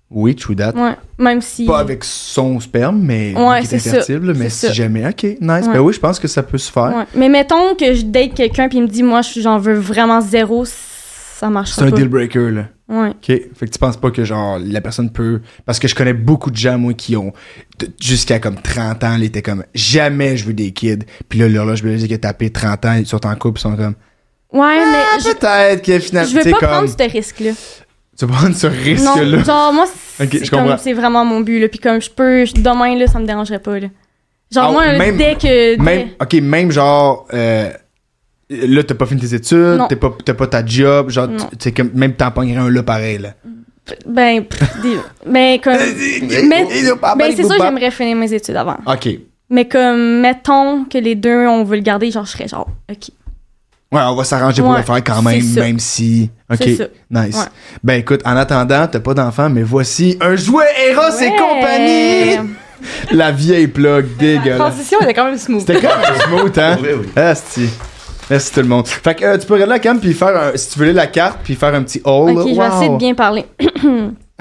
[SPEAKER 1] Oui, true that.
[SPEAKER 3] Ouais, même si.
[SPEAKER 1] Pas avec son sperme, mais
[SPEAKER 3] Ouais,
[SPEAKER 1] qui est
[SPEAKER 3] c'est
[SPEAKER 1] infertile,
[SPEAKER 3] ça,
[SPEAKER 1] mais si
[SPEAKER 3] c'est ça.
[SPEAKER 1] jamais, ok, nice. Ben
[SPEAKER 3] Ouais.
[SPEAKER 1] oui, je pense que ça peut se faire.
[SPEAKER 3] Ouais. Mais mettons que je date quelqu'un puis il me dit, moi, je- j'en veux vraiment zéro, ça marche
[SPEAKER 1] C'est
[SPEAKER 3] pas.
[SPEAKER 1] un deal breaker, là.
[SPEAKER 3] Ouais.
[SPEAKER 1] OK. Fait que tu penses pas que, genre, la personne peut. Parce que je connais beaucoup de gens, moi, qui ont. de- Jusqu'à comme 30 ans, ils étaient comme jamais je veux des kids. Puis là, l'horloge biologique est tapée 30 ans, ils sont en couple, ils sont comme.
[SPEAKER 3] Ouais, mais je,
[SPEAKER 1] Ah, Peut-être que finalement.
[SPEAKER 3] je veux
[SPEAKER 1] tu sais,
[SPEAKER 3] pas
[SPEAKER 1] comme,
[SPEAKER 3] prendre ce risque-là.
[SPEAKER 1] Tu vas prendre ce risque-là.
[SPEAKER 3] Non, genre, moi, c'est
[SPEAKER 1] Ok, je
[SPEAKER 3] comme-
[SPEAKER 1] comprends.
[SPEAKER 3] c'est vraiment mon but, là. Puis comme je peux, je- demain, là, ça me dérangerait pas, là. Genre,
[SPEAKER 1] Ah,
[SPEAKER 3] moi,
[SPEAKER 1] même-
[SPEAKER 3] dès que. dès-
[SPEAKER 1] Même, OK, même genre. euh, Là, t'as pas fini tes études,
[SPEAKER 3] Non.
[SPEAKER 1] t'as pas, t'as pas ta job, genre,
[SPEAKER 3] Non.
[SPEAKER 1] tu- tu sais, comme- même t'en pognerais un là pareil, là.
[SPEAKER 3] Ben, pff, des- ben, comme. Mais-
[SPEAKER 2] oh,
[SPEAKER 1] Ah,
[SPEAKER 3] Ben, c'est sûr, j'aimerais finir mes études avant.
[SPEAKER 1] OK.
[SPEAKER 3] Mais comme, mettons que les deux, on veut le garder, genre, je serais genre, ok.
[SPEAKER 1] Ouais, on va s'arranger pour
[SPEAKER 3] Ouais,
[SPEAKER 1] le faire quand
[SPEAKER 3] c'est
[SPEAKER 1] même,
[SPEAKER 3] ça.
[SPEAKER 1] même si. Ok,
[SPEAKER 3] C'est ça.
[SPEAKER 1] nice.
[SPEAKER 3] Ouais.
[SPEAKER 1] Ben écoute, en attendant, t'as pas d'enfant, mais voici un jouet Eros et
[SPEAKER 3] Ouais.
[SPEAKER 1] compagnie! La vieille plug,
[SPEAKER 4] La
[SPEAKER 1] dégueulasse.
[SPEAKER 4] transition était quand même smooth.
[SPEAKER 1] C'était quand même smooth, hein?
[SPEAKER 2] Pour vrai, oui.
[SPEAKER 1] Asti. Merci tout le monde. Fait que euh, tu peux regarder la cam, puis faire un, si tu voulais la carte, puis faire un petit haul.
[SPEAKER 3] Ok, je vais
[SPEAKER 1] Wow.
[SPEAKER 3] essayer de bien parler.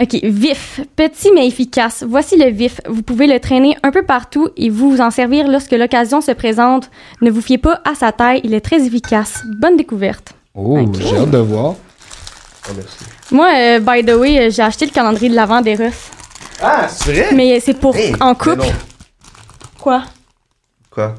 [SPEAKER 3] ok, vif, petit mais efficace. Voici le vif. Vous pouvez le traîner un peu partout et vous vous en servir lorsque l'occasion se présente. Ne vous fiez pas à sa taille, il est très efficace. Bonne découverte.
[SPEAKER 1] Oh,
[SPEAKER 3] Ok.
[SPEAKER 1] j'ai hâte de voir.
[SPEAKER 2] Ah, merci.
[SPEAKER 3] Moi, euh, by the way, euh, j'ai acheté le calendrier de l'avant des Russes.
[SPEAKER 1] Ah, c'est vrai?
[SPEAKER 3] Mais c'est pour
[SPEAKER 2] Hey,
[SPEAKER 3] en
[SPEAKER 2] mais
[SPEAKER 3] couple.
[SPEAKER 2] non.
[SPEAKER 3] Quoi?
[SPEAKER 2] Quoi?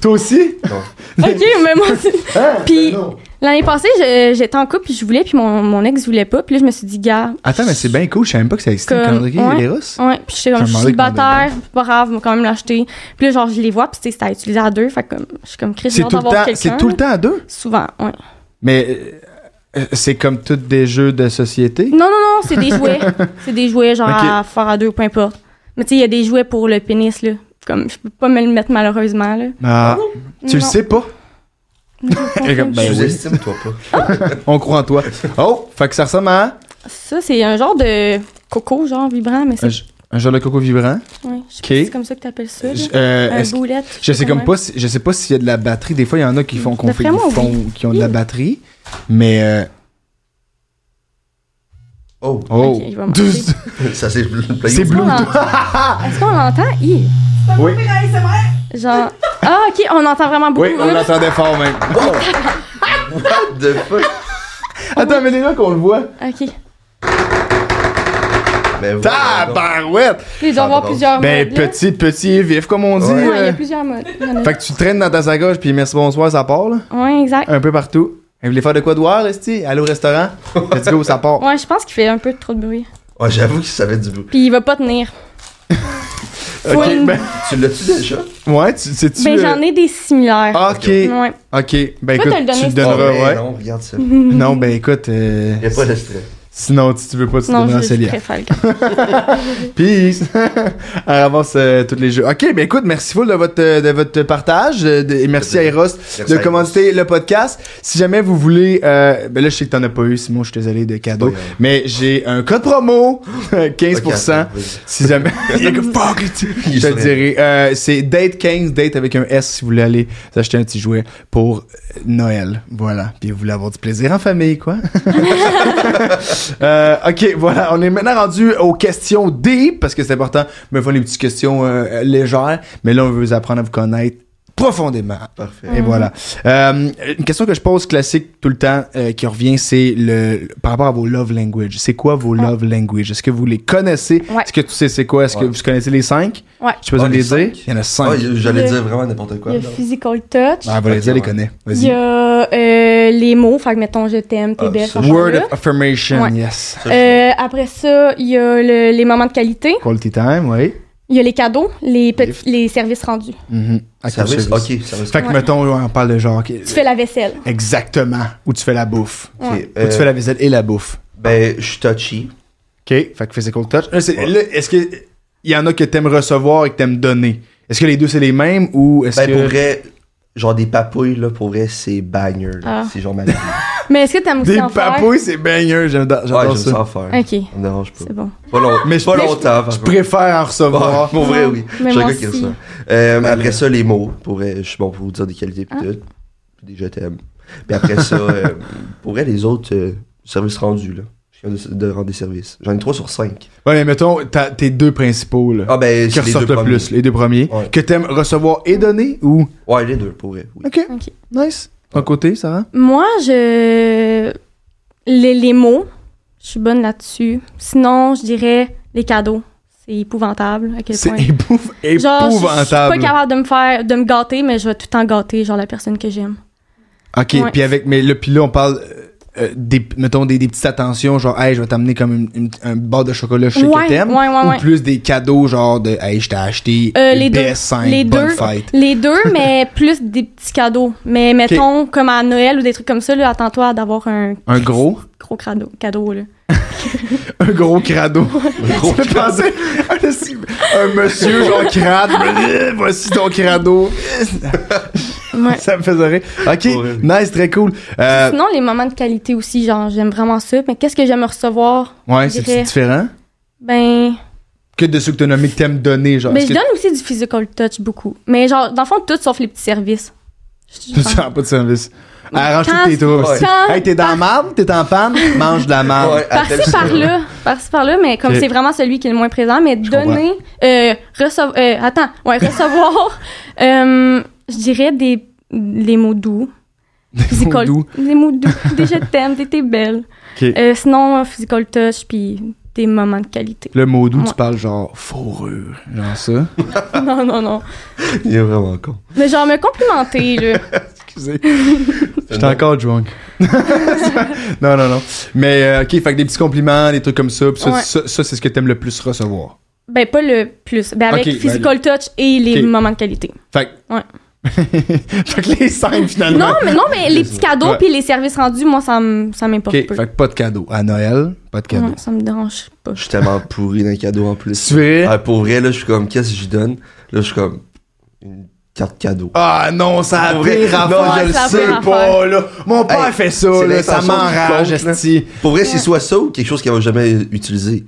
[SPEAKER 1] Toi aussi?
[SPEAKER 2] Non.
[SPEAKER 3] Ok, mais moi aussi.
[SPEAKER 1] Ah,
[SPEAKER 3] Puis-
[SPEAKER 1] ben non.
[SPEAKER 3] L'année passée, je- j'étais en couple, puis je voulais, puis mon, mon ex voulait pas. Puis là, je me suis dit, gars,
[SPEAKER 1] Attends, mais c'est bien cool, je savais même pas que ça existait, le
[SPEAKER 3] Comme-
[SPEAKER 1] calendrier
[SPEAKER 3] ouais.
[SPEAKER 1] les Russes.
[SPEAKER 3] Ouais, puis j'étais
[SPEAKER 1] Je me
[SPEAKER 3] comme, je suis
[SPEAKER 1] demandais combien
[SPEAKER 3] célibataire, c'est pas grave, on va quand même l'acheter. Puis là, genre, je les vois, puis tu sais, c'était à utiliser à deux, fait que comme, je suis comme, Chris, j'ai
[SPEAKER 1] C'est
[SPEAKER 3] hâte
[SPEAKER 1] tout le
[SPEAKER 3] d'avoir
[SPEAKER 1] temps,
[SPEAKER 3] quelqu'un.
[SPEAKER 1] c'est tout le temps à deux?
[SPEAKER 3] Souvent, ouais.
[SPEAKER 1] Mais euh, euh, c'est comme tous des jeux de société.
[SPEAKER 3] Non, non, non, c'est des jouets. c'est des jouets, genre,
[SPEAKER 1] Ok.
[SPEAKER 3] à faire à deux, peu importe. Mais tu sais, il y a des jouets pour le pénis, là. Comme, je peux pas me le mettre, malheureusement, là.
[SPEAKER 1] Ah, tu le
[SPEAKER 3] Non.
[SPEAKER 1] sais pas. Et comme,
[SPEAKER 2] Je
[SPEAKER 1] ben oui,
[SPEAKER 2] sous-estime, toi, pas.
[SPEAKER 1] on croit en toi. Oh, fait que ça ressemble à
[SPEAKER 3] Ça, c'est un genre de coco, genre, vibrant, mais c'est.
[SPEAKER 1] un, j- un genre de coco vibrant.
[SPEAKER 3] ouais, je
[SPEAKER 1] Euh,
[SPEAKER 3] sais
[SPEAKER 1] ok.
[SPEAKER 3] pas si c'est comme ça que t'appelles ça. là.
[SPEAKER 1] Je- euh,
[SPEAKER 3] un
[SPEAKER 1] est-ce-
[SPEAKER 3] boulette.
[SPEAKER 1] je sais comme
[SPEAKER 3] comment.
[SPEAKER 1] pas, si- je sais pas s'il y a de la batterie. Des fois, il y en a qui font qu'on
[SPEAKER 3] Mais
[SPEAKER 1] fait,
[SPEAKER 3] vraiment,
[SPEAKER 1] qui, font- qui ont de la batterie, mais euh,
[SPEAKER 2] Oh,
[SPEAKER 1] oh,
[SPEAKER 3] Ok, il va marcher.
[SPEAKER 2] ça c'est
[SPEAKER 1] c'est
[SPEAKER 3] Est-ce qu'on
[SPEAKER 1] bleu.
[SPEAKER 3] l'entend? Est-ce qu'on l'entend? Hi.
[SPEAKER 1] Oui,
[SPEAKER 3] Genre. Ah, ok, on entend vraiment beaucoup.
[SPEAKER 1] oui, on
[SPEAKER 3] Oups.
[SPEAKER 1] l'entendait fort même.
[SPEAKER 2] What the fuck?
[SPEAKER 1] Attends, mais les là qu'on le voit.
[SPEAKER 3] Ok.
[SPEAKER 2] Mais voilà, Ben, donc.
[SPEAKER 1] Tabarouette.
[SPEAKER 3] Il doit y avoir plusieurs
[SPEAKER 1] Ben
[SPEAKER 3] modes. là.
[SPEAKER 1] petit, petit et vif comme on dit.
[SPEAKER 2] Ouais.
[SPEAKER 3] Ouais, il y
[SPEAKER 1] euh.
[SPEAKER 3] a plusieurs modes. Il y en a-
[SPEAKER 1] Fait que tu traînes dans ta sacoche puis merci bonsoir ça part là.
[SPEAKER 3] Ouais, exact.
[SPEAKER 1] un peu partout. Elle voulait faire de quoi dehors, Resti? Aller au restaurant? Let's go, ça part.
[SPEAKER 3] Ouais, je pense qu'il fait un peu trop de bruit.
[SPEAKER 2] Ouais, j'avoue que ça fait du bruit.
[SPEAKER 3] Puis il va pas tenir.
[SPEAKER 1] Ok,
[SPEAKER 3] Full.
[SPEAKER 1] ben,
[SPEAKER 2] Tu l'as-tu déjà?
[SPEAKER 1] ouais, tu sais-tu.
[SPEAKER 3] Ben
[SPEAKER 1] euh,
[SPEAKER 3] j'en ai des similaires.
[SPEAKER 1] Ok,
[SPEAKER 3] Ouais.
[SPEAKER 1] ok. Ben
[SPEAKER 3] peux
[SPEAKER 1] écoute,
[SPEAKER 3] te le donner,
[SPEAKER 1] tu le
[SPEAKER 3] si
[SPEAKER 2] Oh,
[SPEAKER 1] donneras,
[SPEAKER 2] mais
[SPEAKER 1] ouais. Non.
[SPEAKER 2] Non, regarde ça.
[SPEAKER 1] ben écoute, euh,
[SPEAKER 2] Y a pas de stress.
[SPEAKER 1] sinon, si tu veux pas, tu te
[SPEAKER 3] Non,
[SPEAKER 1] donneras
[SPEAKER 3] je, je
[SPEAKER 1] Célia.
[SPEAKER 3] préfère le gars.
[SPEAKER 1] Peace! Elle avance euh, tous les jeux. Ok, ben écoute, merci full de votre, euh, de votre partage euh, de- et merci à Eros de
[SPEAKER 2] à Eros.
[SPEAKER 1] commenter le podcast. Si jamais vous voulez, euh, ben là, je sais que t'en as pas eu, Simon, je suis désolé de cadeau,
[SPEAKER 2] C'est pas grave.
[SPEAKER 1] mais j'ai un code promo, 15%.
[SPEAKER 2] Ok, vas-y.
[SPEAKER 1] Si jamais. Il est comme, fuck it!
[SPEAKER 2] Il est
[SPEAKER 1] Je te le
[SPEAKER 2] sur-
[SPEAKER 1] dirai. Euh, c'est Date 15, Date avec un S si vous voulez aller s'acheter un petit jouet pour euh, Noël. Voilà. Puis vous voulez avoir du plaisir en famille, quoi. Euh, ok, voilà. On est maintenant rendu aux questions deep parce que c'est important. Mais font les petites questions euh, euh, légères. Mais là, on veut vous apprendre à vous connaître profondément.
[SPEAKER 2] Parfait.
[SPEAKER 3] Mhm.
[SPEAKER 1] Et voilà. Euh, une question que je pose classique tout le temps euh, qui revient, c'est le par rapport à vos love language. C'est quoi vos love language Est-ce que vous les connaissez
[SPEAKER 3] Ouais.
[SPEAKER 1] Est-ce que tu sais c'est quoi Est-ce que
[SPEAKER 2] Ouais.
[SPEAKER 1] vous connaissez les cinq
[SPEAKER 3] Ouais.
[SPEAKER 1] Je peux besoin
[SPEAKER 2] Ah,
[SPEAKER 1] de les
[SPEAKER 2] les
[SPEAKER 1] dire.
[SPEAKER 2] cinq?
[SPEAKER 1] Il y en a
[SPEAKER 2] Ah,
[SPEAKER 1] cinq.
[SPEAKER 2] J'allais
[SPEAKER 3] Le-
[SPEAKER 2] dire vraiment n'importe quoi.
[SPEAKER 3] Il y a
[SPEAKER 2] non.
[SPEAKER 3] physical touch.
[SPEAKER 1] Ah, vas-y,
[SPEAKER 2] Ok,
[SPEAKER 1] elle les
[SPEAKER 2] ouais.
[SPEAKER 1] connaît.
[SPEAKER 3] Il y
[SPEAKER 1] Vas-y.
[SPEAKER 3] a euh, les mots. Fait que mettons je t'aime, t'es
[SPEAKER 2] Ah,
[SPEAKER 3] belle.
[SPEAKER 2] ça,
[SPEAKER 3] ça
[SPEAKER 1] Word
[SPEAKER 3] change
[SPEAKER 1] of affirmation,
[SPEAKER 3] Ouais.
[SPEAKER 1] yes.
[SPEAKER 2] Ça,
[SPEAKER 3] là. Euh, après ça, il y a le- les moments de qualité.
[SPEAKER 1] Quality time, oui.
[SPEAKER 3] Il y a les cadeaux, les, petits, les services rendus.
[SPEAKER 1] Mhm. Active service.
[SPEAKER 2] Service, ok, service.
[SPEAKER 1] Fait que
[SPEAKER 3] Ouais.
[SPEAKER 1] mettons, on parle de genre. ok,
[SPEAKER 3] Tu fais la vaisselle.
[SPEAKER 1] Exactement. Où tu fais la bouffe.
[SPEAKER 2] Ok,
[SPEAKER 3] Ouais.
[SPEAKER 1] Où tu
[SPEAKER 2] euh,
[SPEAKER 1] fais la visite et la bouffe.
[SPEAKER 2] Ben, je suis touchy.
[SPEAKER 1] OK. Fait que physical touch. Là, Euh, c'est-
[SPEAKER 2] Ouais.
[SPEAKER 1] là, Est-ce que il y en a que t'aimes recevoir et que t'aimes donner? Est-ce que les deux c'est les mêmes ou est-ce
[SPEAKER 2] Ben,
[SPEAKER 1] que.
[SPEAKER 2] pour vrai, genre des papouilles, là, pour vrai, c'est bagneux, là.
[SPEAKER 3] Ah.
[SPEAKER 2] C'est genre ma vie.
[SPEAKER 3] Mais est-ce que t'aimes aussi
[SPEAKER 1] Des
[SPEAKER 3] en faire?
[SPEAKER 1] papouilles, c'est baigneux, j'aime-
[SPEAKER 2] Ouais,
[SPEAKER 1] j'adore
[SPEAKER 2] je me
[SPEAKER 1] ça.
[SPEAKER 2] sens faire.
[SPEAKER 3] Ok,
[SPEAKER 2] Ça me dérange pas.
[SPEAKER 3] c'est bon.
[SPEAKER 2] Pas, long-
[SPEAKER 1] Mais je-
[SPEAKER 2] pas
[SPEAKER 1] mais je-
[SPEAKER 2] longtemps.
[SPEAKER 1] Je
[SPEAKER 2] par contre.
[SPEAKER 1] préfère en
[SPEAKER 2] Ouais,
[SPEAKER 1] recevoir.
[SPEAKER 2] pour vrai, oui.
[SPEAKER 3] Mais
[SPEAKER 2] je suis
[SPEAKER 3] moi
[SPEAKER 2] un gars qui aime
[SPEAKER 3] aussi.
[SPEAKER 2] ça. Euh,
[SPEAKER 1] Ouais,
[SPEAKER 2] après
[SPEAKER 1] mais-
[SPEAKER 2] ça, les mots. Pour vrai, je suis bon pour vous dire des qualités pis
[SPEAKER 3] Ah.
[SPEAKER 2] tout. Puis des je t'aime. Puis après ça, euh, pour vrai, les autres euh, services rendus, là. Je suis capable de, de rendre des services. J'en ai 3 sur 5.
[SPEAKER 1] Ouais, mais mettons, t'as tes deux principaux, là.
[SPEAKER 2] Ah ben,
[SPEAKER 1] qui
[SPEAKER 2] c'est les deux
[SPEAKER 1] ressortent le
[SPEAKER 2] premiers.
[SPEAKER 1] plus, les deux premiers.
[SPEAKER 2] Ouais.
[SPEAKER 1] Que t'aimes recevoir et donner ou.
[SPEAKER 2] Ouais, les deux, pour vrai, oui.
[SPEAKER 1] Ok.
[SPEAKER 3] Ok.
[SPEAKER 1] Nice. Ton côté, ça va?
[SPEAKER 3] Moi, je. Les, les mots, je suis bonne là-dessus. Sinon, je dirais les cadeaux. C'est épouvantable à quel
[SPEAKER 1] C'est
[SPEAKER 3] point.
[SPEAKER 1] épouv-
[SPEAKER 3] Genre, je- je suis pas
[SPEAKER 1] épouvantable.
[SPEAKER 3] capable de me faire, de me gâter, mais je vais tout le temps gâter, genre la personne que j'aime.
[SPEAKER 1] Ok,
[SPEAKER 3] Ouais.
[SPEAKER 1] puis avec, mais là, puis là, on parle, euh, euh, des, mettons, des, des petites attentions, genre, hey, je vais t'amener comme une- une- un bar de chocolat, je sais que
[SPEAKER 3] Ouais,
[SPEAKER 1] t'aimes.
[SPEAKER 3] ouais, ouais,
[SPEAKER 1] ou
[SPEAKER 3] ouais.
[SPEAKER 1] plus des cadeaux, genre, de, hey, je t'ai acheté
[SPEAKER 3] Euh, les deux.
[SPEAKER 1] PS5,
[SPEAKER 3] Les
[SPEAKER 1] bonne
[SPEAKER 3] deux.
[SPEAKER 1] fête.
[SPEAKER 3] Les deux, mais plus des petits cadeaux. Mais mettons, comme à Noël ou des trucs comme ça, là, attends-toi d'avoir un
[SPEAKER 1] Un gros, Euh.
[SPEAKER 3] gros crado- cadeau. Là.
[SPEAKER 1] un gros crado.
[SPEAKER 2] Un gros
[SPEAKER 1] Je pensais, un monsieur, genre, crade, euh, voici ton crado.
[SPEAKER 3] Ouais.
[SPEAKER 1] Ça me faisait rire. Ok,
[SPEAKER 2] Horrible.
[SPEAKER 1] nice, très cool. Euh,
[SPEAKER 3] Sinon, les moments de qualité aussi, genre, j'aime vraiment ça. Mais qu'est-ce que j'aime recevoir?
[SPEAKER 1] ouais,
[SPEAKER 3] je
[SPEAKER 1] c'est
[SPEAKER 3] dirais-
[SPEAKER 1] différent.
[SPEAKER 3] Ben,
[SPEAKER 1] Que de ceux que t'as nommés que t'aimes donner, genre.
[SPEAKER 3] Mais
[SPEAKER 1] est-ce
[SPEAKER 3] je
[SPEAKER 1] que
[SPEAKER 3] donne aussi du physical touch beaucoup. Mais genre, dans le fond, tout sauf les petits services. Je-
[SPEAKER 1] Tu sens pas de service. Arrange
[SPEAKER 3] Quand-
[SPEAKER 1] tous tes trous.
[SPEAKER 2] Ouais.
[SPEAKER 3] quand-
[SPEAKER 1] Hey, t'es dans la marde, t'es en panne, mange de la marde.
[SPEAKER 2] Ouais, à tel-
[SPEAKER 3] Par-ci, par-là, par-ci, par-là, mais comme
[SPEAKER 1] Ok.
[SPEAKER 3] c'est vraiment celui qui est le moins présent, mais donner, euh, recevoir, euh, attends, ouais, recevoir, euh, je dirais des, les mots doux. Des
[SPEAKER 1] mots doux.
[SPEAKER 3] Des mots doux, des je t'aime, des t'es belle.
[SPEAKER 1] Ok.
[SPEAKER 3] Euh, sinon, euh, physical touch, puis des moments de qualité.
[SPEAKER 1] Le mot doux, tu
[SPEAKER 3] Ouais.
[SPEAKER 1] parles genre fourrure, genre ça.
[SPEAKER 3] non, non, non.
[SPEAKER 2] Il est vraiment con.
[SPEAKER 3] Mais genre, me complimenter, là.
[SPEAKER 1] Excusez. J'étais encore drunk. non, non, non. Mais, euh, ok, fait que des petits compliments, des trucs comme ça. puis ça,
[SPEAKER 3] Ouais.
[SPEAKER 1] ça, ça, c'est ce que t'aimes le plus recevoir.
[SPEAKER 3] Ben, pas le plus. Ben, avec
[SPEAKER 1] Ok, ben,
[SPEAKER 3] physical touch et les
[SPEAKER 1] ok.
[SPEAKER 3] moments de qualité.
[SPEAKER 1] Fait que.
[SPEAKER 3] Ouais.
[SPEAKER 1] fait que les cinq, finalement.
[SPEAKER 3] Non, mais non, mais les petits cadeaux
[SPEAKER 1] Ouais.
[SPEAKER 3] puis les services rendus, moi, ça me ça m'importe
[SPEAKER 1] ok,
[SPEAKER 3] peu.
[SPEAKER 1] fait que pas de cadeau. À Noël, pas de cadeau.
[SPEAKER 3] Ouais, ça me dérange pas.
[SPEAKER 2] Je suis tellement pourri d'un cadeau en plus.
[SPEAKER 1] Tu verrais?
[SPEAKER 2] Ah, pour vrai, là, je suis comme, qu'est-ce que je donne? Là, je suis comme, une carte cadeau.
[SPEAKER 1] Ah non, ça a
[SPEAKER 2] Non,
[SPEAKER 1] pire à
[SPEAKER 2] je
[SPEAKER 1] faire.
[SPEAKER 2] le
[SPEAKER 1] Je
[SPEAKER 3] sais
[SPEAKER 1] sais pas,
[SPEAKER 3] pas,
[SPEAKER 1] là. Mon père
[SPEAKER 2] Hey,
[SPEAKER 1] fait ça,
[SPEAKER 2] c'est
[SPEAKER 1] là, ça
[SPEAKER 2] l'intention du
[SPEAKER 1] m'enrage,
[SPEAKER 2] compte, là.
[SPEAKER 1] esti.
[SPEAKER 2] Pour vrai, c'est soit ça ou quelque chose qu'elle va jamais utiliser.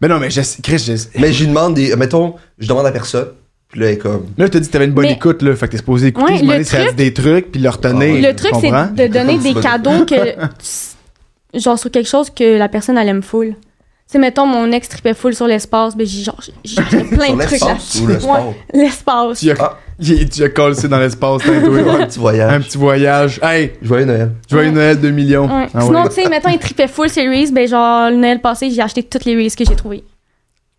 [SPEAKER 1] Mais non, mais je, Chris, je,
[SPEAKER 2] Mais j'y demande des. Mettons, je demande à personne. Puis là, elle est comme.
[SPEAKER 1] là, je te dis que t'avais une bonne
[SPEAKER 3] Mais-
[SPEAKER 1] écoute, là. Fait que t'es supposé écouter,
[SPEAKER 3] Ouais,
[SPEAKER 1] se demander
[SPEAKER 3] le
[SPEAKER 1] si elle
[SPEAKER 3] truc-
[SPEAKER 1] dit des trucs, puis le retenir.
[SPEAKER 2] Ouais,
[SPEAKER 3] Le
[SPEAKER 2] je
[SPEAKER 3] truc, c'est
[SPEAKER 1] comprends?
[SPEAKER 3] de donner des
[SPEAKER 2] Bonne-
[SPEAKER 3] cadeaux que. tu- genre sur quelque chose que la personne, elle aime full. Tu sais, mettons, mon ex tripait full sur l'espace, ben, j'ai genre, j'ai- j'ai plein
[SPEAKER 2] Sur
[SPEAKER 3] de trucs là.
[SPEAKER 2] l'espace ou le sport?
[SPEAKER 3] Ouais, l'espace.
[SPEAKER 1] Tu as,
[SPEAKER 2] Ah.
[SPEAKER 1] il- tu as collé dans l'espace, t'as
[SPEAKER 2] Oui,
[SPEAKER 1] joué.
[SPEAKER 2] un petit
[SPEAKER 1] Un
[SPEAKER 2] voyage.
[SPEAKER 1] petit voyage. Hey,
[SPEAKER 2] Joyeux Noël.
[SPEAKER 1] joyeux
[SPEAKER 3] Ouais.
[SPEAKER 1] Noël 2 millions.
[SPEAKER 3] Ouais.
[SPEAKER 1] Ah
[SPEAKER 3] Sinon,
[SPEAKER 1] ouais.
[SPEAKER 3] tu sais, mettons, il tripait full sur les Reese, ben, genre, le Noël passé, j'ai acheté toutes les Reese que j'ai trouvées.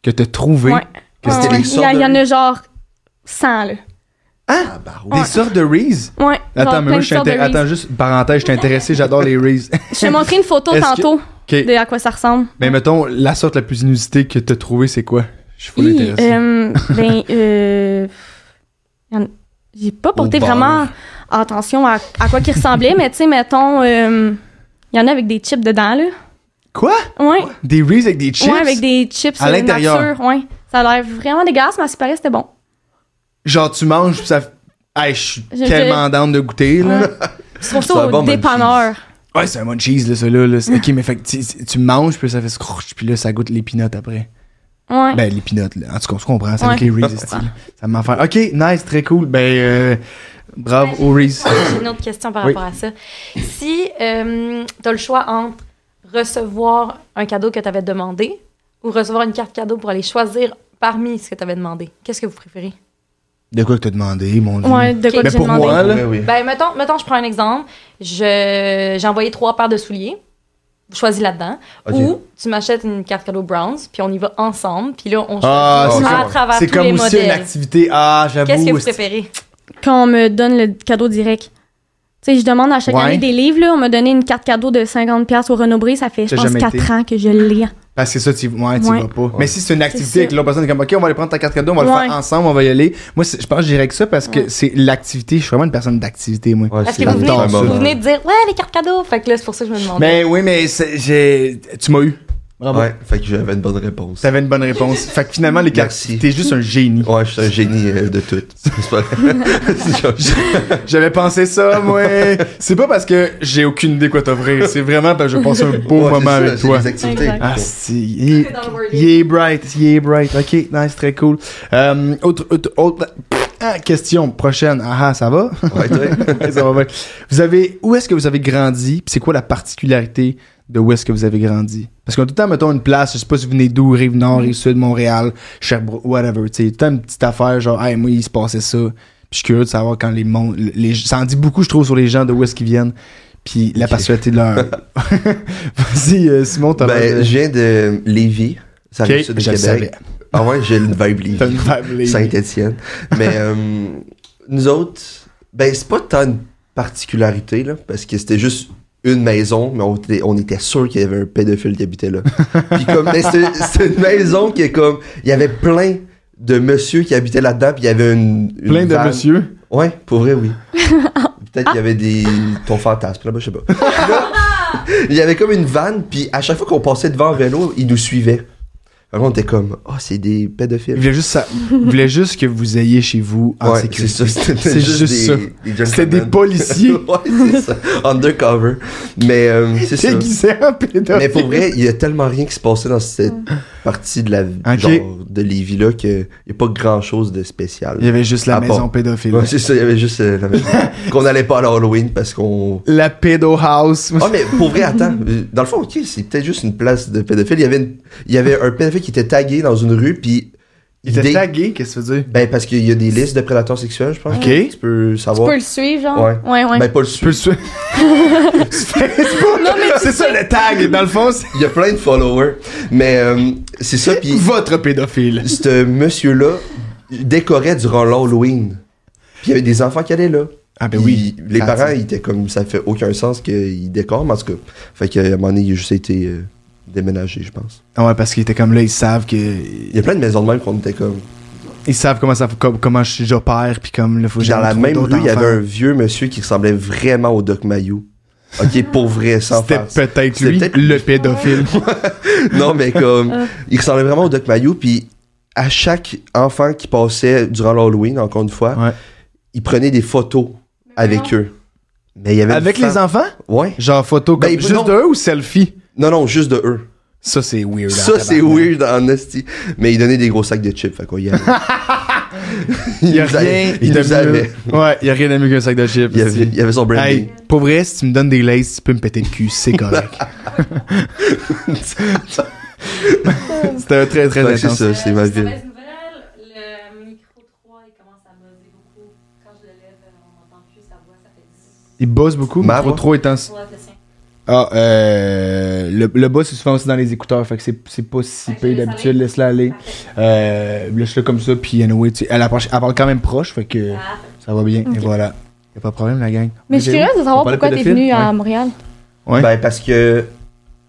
[SPEAKER 1] Que t'as trouvé
[SPEAKER 3] Ouais.
[SPEAKER 1] que
[SPEAKER 3] Ouais,
[SPEAKER 2] c'était
[SPEAKER 3] ouais.
[SPEAKER 2] des
[SPEAKER 3] Il y, a-
[SPEAKER 2] sortes
[SPEAKER 3] il y en
[SPEAKER 2] de-
[SPEAKER 3] a genre 100, là.
[SPEAKER 2] Ah, bah
[SPEAKER 1] des sortes de Reese.
[SPEAKER 3] Ouais. genre,
[SPEAKER 1] Attends, mais
[SPEAKER 3] plein
[SPEAKER 1] moi,
[SPEAKER 3] de
[SPEAKER 1] je suis
[SPEAKER 3] sortes de
[SPEAKER 1] inté-
[SPEAKER 3] Reese.
[SPEAKER 1] Attends, juste, parenthèse, je suis intéressé, j'adore les Reese.
[SPEAKER 3] Je t'ai montré une photo
[SPEAKER 1] Est-ce que-
[SPEAKER 3] tantôt
[SPEAKER 1] Ok.
[SPEAKER 3] de à quoi ça ressemble.
[SPEAKER 1] Mais mettons, la sorte la plus inusitée que t'as trouvée, c'est quoi? Je suis full
[SPEAKER 3] Hi,
[SPEAKER 1] intéressé.
[SPEAKER 3] euh, ben, euh, y en- j'ai pas porté
[SPEAKER 2] bar.
[SPEAKER 3] vraiment attention à, à quoi qu'il ressemblait, mais tu sais, mettons, il y en a avec des chips dedans, là.
[SPEAKER 1] Quoi?
[SPEAKER 3] Ouais,
[SPEAKER 1] Des Reese avec des chips?
[SPEAKER 3] ouais avec des chips
[SPEAKER 1] À
[SPEAKER 3] euh,
[SPEAKER 1] l'intérieur.
[SPEAKER 3] nature, ouais. Ça a l'air vraiment dégueulasse, mais à ce qui paraît, c'était bon.
[SPEAKER 1] Genre, tu manges, pis ça. f- Hey, je suis
[SPEAKER 3] Je-
[SPEAKER 1] tellement down de goûter, là.
[SPEAKER 3] Ouais. C'est pour
[SPEAKER 2] C'est
[SPEAKER 3] ça
[SPEAKER 2] un
[SPEAKER 3] au
[SPEAKER 2] bon bon
[SPEAKER 3] dépanneur.
[SPEAKER 1] Ouais, c'est un bon cheese, là, celui-là. là. C'est- Ok, mais fait que tu, tu- tu manges, puis ça fait scrooch, puis là, ça goûte l'épinote après.
[SPEAKER 3] Ouais.
[SPEAKER 1] Ben, l'épinote, là. En tout cas, on se comprend, c'est
[SPEAKER 3] Ouais.
[SPEAKER 1] avec les Reese, c'est-tu, là. Ça m'en fait. Ok, nice, très cool. Ben, euh, bravo aux Reese.
[SPEAKER 4] J'ai une autre question par
[SPEAKER 1] Oui.
[SPEAKER 4] rapport à ça. Si euh, tu as le choix entre recevoir un cadeau que tu avais demandé ou recevoir une carte cadeau pour aller choisir parmi ce que tu avais demandé, qu'est-ce que vous préférez?
[SPEAKER 1] De quoi que t'as demandé, mon dieu?
[SPEAKER 3] Ouais, de quoi
[SPEAKER 1] ben,
[SPEAKER 3] que j'ai
[SPEAKER 1] pour
[SPEAKER 3] demandé.
[SPEAKER 1] moi, là.
[SPEAKER 2] Oui, oui.
[SPEAKER 4] Ben, mettons, mettons, je prends un exemple. Je- J'ai envoyé trois paires de souliers. Choisis là-dedans.
[SPEAKER 2] Ok.
[SPEAKER 4] Ou tu m'achètes une carte cadeau Browns, puis on y va ensemble, puis là, on choisit
[SPEAKER 1] Ah,
[SPEAKER 2] c'est
[SPEAKER 4] à
[SPEAKER 2] bon.
[SPEAKER 4] travers
[SPEAKER 1] C'est
[SPEAKER 4] tous
[SPEAKER 1] comme
[SPEAKER 4] les
[SPEAKER 1] aussi une
[SPEAKER 4] modèles.
[SPEAKER 1] activité. Ah, j'avoue.
[SPEAKER 4] Qu'est-ce que vous
[SPEAKER 1] c'est-
[SPEAKER 4] préférez?
[SPEAKER 3] Quand on me donne le cadeau direct. Tu sais, je demande à chaque
[SPEAKER 1] Ouais.
[SPEAKER 3] année des livres, là. On m'a donné une carte cadeau de 50$ au Renaud-Bré. Ça fait, je
[SPEAKER 1] T'as
[SPEAKER 3] pense,
[SPEAKER 1] jamais
[SPEAKER 3] 4
[SPEAKER 1] été.
[SPEAKER 3] ans que je l'ai.
[SPEAKER 1] Parce que ça, tu ouais, tu
[SPEAKER 3] Ouais.
[SPEAKER 1] vas pas. Mais si c'est une
[SPEAKER 3] ça.
[SPEAKER 1] activité avec l'autre personne, comme, OK, on va aller prendre ta carte cadeau, on va
[SPEAKER 3] Ouais.
[SPEAKER 1] le faire ensemble, on va y aller. Moi, c'est- je pense que j'irais que ça parce que c'est l'activité. Je suis vraiment une personne d'activité, moi.
[SPEAKER 2] Ouais,
[SPEAKER 4] Parce
[SPEAKER 2] c'est
[SPEAKER 4] que vous venez,
[SPEAKER 1] J'adore ça.
[SPEAKER 4] vous venez de dire, ouais, les cartes cadeaux. Fait que là, c'est pour ça que je me demandais.
[SPEAKER 1] Mais oui, mais c'est- j'ai, tu m'as eu. Bravo.
[SPEAKER 2] Ouais, fait que j'avais une bonne réponse.
[SPEAKER 1] T'avais une bonne réponse. fait que finalement, les cartes,
[SPEAKER 2] Merci.
[SPEAKER 1] t'es juste un génie.
[SPEAKER 2] Ouais, je suis un génie euh, de tout. C'est pas
[SPEAKER 1] J'avais pensé ça, moi. c'est pas parce que j'ai aucune idée quoi t'offrir. C'est vraiment parce que je passe un beau moment avec toi.
[SPEAKER 2] Des activités.
[SPEAKER 3] Exact.
[SPEAKER 1] Ah, c'est. Il est-
[SPEAKER 4] Dans le wording.
[SPEAKER 1] il est bright, il est bright. Ok, nice, très cool. Euh, autre, autre, autre- ah, question prochaine. Ah, ah, ça va?
[SPEAKER 2] Ouais, toi.
[SPEAKER 1] Ouais, ça va bien. Vous avez, où est-ce que vous avez grandi? Puis c'est quoi la particularité de où est-ce que vous avez grandi? Parce qu'on a tout le temps, mettons, une place, je sais pas si vous venez d'où, Rive-Nord, Rive-Sud, Montréal, Sherbrooke, whatever. Tu sais, tout le temps une petite affaire, genre, hey, moi, il se passait ça. Puis je suis curieux de savoir quand les mondes. Les, ça en dit beaucoup, je trouve, sur les gens de où est-ce qu'ils viennent. Puis la
[SPEAKER 2] Ok.
[SPEAKER 1] particularité de leur. Vas-y, euh, Simon, t'as l'air
[SPEAKER 2] Ben,
[SPEAKER 1] de-
[SPEAKER 2] je viens de Lévis. Ça
[SPEAKER 1] Ok,
[SPEAKER 2] arrive sud du
[SPEAKER 1] je le savais.
[SPEAKER 2] Québec. Ah ouais, j'ai une vibe Lévis.
[SPEAKER 1] T'as une vibe, les-
[SPEAKER 2] Saint-Étienne. Mais euh, nous autres, ben c'est pas tant une particularité là, parce que c'était juste une maison, mais on était, on était sûr qu'il y avait un pédophile qui habitait là. Puis comme ben, c'était c'était une maison qui est comme il y avait plein de monsieur qui habitaient là-dedans, puis il y avait une, une
[SPEAKER 1] Plein de
[SPEAKER 2] vanne.
[SPEAKER 1] monsieur.
[SPEAKER 2] Ouais, pour vrai oui. Peut-être qu'il y avait des ton fantasme là-bas, je sais pas. Là, il y avait comme une vanne, puis à chaque fois qu'on passait devant en vélo, ils nous suivaient. Alors on était comme, oh, c'est des pédophiles.
[SPEAKER 1] Il voulait juste, ça... il voulait juste que vous ayez chez vous en sécurité.
[SPEAKER 2] C'est ça, c'était
[SPEAKER 1] Ah, C'est
[SPEAKER 2] juste,
[SPEAKER 1] juste
[SPEAKER 2] des,
[SPEAKER 1] ça.
[SPEAKER 2] des
[SPEAKER 1] C'était des
[SPEAKER 2] gentlemen.
[SPEAKER 1] policiers.
[SPEAKER 2] ouais, c'est ça. Undercover. Mais euh, c'est ça.
[SPEAKER 1] Déguisés en pédophile.
[SPEAKER 2] Mais pour vrai, il y a tellement rien qui se passait dans cette partie de la
[SPEAKER 1] Ok.
[SPEAKER 2] genre de Lévis là qu'il n'y a pas grand chose de spécial.
[SPEAKER 1] Il y avait juste la
[SPEAKER 2] À
[SPEAKER 1] maison
[SPEAKER 2] part.
[SPEAKER 1] pédophile.
[SPEAKER 2] Ouais, c'est ça, il y avait juste euh, la maison. qu'on n'allait pas à l'Halloween parce qu'on.
[SPEAKER 1] La pédo house.
[SPEAKER 2] Ah, mais pour vrai, attends. euh, Dans le fond, ok, c'est peut-être juste une place de pédophile. Il y avait, une- il y avait un pédophile qui était tagué dans une rue, puis.
[SPEAKER 1] Il était
[SPEAKER 2] des-
[SPEAKER 1] tagué, qu'est-ce que ça veut dire?
[SPEAKER 2] Ben, parce qu'il y a des listes de prédateurs sexuels, je pense.
[SPEAKER 1] Ok.
[SPEAKER 2] Tu peux
[SPEAKER 3] Tu
[SPEAKER 2] savoir.
[SPEAKER 3] peux le suivre, genre?
[SPEAKER 2] Ouais.
[SPEAKER 3] ouais. ouais.
[SPEAKER 2] Ben, pas le
[SPEAKER 1] Tu peux le suivre. Facebook! c'est ça le tag, dans le fond, c'est
[SPEAKER 2] Il y a plein de followers. Mais euh, c'est ça, puis
[SPEAKER 1] votre pédophile.
[SPEAKER 2] ce monsieur-là décorait durant l'Halloween. Puis il y avait des enfants qui allaient là.
[SPEAKER 1] Ah ben
[SPEAKER 2] Puis
[SPEAKER 1] oui.
[SPEAKER 2] Les
[SPEAKER 1] Ah,
[SPEAKER 2] parents,
[SPEAKER 1] c'est-
[SPEAKER 2] ils étaient comme, ça fait aucun sens qu'ils décorent, mais en tout cas. Fait qu'à un moment donné, il a juste été euh, déménagé, je pense.
[SPEAKER 1] Ah ouais, parce qu'ils étaient comme là, ils savent que.
[SPEAKER 2] Il y a plein de maisons de même qu'on était comme.
[SPEAKER 1] Ils savent comment ça comme- comment je- j'opère, puis comme là, faut que
[SPEAKER 2] Dans
[SPEAKER 1] j'aille
[SPEAKER 2] la
[SPEAKER 1] trouver
[SPEAKER 2] même
[SPEAKER 1] d'autres
[SPEAKER 2] rue, il y avait
[SPEAKER 1] enfants.
[SPEAKER 2] un vieux monsieur qui ressemblait vraiment au Doc Mayou. Ok, pour vrai, sans farce.
[SPEAKER 1] C'était peut-être
[SPEAKER 2] C'était
[SPEAKER 1] lui,
[SPEAKER 2] peut-être-
[SPEAKER 1] le pédophile.
[SPEAKER 2] Non, mais comme, il ressemblait vraiment au Doc Mayou, puis à chaque enfant qui passait durant l'Halloween, encore une fois,
[SPEAKER 1] Ouais.
[SPEAKER 2] il prenait des photos avec eux. Mais il y avait une
[SPEAKER 1] Avec
[SPEAKER 2] femme-
[SPEAKER 1] les enfants?
[SPEAKER 2] Ouais.
[SPEAKER 1] Genre photo comme
[SPEAKER 2] Ben,
[SPEAKER 1] juste
[SPEAKER 2] non.
[SPEAKER 1] de eux ou selfie?
[SPEAKER 2] Non, non, juste de eux.
[SPEAKER 1] Ça, c'est weird. en
[SPEAKER 2] Ça, c'est
[SPEAKER 1] tabarnak.
[SPEAKER 2] weird, en esti. Mais il donnait des gros sacs de chips, fait qu'on y allait.
[SPEAKER 1] Il y a
[SPEAKER 2] nous
[SPEAKER 1] rien.
[SPEAKER 2] avait- il
[SPEAKER 1] de
[SPEAKER 2] nous
[SPEAKER 1] mieux.
[SPEAKER 2] avait.
[SPEAKER 1] Ouais, il y a rien de mieux qu'un sac de chips.
[SPEAKER 2] Il y avait,
[SPEAKER 1] ici.
[SPEAKER 2] il y avait son branding.
[SPEAKER 1] Hey, pour vrai, si tu me donnes des laces, tu peux me péter le cul, c'est correct. C'était un très très
[SPEAKER 2] Fait que c'est
[SPEAKER 1] intense.
[SPEAKER 2] ça, c'est ma ville.
[SPEAKER 4] nouvelle, le micro 3, il commence à buzzer beaucoup. Quand je le lève, euh, on n'entend plus sa voix, ça fait 10.
[SPEAKER 1] Il bosse beaucoup, mais
[SPEAKER 2] Ma
[SPEAKER 1] trop
[SPEAKER 2] voix?
[SPEAKER 1] trop intense. Ah, euh, le, le boss c'est souvent aussi dans les écouteurs, fait que c'est, c'est pas si
[SPEAKER 3] Ah,
[SPEAKER 4] Ok,
[SPEAKER 1] payé
[SPEAKER 4] laisse
[SPEAKER 1] d'habitude,
[SPEAKER 4] aller.
[SPEAKER 1] laisse-la aller. Euh, laisse-le comme ça, puis anyway, tu sais, elle, approche- elle parle quand même proche, fait que
[SPEAKER 3] Ah.
[SPEAKER 1] ça va bien, et voilà. Y'a pas de problème, la gang.
[SPEAKER 3] Mais je suis curieuse de
[SPEAKER 1] On
[SPEAKER 3] savoir
[SPEAKER 1] parlait
[SPEAKER 3] pourquoi t'es
[SPEAKER 1] pédophile?
[SPEAKER 3] venu à
[SPEAKER 1] Ouais.
[SPEAKER 3] Montréal.
[SPEAKER 1] Ouais.
[SPEAKER 2] Ben, parce que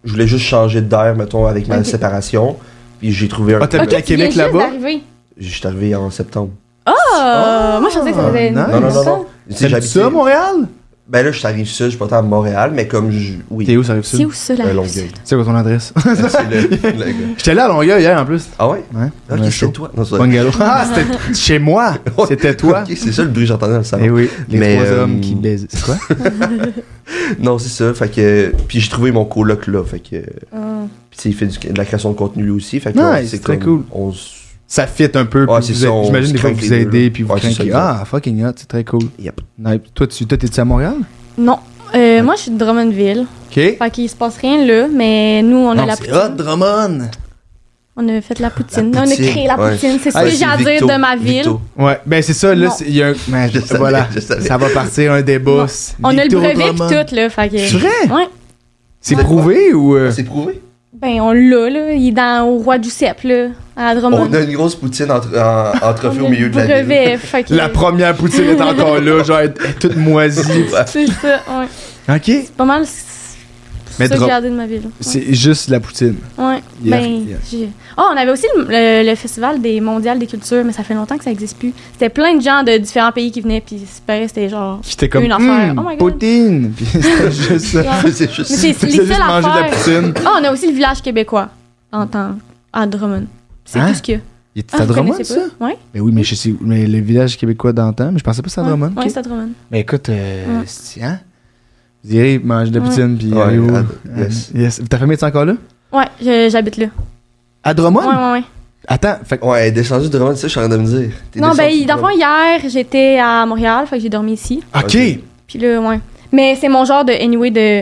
[SPEAKER 2] je voulais juste changer d'air, mettons, avec ma
[SPEAKER 3] Ok.
[SPEAKER 2] séparation. Puis j'ai trouvé un.
[SPEAKER 1] Ah, t'as-
[SPEAKER 3] Ok,
[SPEAKER 1] à
[SPEAKER 3] tu
[SPEAKER 1] Québec,
[SPEAKER 3] viens juste
[SPEAKER 1] là-bas?
[SPEAKER 3] d'arriver.
[SPEAKER 2] Je suis arrivé en septembre.
[SPEAKER 3] Ah, moi je pensais que ça faisait.
[SPEAKER 1] nice.
[SPEAKER 2] Non, non, non,
[SPEAKER 3] longtemps.
[SPEAKER 2] non. Tu sais,
[SPEAKER 1] T'aimes
[SPEAKER 2] j'habitais-
[SPEAKER 1] ça, Montréal?
[SPEAKER 2] Ben là, je suis arrivé sud, je suis pas tant à Montréal, mais comme je. Oui.
[SPEAKER 1] T'es où, ça arrive
[SPEAKER 3] C'est
[SPEAKER 1] sud?
[SPEAKER 3] où ça, la
[SPEAKER 2] Euh,
[SPEAKER 3] rive
[SPEAKER 2] Longueuil.
[SPEAKER 3] sud?
[SPEAKER 1] C'est quoi ton adresse?
[SPEAKER 2] C'est le- le gars.
[SPEAKER 1] J'étais là à Longueuil hier, en plus.
[SPEAKER 2] Ah ouais?
[SPEAKER 1] Ouais. on a
[SPEAKER 2] Ok,
[SPEAKER 1] chaud.
[SPEAKER 2] c'est toi. Non, c'est vrai.
[SPEAKER 1] Bungalow. Ah, c'était chez moi. C'était toi.
[SPEAKER 2] Ok, c'est ça le bruit que j'entendais dans le salon.
[SPEAKER 1] Eh oui, les
[SPEAKER 2] Mais,
[SPEAKER 1] trois
[SPEAKER 2] euh,
[SPEAKER 1] hommes qui baisent. C'est quoi?
[SPEAKER 2] Non, c'est ça. Fait que. Puis j'ai trouvé mon coloc là. Fait que.
[SPEAKER 3] Ah.
[SPEAKER 2] Puis tu sais, il fait du- de la création de contenu lui aussi. Fait que
[SPEAKER 1] Nice,
[SPEAKER 2] on- c'est
[SPEAKER 1] très cool.
[SPEAKER 2] comme- On s-
[SPEAKER 1] Ça fit un peu.
[SPEAKER 2] Ouais,
[SPEAKER 1] puis
[SPEAKER 2] Ah, c'est
[SPEAKER 1] vous
[SPEAKER 2] ça,
[SPEAKER 1] êtes-
[SPEAKER 2] on
[SPEAKER 1] J'imagine
[SPEAKER 2] se
[SPEAKER 1] des fois que
[SPEAKER 2] craque
[SPEAKER 1] vous
[SPEAKER 2] les deux,
[SPEAKER 1] aidez
[SPEAKER 2] là.
[SPEAKER 1] puis vous
[SPEAKER 2] Ouais, c'est
[SPEAKER 1] craquez.
[SPEAKER 2] ça,
[SPEAKER 1] Ah, fucking hot, c'est très cool.
[SPEAKER 2] Yep.
[SPEAKER 1] Nice. Toi, tu toi, t'es-tu à Montréal?
[SPEAKER 3] Non. Euh, moi, je suis de Drummondville.
[SPEAKER 1] OK.
[SPEAKER 3] Fait qu'il se passe rien là, mais nous, on a la
[SPEAKER 1] c'est
[SPEAKER 3] poutine.
[SPEAKER 1] hot, Drummond!
[SPEAKER 3] On a fait la poutine.
[SPEAKER 2] La
[SPEAKER 3] on a
[SPEAKER 2] poutine,
[SPEAKER 3] créé la
[SPEAKER 2] ouais.
[SPEAKER 3] poutine. C'est ce
[SPEAKER 2] Ah,
[SPEAKER 3] que j'ai à dire
[SPEAKER 2] Victo,
[SPEAKER 3] de ma ville.
[SPEAKER 2] Victo.
[SPEAKER 1] Ouais, ben c'est ça, là,
[SPEAKER 3] Non.
[SPEAKER 1] c'est- il y a un... ben,
[SPEAKER 2] Je savais,
[SPEAKER 1] voilà,
[SPEAKER 2] je savais.
[SPEAKER 1] ça va partir un débat.
[SPEAKER 3] Non. On a le
[SPEAKER 1] Victor
[SPEAKER 3] brevet pis
[SPEAKER 1] Drummond.
[SPEAKER 3] tout, là. Fait que...
[SPEAKER 1] C'est vrai?
[SPEAKER 3] Ouais.
[SPEAKER 1] C'est
[SPEAKER 2] C'est quoi?
[SPEAKER 1] prouvé ou... euh,
[SPEAKER 2] C'est prouvé.
[SPEAKER 3] Ben, on l'a, là. Il est dans, au roi du cèpe, là, à Drummond.
[SPEAKER 2] On a une grosse poutine entre- en, en trophée
[SPEAKER 3] On
[SPEAKER 2] au
[SPEAKER 3] a
[SPEAKER 2] milieu de la
[SPEAKER 3] Le
[SPEAKER 2] ville.
[SPEAKER 3] brevet, fait que...
[SPEAKER 1] La première poutine est encore là, genre, elle est toute moisie.
[SPEAKER 3] C'est ça, ouais.
[SPEAKER 1] OK.
[SPEAKER 3] C'est pas mal... C'est
[SPEAKER 1] Mais
[SPEAKER 3] C'est ça que
[SPEAKER 1] drop-
[SPEAKER 3] j'ai gardé de ma vie. là. Ouais.
[SPEAKER 1] C'est juste la poutine.
[SPEAKER 3] Ouais.
[SPEAKER 1] Hier-
[SPEAKER 3] Ben,
[SPEAKER 1] hier.
[SPEAKER 3] j'ai- Oh, on avait aussi le, le- le festival des mondiales des cultures, mais ça fait longtemps que ça n'existe plus. C'était plein de gens de différents pays qui venaient, puis c'est pareil, c'était genre.
[SPEAKER 1] J'étais comme
[SPEAKER 3] Une affaire.
[SPEAKER 1] hmm,
[SPEAKER 3] Oh my God.
[SPEAKER 1] poutine. Puis c'était juste ça.
[SPEAKER 3] genre-
[SPEAKER 2] C'est juste.
[SPEAKER 3] mais c'est c'est
[SPEAKER 1] C'est
[SPEAKER 3] les
[SPEAKER 1] juste
[SPEAKER 3] seules
[SPEAKER 1] manger de la
[SPEAKER 3] affaires.
[SPEAKER 1] poutine.
[SPEAKER 3] Ah, on a aussi le village québécois en temps à Drummond. C'est
[SPEAKER 1] Hein?
[SPEAKER 3] tout ce qu'il y a.
[SPEAKER 1] Il était
[SPEAKER 3] Ah,
[SPEAKER 1] à
[SPEAKER 3] vous
[SPEAKER 1] Drummond,
[SPEAKER 3] connaissez
[SPEAKER 1] ça?
[SPEAKER 3] pas? Ouais.
[SPEAKER 1] Mais oui, mais je sais, mais le village québécois d'antan, mais je pensais pas que c'était à Drummond.
[SPEAKER 3] Ouais,
[SPEAKER 1] ok.
[SPEAKER 3] c'est à Drummond.
[SPEAKER 1] Mais écoute, euh,
[SPEAKER 3] Ouais.
[SPEAKER 1] c'est- hein? Vous irez manger de la
[SPEAKER 3] Ouais.
[SPEAKER 1] poutine, puis
[SPEAKER 2] Ouais,
[SPEAKER 1] allez-vous.
[SPEAKER 2] à-
[SPEAKER 1] Euh,
[SPEAKER 2] yes.
[SPEAKER 1] yes. Ta famille est encore là?
[SPEAKER 3] Ouais, je- j'habite là.
[SPEAKER 1] À Drummond?
[SPEAKER 3] Ouais, ouais, ouais.
[SPEAKER 1] Attends, fait que-
[SPEAKER 2] Ouais, elle est descendue de Drummond, c'est ça, que je suis en train de me dire. T'es
[SPEAKER 3] Non, ben,
[SPEAKER 2] descendue
[SPEAKER 3] dans
[SPEAKER 2] de
[SPEAKER 3] le fond, hier, j'étais à Montréal, fait que j'ai dormi ici.
[SPEAKER 1] OK.
[SPEAKER 3] Puis là, ouais. Mais c'est mon genre de anyway de.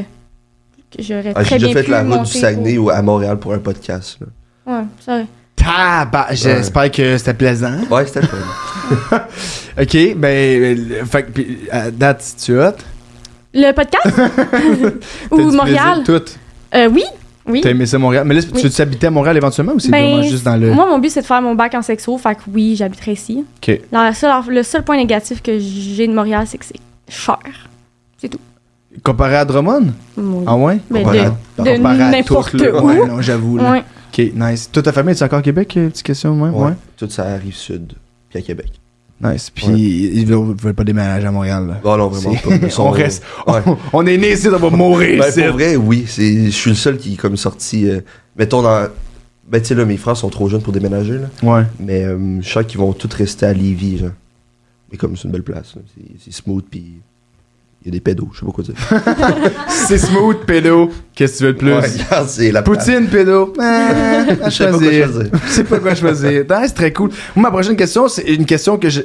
[SPEAKER 3] que J'aurais
[SPEAKER 2] Ah, J'ai
[SPEAKER 3] très bien
[SPEAKER 2] déjà fait
[SPEAKER 3] pu
[SPEAKER 2] la route du
[SPEAKER 3] monter
[SPEAKER 2] Saguenay ou à Montréal pour un podcast. là.
[SPEAKER 3] au- Ouais, ça.
[SPEAKER 1] Tabar- J'espère que c'était plaisant.
[SPEAKER 2] Ouais, c'était le fun.
[SPEAKER 1] OK, ben, euh, fait que, puis, à date, si tu hot.
[SPEAKER 3] Le podcast
[SPEAKER 1] T'as du
[SPEAKER 3] Ou
[SPEAKER 1] plaisir,
[SPEAKER 3] Montréal
[SPEAKER 1] Tout.
[SPEAKER 3] Euh, Oui, oui.
[SPEAKER 1] T'as aimé ça, Montréal. Mais là, tu
[SPEAKER 3] Oui.
[SPEAKER 1] veux-tu habiter à Montréal éventuellement ou c'est
[SPEAKER 3] Ben,
[SPEAKER 1] vraiment juste dans le.
[SPEAKER 3] Moi, mon but, c'est de faire mon bac en sexo, fait que oui, j'habiterai ici.
[SPEAKER 1] OK.
[SPEAKER 3] La seule- le seul point négatif que j'ai de Montréal, c'est que c'est cher.
[SPEAKER 1] Comparé à Drummond?
[SPEAKER 3] Oui.
[SPEAKER 1] Ah ouais?
[SPEAKER 3] Ben,
[SPEAKER 1] Comparé
[SPEAKER 3] de-
[SPEAKER 1] à-
[SPEAKER 3] de
[SPEAKER 1] comparé à
[SPEAKER 3] n'importe
[SPEAKER 1] tout, là.
[SPEAKER 3] où.
[SPEAKER 1] Ouais, non, j'avoue. là.
[SPEAKER 3] Ouais.
[SPEAKER 1] OK, nice. Toute ta famille, est-tu encore au Québec? euh, Petite question, ouais.
[SPEAKER 2] Ouais.
[SPEAKER 1] ouais.
[SPEAKER 2] Tout ça arrive sud, puis à Québec.
[SPEAKER 1] Nice. Puis
[SPEAKER 2] Ouais.
[SPEAKER 1] ils veulent, veulent pas déménager à Montréal. Là.
[SPEAKER 2] Oh non, vraiment
[SPEAKER 1] C'est-
[SPEAKER 2] pas. Ils sont-
[SPEAKER 1] on reste.
[SPEAKER 2] Ouais.
[SPEAKER 1] On, on est né ici, on va mourir
[SPEAKER 2] Ben,
[SPEAKER 1] ici.
[SPEAKER 2] pour vrai, oui. c'est- Je suis le seul qui est comme sorti. euh, mettons dans. Ben, tu sais, là, mes frères sont trop jeunes pour déménager, là.
[SPEAKER 1] Ouais.
[SPEAKER 2] Mais euh, je sens qu'ils vont tous rester à Lévis, genre. Mais comme c'est une belle place, là, c'est- c'est smooth, puis il y a des pédos, je sais pas quoi dire.
[SPEAKER 1] C'est smooth, pédo. Qu'est-ce que tu veux de plus?
[SPEAKER 2] Ouais, regarde, Ah, c'est la place.
[SPEAKER 1] Poutine, pédo. Ah, à
[SPEAKER 2] Je sais pas quoi
[SPEAKER 1] choisir.
[SPEAKER 2] choisir.
[SPEAKER 1] Je sais pas quoi choisir. Non, c'est très cool. Moi, ma prochaine question, c'est une question que je...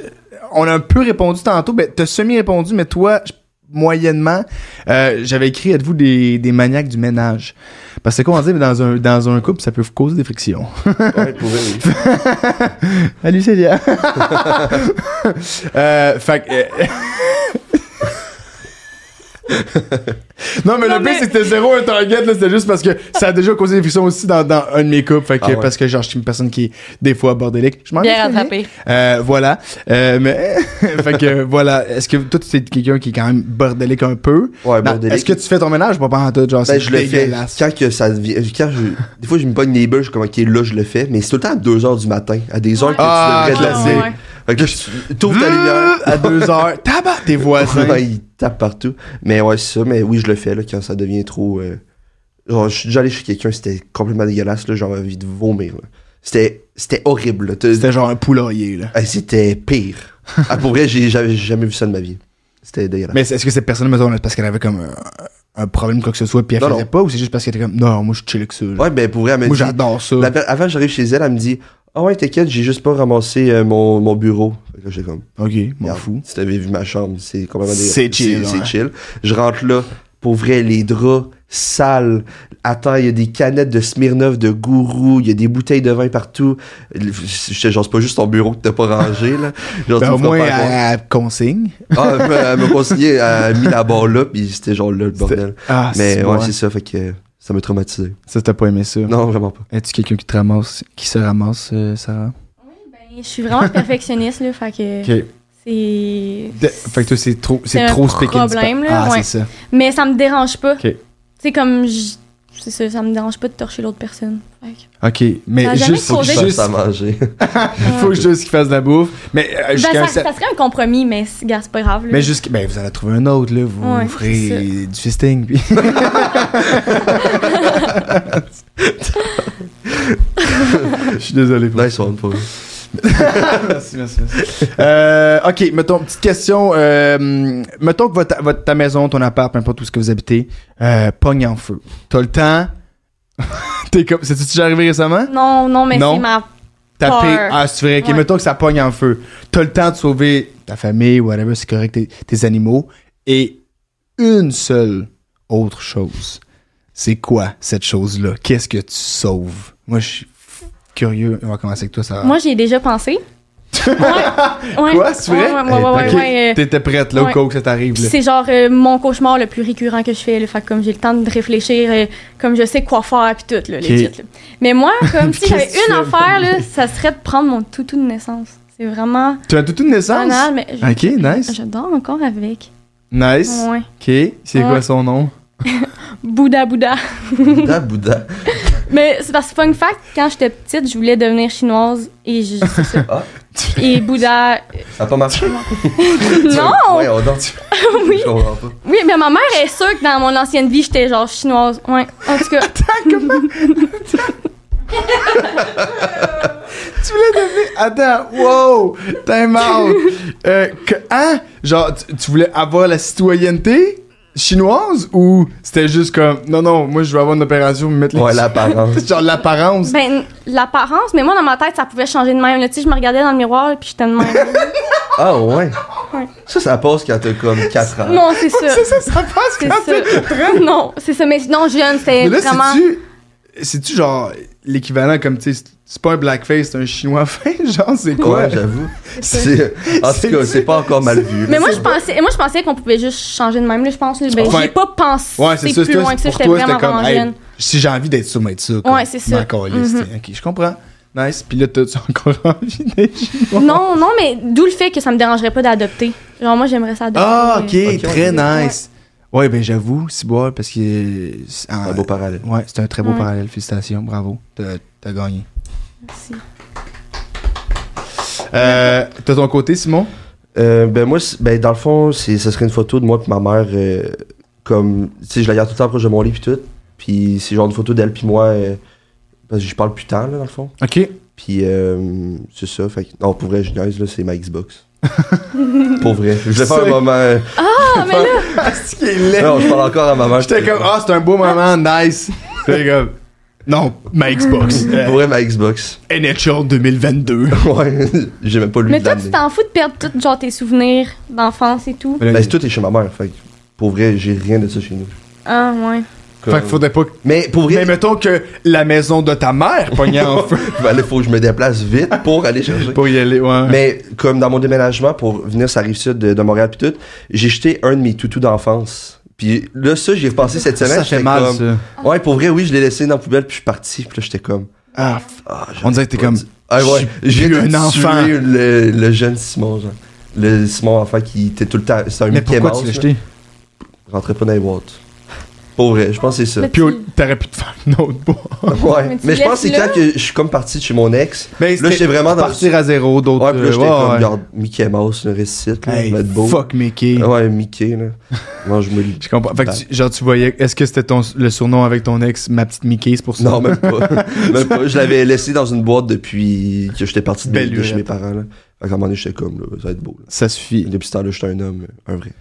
[SPEAKER 1] on a un peu répondu tantôt. Ben, t'as semi-répondu, mais toi, je- moyennement, euh, j'avais écrit êtes-vous des, des maniaques du ménage? Parce que quoi on dit, mais dans un, dans un couple, ça peut vous causer des frictions.
[SPEAKER 2] Ouais, pour vrai, oui.
[SPEAKER 1] Salut Célia. euh, fait que, euh, Non, mais
[SPEAKER 3] Non,
[SPEAKER 1] le pire,
[SPEAKER 3] mais-
[SPEAKER 1] c'est que c'était zéro un target, là. C'était juste parce que ça a déjà causé des frictions aussi dans, dans un de mes couples. Fait que,
[SPEAKER 2] Ah ouais.
[SPEAKER 1] parce que, genre, je suis une personne qui est des fois bordélique. Je m'en
[SPEAKER 4] Bien
[SPEAKER 1] excuse.
[SPEAKER 4] rattrapé.
[SPEAKER 1] Euh, voilà. Euh, mais, fait que, euh, voilà. Est-ce que toi, tu es quelqu'un qui est quand même bordélique un peu?
[SPEAKER 2] Ouais,
[SPEAKER 1] Non,
[SPEAKER 2] bordélique.
[SPEAKER 1] Est-ce que tu fais ton ménage? ou Pas pendant tout, genre,
[SPEAKER 2] Ben,
[SPEAKER 1] c'est
[SPEAKER 2] je le fais.
[SPEAKER 1] dégueulasse.
[SPEAKER 2] Quand que ça devient. Quand je, des fois, je me pogne les bulles, je suis comme, ok, là, je le fais. Mais c'est tout le temps à 2h du matin, à des heures que
[SPEAKER 1] Ah,
[SPEAKER 2] tu devrais te
[SPEAKER 3] ouais,
[SPEAKER 2] laisser.
[SPEAKER 3] ouais.
[SPEAKER 2] Fait que là, je- t'ouvres ta lumière.
[SPEAKER 1] à deux heures. Tabac, tes voisins.
[SPEAKER 2] Ouais, il tape partout. Mais ouais, c'est ça. Mais oui, je le fais, là, quand ça devient trop. euh, Genre, je suis déjà allé chez quelqu'un, c'était complètement dégueulasse, là. J'avais envie de vomir, là. C'était, c'était horrible, là. T'as-
[SPEAKER 1] C'était genre un poulailler, là.
[SPEAKER 2] Ah, C'était pire. ah, pour vrai, j'ai, j'avais jamais vu ça de ma vie. C'était dégueulasse.
[SPEAKER 1] Mais c'est- est-ce que cette personne, mettons, là, parce qu'elle avait comme euh, un, un problème, quoi que ce soit, puis elle
[SPEAKER 2] Non,
[SPEAKER 1] faisait
[SPEAKER 2] non.
[SPEAKER 1] pas, ou c'est juste parce qu'elle était comme, non, moi, je suis chill avec ça. là.
[SPEAKER 2] Ouais, ben, pour vrai, elle me
[SPEAKER 1] moi,
[SPEAKER 2] dit-
[SPEAKER 1] j'adore ça.
[SPEAKER 2] La per- avant, j'arrive chez elle, elle me dit Ah ouais, t'inquiète, j'ai juste pas ramassé euh, mon, mon bureau. Fait que là, j'étais comme
[SPEAKER 1] Ok, m'en
[SPEAKER 2] Regarde,
[SPEAKER 1] fous.
[SPEAKER 2] Si t'avais vu ma chambre, c'est complètement des-
[SPEAKER 1] C'est chill,
[SPEAKER 2] C'est
[SPEAKER 1] ouais.
[SPEAKER 2] chill. Je rentre là, pour vrai, les draps sales. Attends, il y a des canettes de Smirnoff, de gourou, il y a des bouteilles de vin partout. Le- J'étais genre, c'est pas juste ton bureau que t'as pas rangé, là. Genre,
[SPEAKER 1] Ben,
[SPEAKER 2] tu
[SPEAKER 1] au
[SPEAKER 2] me feras
[SPEAKER 1] moins,
[SPEAKER 2] pas avoir-
[SPEAKER 1] elle, elle consigne.
[SPEAKER 2] Ah, elle m'a- elle m'a conseillé, elle a mis la barre là, puis c'était genre là, le bordel.
[SPEAKER 1] Ah,
[SPEAKER 2] Mais
[SPEAKER 1] c'est
[SPEAKER 2] ouais,
[SPEAKER 1] bon.
[SPEAKER 2] c'est ça, fait que ça m'a traumatisé.
[SPEAKER 1] Ça, t'as pas aimé ça.
[SPEAKER 2] Non, vraiment pas.
[SPEAKER 1] Es-tu quelqu'un qui te ramasse, qui se ramasse, euh, Sarah?
[SPEAKER 3] Ben, je suis vraiment perfectionniste, là, fait que
[SPEAKER 1] Ok.
[SPEAKER 3] c'est.
[SPEAKER 1] De- Fait que toi, c'est trop,
[SPEAKER 3] C'est
[SPEAKER 1] c'est
[SPEAKER 3] un
[SPEAKER 1] trop speak and span.
[SPEAKER 3] problème, là,
[SPEAKER 1] Ah,
[SPEAKER 3] ouais.
[SPEAKER 1] c'est ça.
[SPEAKER 3] Mais ça me dérange pas.
[SPEAKER 1] Ok.
[SPEAKER 3] C'est comme. je- C'est ça, ça me dérange pas de torcher l'autre personne. Fait que-
[SPEAKER 1] Ok,
[SPEAKER 3] Ça a
[SPEAKER 1] mais
[SPEAKER 3] jamais
[SPEAKER 1] juste,
[SPEAKER 2] Faut que je
[SPEAKER 3] Juste-
[SPEAKER 2] fasse à manger.
[SPEAKER 1] faut juste qu'il fasse de la bouffe. Mais euh,
[SPEAKER 3] Ben,
[SPEAKER 1] jusqu'à
[SPEAKER 3] ça,
[SPEAKER 1] un cer-
[SPEAKER 3] ça serait un compromis, mais c'est gars, c'est pas grave. là.
[SPEAKER 1] Mais jusqu'à. Ben, vous allez trouver un autre, là. Vous
[SPEAKER 3] Ouais,
[SPEAKER 1] ferez
[SPEAKER 3] c'est
[SPEAKER 1] du fisting, puis. Je suis désolé pour
[SPEAKER 2] nice one, pour vrai.
[SPEAKER 1] merci, merci, merci. Euh, ok, mettons, petite question. euh, mettons que votre, votre- ta maison, ton appart, peu importe où ce que vous habitez, euh, pogne en feu. T'as le temps. T'es comme. C'est-tu déjà arrivé récemment?
[SPEAKER 3] Non, non, mais
[SPEAKER 1] Non.
[SPEAKER 3] c'est ma.
[SPEAKER 1] Taper.
[SPEAKER 3] Peur.
[SPEAKER 1] Ah, c'est vrai. Ok,
[SPEAKER 3] Ouais.
[SPEAKER 1] mettons que ça pogne en feu. T'as le temps de sauver ta famille, whatever, c'est correct, tes, tes animaux. Et une seule autre chose. C'est quoi cette chose-là? Qu'est-ce que tu sauves? Moi, je suis curieux. On va commencer avec toi, Sarah.
[SPEAKER 3] Moi, j'y ai déjà pensé. Ouais. Ouais.
[SPEAKER 1] Ah. Quoi, c'est vrai?
[SPEAKER 3] Ouais, ouais, ouais, ouais,
[SPEAKER 1] Ok,
[SPEAKER 3] ouais, euh,
[SPEAKER 1] T'étais prête, là, au
[SPEAKER 3] ouais.
[SPEAKER 1] cas où ça t'arrive,
[SPEAKER 3] Puis
[SPEAKER 1] là.
[SPEAKER 3] c'est genre euh, mon cauchemar le plus récurrent que je fais. Là, fait que comme j'ai le temps de réfléchir, euh, comme je sais quoi faire, puis tout, là,
[SPEAKER 1] Ok.
[SPEAKER 3] legit, là. Mais moi, comme si j'avais
[SPEAKER 1] Qu'est-ce que tu
[SPEAKER 3] une
[SPEAKER 1] fais,
[SPEAKER 3] affaire, là, ça serait de prendre mon toutou de naissance. C'est vraiment
[SPEAKER 1] Tu as toute une naissance?
[SPEAKER 3] banal, mais je,
[SPEAKER 1] Ok, nice.
[SPEAKER 3] je dors encore avec.
[SPEAKER 1] Nice.
[SPEAKER 3] Ouais.
[SPEAKER 1] Ok, c'est
[SPEAKER 3] Ouais.
[SPEAKER 1] quoi son nom?
[SPEAKER 3] Bouddha Bouddha.
[SPEAKER 2] Bouddha, Bouddha.
[SPEAKER 3] Mais c'est parce que, fun fact, quand j'étais petite, je voulais devenir chinoise et je. c'est ça.
[SPEAKER 2] Ah.
[SPEAKER 3] Et Bouddha. euh,
[SPEAKER 2] Ça a pas marché?
[SPEAKER 3] non!
[SPEAKER 2] Ouais, on dort.
[SPEAKER 3] Oui.
[SPEAKER 2] Je comprends pas.
[SPEAKER 3] Oui, mais ma mère est sûre que dans mon ancienne vie, j'étais genre chinoise. Ouais, en tout cas.
[SPEAKER 1] Tu voulais devenir. Attends, wow! Time out! Euh, que, hein? Genre, tu, tu voulais avoir la citoyenneté chinoise ou c'était juste comme, non, non, moi je veux avoir une opération, me mettre les-
[SPEAKER 2] Ouais, l'apparence.
[SPEAKER 1] Genre l'apparence.
[SPEAKER 3] Ben, l'apparence, mais moi, dans ma tête, ça pouvait changer de même. là. Tu sais, je me regardais dans le miroir puis j'étais de même.
[SPEAKER 2] Ah ouais.
[SPEAKER 3] Ouais.
[SPEAKER 2] Ça, ça passe quand t'as comme 4 ans.
[SPEAKER 3] non, c'est ça.
[SPEAKER 1] C'est Ah, ça, ça passe
[SPEAKER 3] C'est
[SPEAKER 1] quand t'es-
[SPEAKER 3] ça. Non, c'est ça. Mais non, jeune, c'était
[SPEAKER 1] Mais là,
[SPEAKER 3] vraiment.
[SPEAKER 1] c'est-tu. C'est-tu genre l'équivalent comme, tu sais, c'est- c'est pas un blackface, c'est un chinois fin? Genre, c'est quoi?
[SPEAKER 2] Ouais, j'avoue. C'est... En tout cas, c'est pas encore mal vu.
[SPEAKER 3] Mais moi je pensais, et moi je pensais qu'on pouvait juste changer de même là, je pense. là. Ben,
[SPEAKER 1] Enfin,
[SPEAKER 3] j'ai pas pensé
[SPEAKER 1] Ouais, c'est ça.
[SPEAKER 3] plus
[SPEAKER 1] toi,
[SPEAKER 3] loin que ça,
[SPEAKER 1] pour
[SPEAKER 3] j'étais
[SPEAKER 1] toi, c'était
[SPEAKER 3] vraiment
[SPEAKER 1] comme,
[SPEAKER 3] vraiment
[SPEAKER 1] hey,
[SPEAKER 3] jeune.
[SPEAKER 1] si j'ai envie d'être sur mais ça.
[SPEAKER 3] Ouais, c'est ça. Mm-hmm.
[SPEAKER 1] Encore Ok, je comprends. Nice. Puis là, t'as tu as encore envie d'être chinois?
[SPEAKER 3] Non, non, mais d'où le fait que ça me dérangerait pas d'adopter. Genre moi j'aimerais ça adopter.
[SPEAKER 1] Ah, ok,
[SPEAKER 2] Ok,
[SPEAKER 1] très
[SPEAKER 3] ouais.
[SPEAKER 1] nice. Ouais, ben j'avoue, Ciboire, parce que. euh, c'est
[SPEAKER 2] Un beau parallèle.
[SPEAKER 1] Ouais, c'est un très beau
[SPEAKER 3] Ouais.
[SPEAKER 1] parallèle. Félicitations, bravo. T'as t'as gagné.
[SPEAKER 3] Merci.
[SPEAKER 1] Euh, t'as ton côté, Simon?
[SPEAKER 2] Euh, ben moi, c'est- ben dans le fond, c'est, ce serait une photo de moi puis ma mère, euh, comme, tu sais, je la garde tout le temps proche de mon lit puis tout. Puis c'est genre une photo d'elle puis moi, euh, parce que je parle plus tant là dans le fond.
[SPEAKER 1] Ok.
[SPEAKER 2] Puis euh, c'est ça. Fait que, non, pour vrai, je niaise, là, c'est ma Xbox. pour vrai, je voulais faire un
[SPEAKER 1] C'est-
[SPEAKER 2] moment. euh,
[SPEAKER 3] Ah mais là,
[SPEAKER 1] Ah, ce qui est laid.
[SPEAKER 2] non, je parle encore à ma mère.
[SPEAKER 1] J'étais comme, ah, c'est un beau moment, nice. J'étais comme, non, ma Xbox.
[SPEAKER 2] Pour
[SPEAKER 1] Euh,
[SPEAKER 2] vrai, ma Xbox.
[SPEAKER 1] NHL 2022.
[SPEAKER 2] ouais, j'ai même pas lu
[SPEAKER 3] mais
[SPEAKER 2] de
[SPEAKER 3] toi
[SPEAKER 2] l'année.
[SPEAKER 3] tu t'en fous de perdre tout genre tes souvenirs d'enfance et tout.
[SPEAKER 2] Ben, tout est chez ma mère. Fait que, pour vrai, j'ai rien de ça chez nous.
[SPEAKER 3] Ah ouais.
[SPEAKER 1] Fait qu'il faudrait pas.
[SPEAKER 2] Mais pour vrai,
[SPEAKER 1] Mais mettons que la maison de ta mère pognait en feu.
[SPEAKER 2] ben, là, faut que je me déplace vite pour aller chercher.
[SPEAKER 1] Pour y aller, ouais.
[SPEAKER 2] Mais comme dans mon déménagement pour venir sur la rive sud de, de Montréal puis tout, j'ai jeté un de mes toutous d'enfance. Puis là, ça, j'y ai repensé cette semaine.
[SPEAKER 1] ça fait
[SPEAKER 2] j'étais
[SPEAKER 1] mal,
[SPEAKER 2] comme-
[SPEAKER 1] ça.
[SPEAKER 2] Ouais, pour vrai, oui, je l'ai laissé dans la poubelle puis je suis parti. Puis là, j'étais comme.
[SPEAKER 1] Ah,
[SPEAKER 2] ah, j'aurais
[SPEAKER 1] On dirait que t'es
[SPEAKER 2] pas
[SPEAKER 1] comme,
[SPEAKER 2] dû- Ah ouais,
[SPEAKER 1] je suis
[SPEAKER 2] j'ai
[SPEAKER 1] plus
[SPEAKER 2] un
[SPEAKER 1] un enfant.
[SPEAKER 2] enfant. Le, le jeune Simon, genre. Le Simon enfant qui était tout le temps. C'est un
[SPEAKER 1] mais
[SPEAKER 2] Mickey
[SPEAKER 1] pourquoi
[SPEAKER 2] Mouse,
[SPEAKER 1] tu l'as
[SPEAKER 2] là.
[SPEAKER 1] jeté?
[SPEAKER 2] Rentrait pas dans les boîtes. Pour vrai, je pense que c'est ça.
[SPEAKER 3] Mais-
[SPEAKER 1] Puis au- t'aurais pu te faire une autre boîte.
[SPEAKER 2] Ouais.
[SPEAKER 3] Mais
[SPEAKER 2] Mais,
[SPEAKER 3] tu
[SPEAKER 2] je pense que c'est
[SPEAKER 3] laisses-le?
[SPEAKER 2] quand que je suis comme parti de chez mon ex.
[SPEAKER 1] Mais
[SPEAKER 2] Là, j'étais vraiment dans.
[SPEAKER 1] Partir à zéro, d'autres.
[SPEAKER 2] Ouais, puis là, j'étais
[SPEAKER 1] ouais,
[SPEAKER 2] comme,
[SPEAKER 1] ouais.
[SPEAKER 2] regarde, Mickey Mouse, le récite, là,
[SPEAKER 1] Hey,
[SPEAKER 2] va être beau.
[SPEAKER 1] fuck Mickey.
[SPEAKER 2] Ah Ouais, Mickey, là. Moi, je me le-
[SPEAKER 1] Je comprends. Fait que, tu- genre, tu voyais. Est-ce que c'était ton, le surnom avec ton ex, ma petite Mickey, c'est pour ça?
[SPEAKER 2] Non, même pas. Même pas. Je l'avais laissé dans une boîte depuis que j'étais parti de,
[SPEAKER 1] Belle
[SPEAKER 2] de chez
[SPEAKER 1] lurette.
[SPEAKER 2] mes parents, là. Fait qu'à un moment donné, j'étais comme, là, ça va être beau, là.
[SPEAKER 1] Ça
[SPEAKER 2] Et
[SPEAKER 1] suffit.
[SPEAKER 2] depuis ce temps-là, j'étais un homme, un vrai.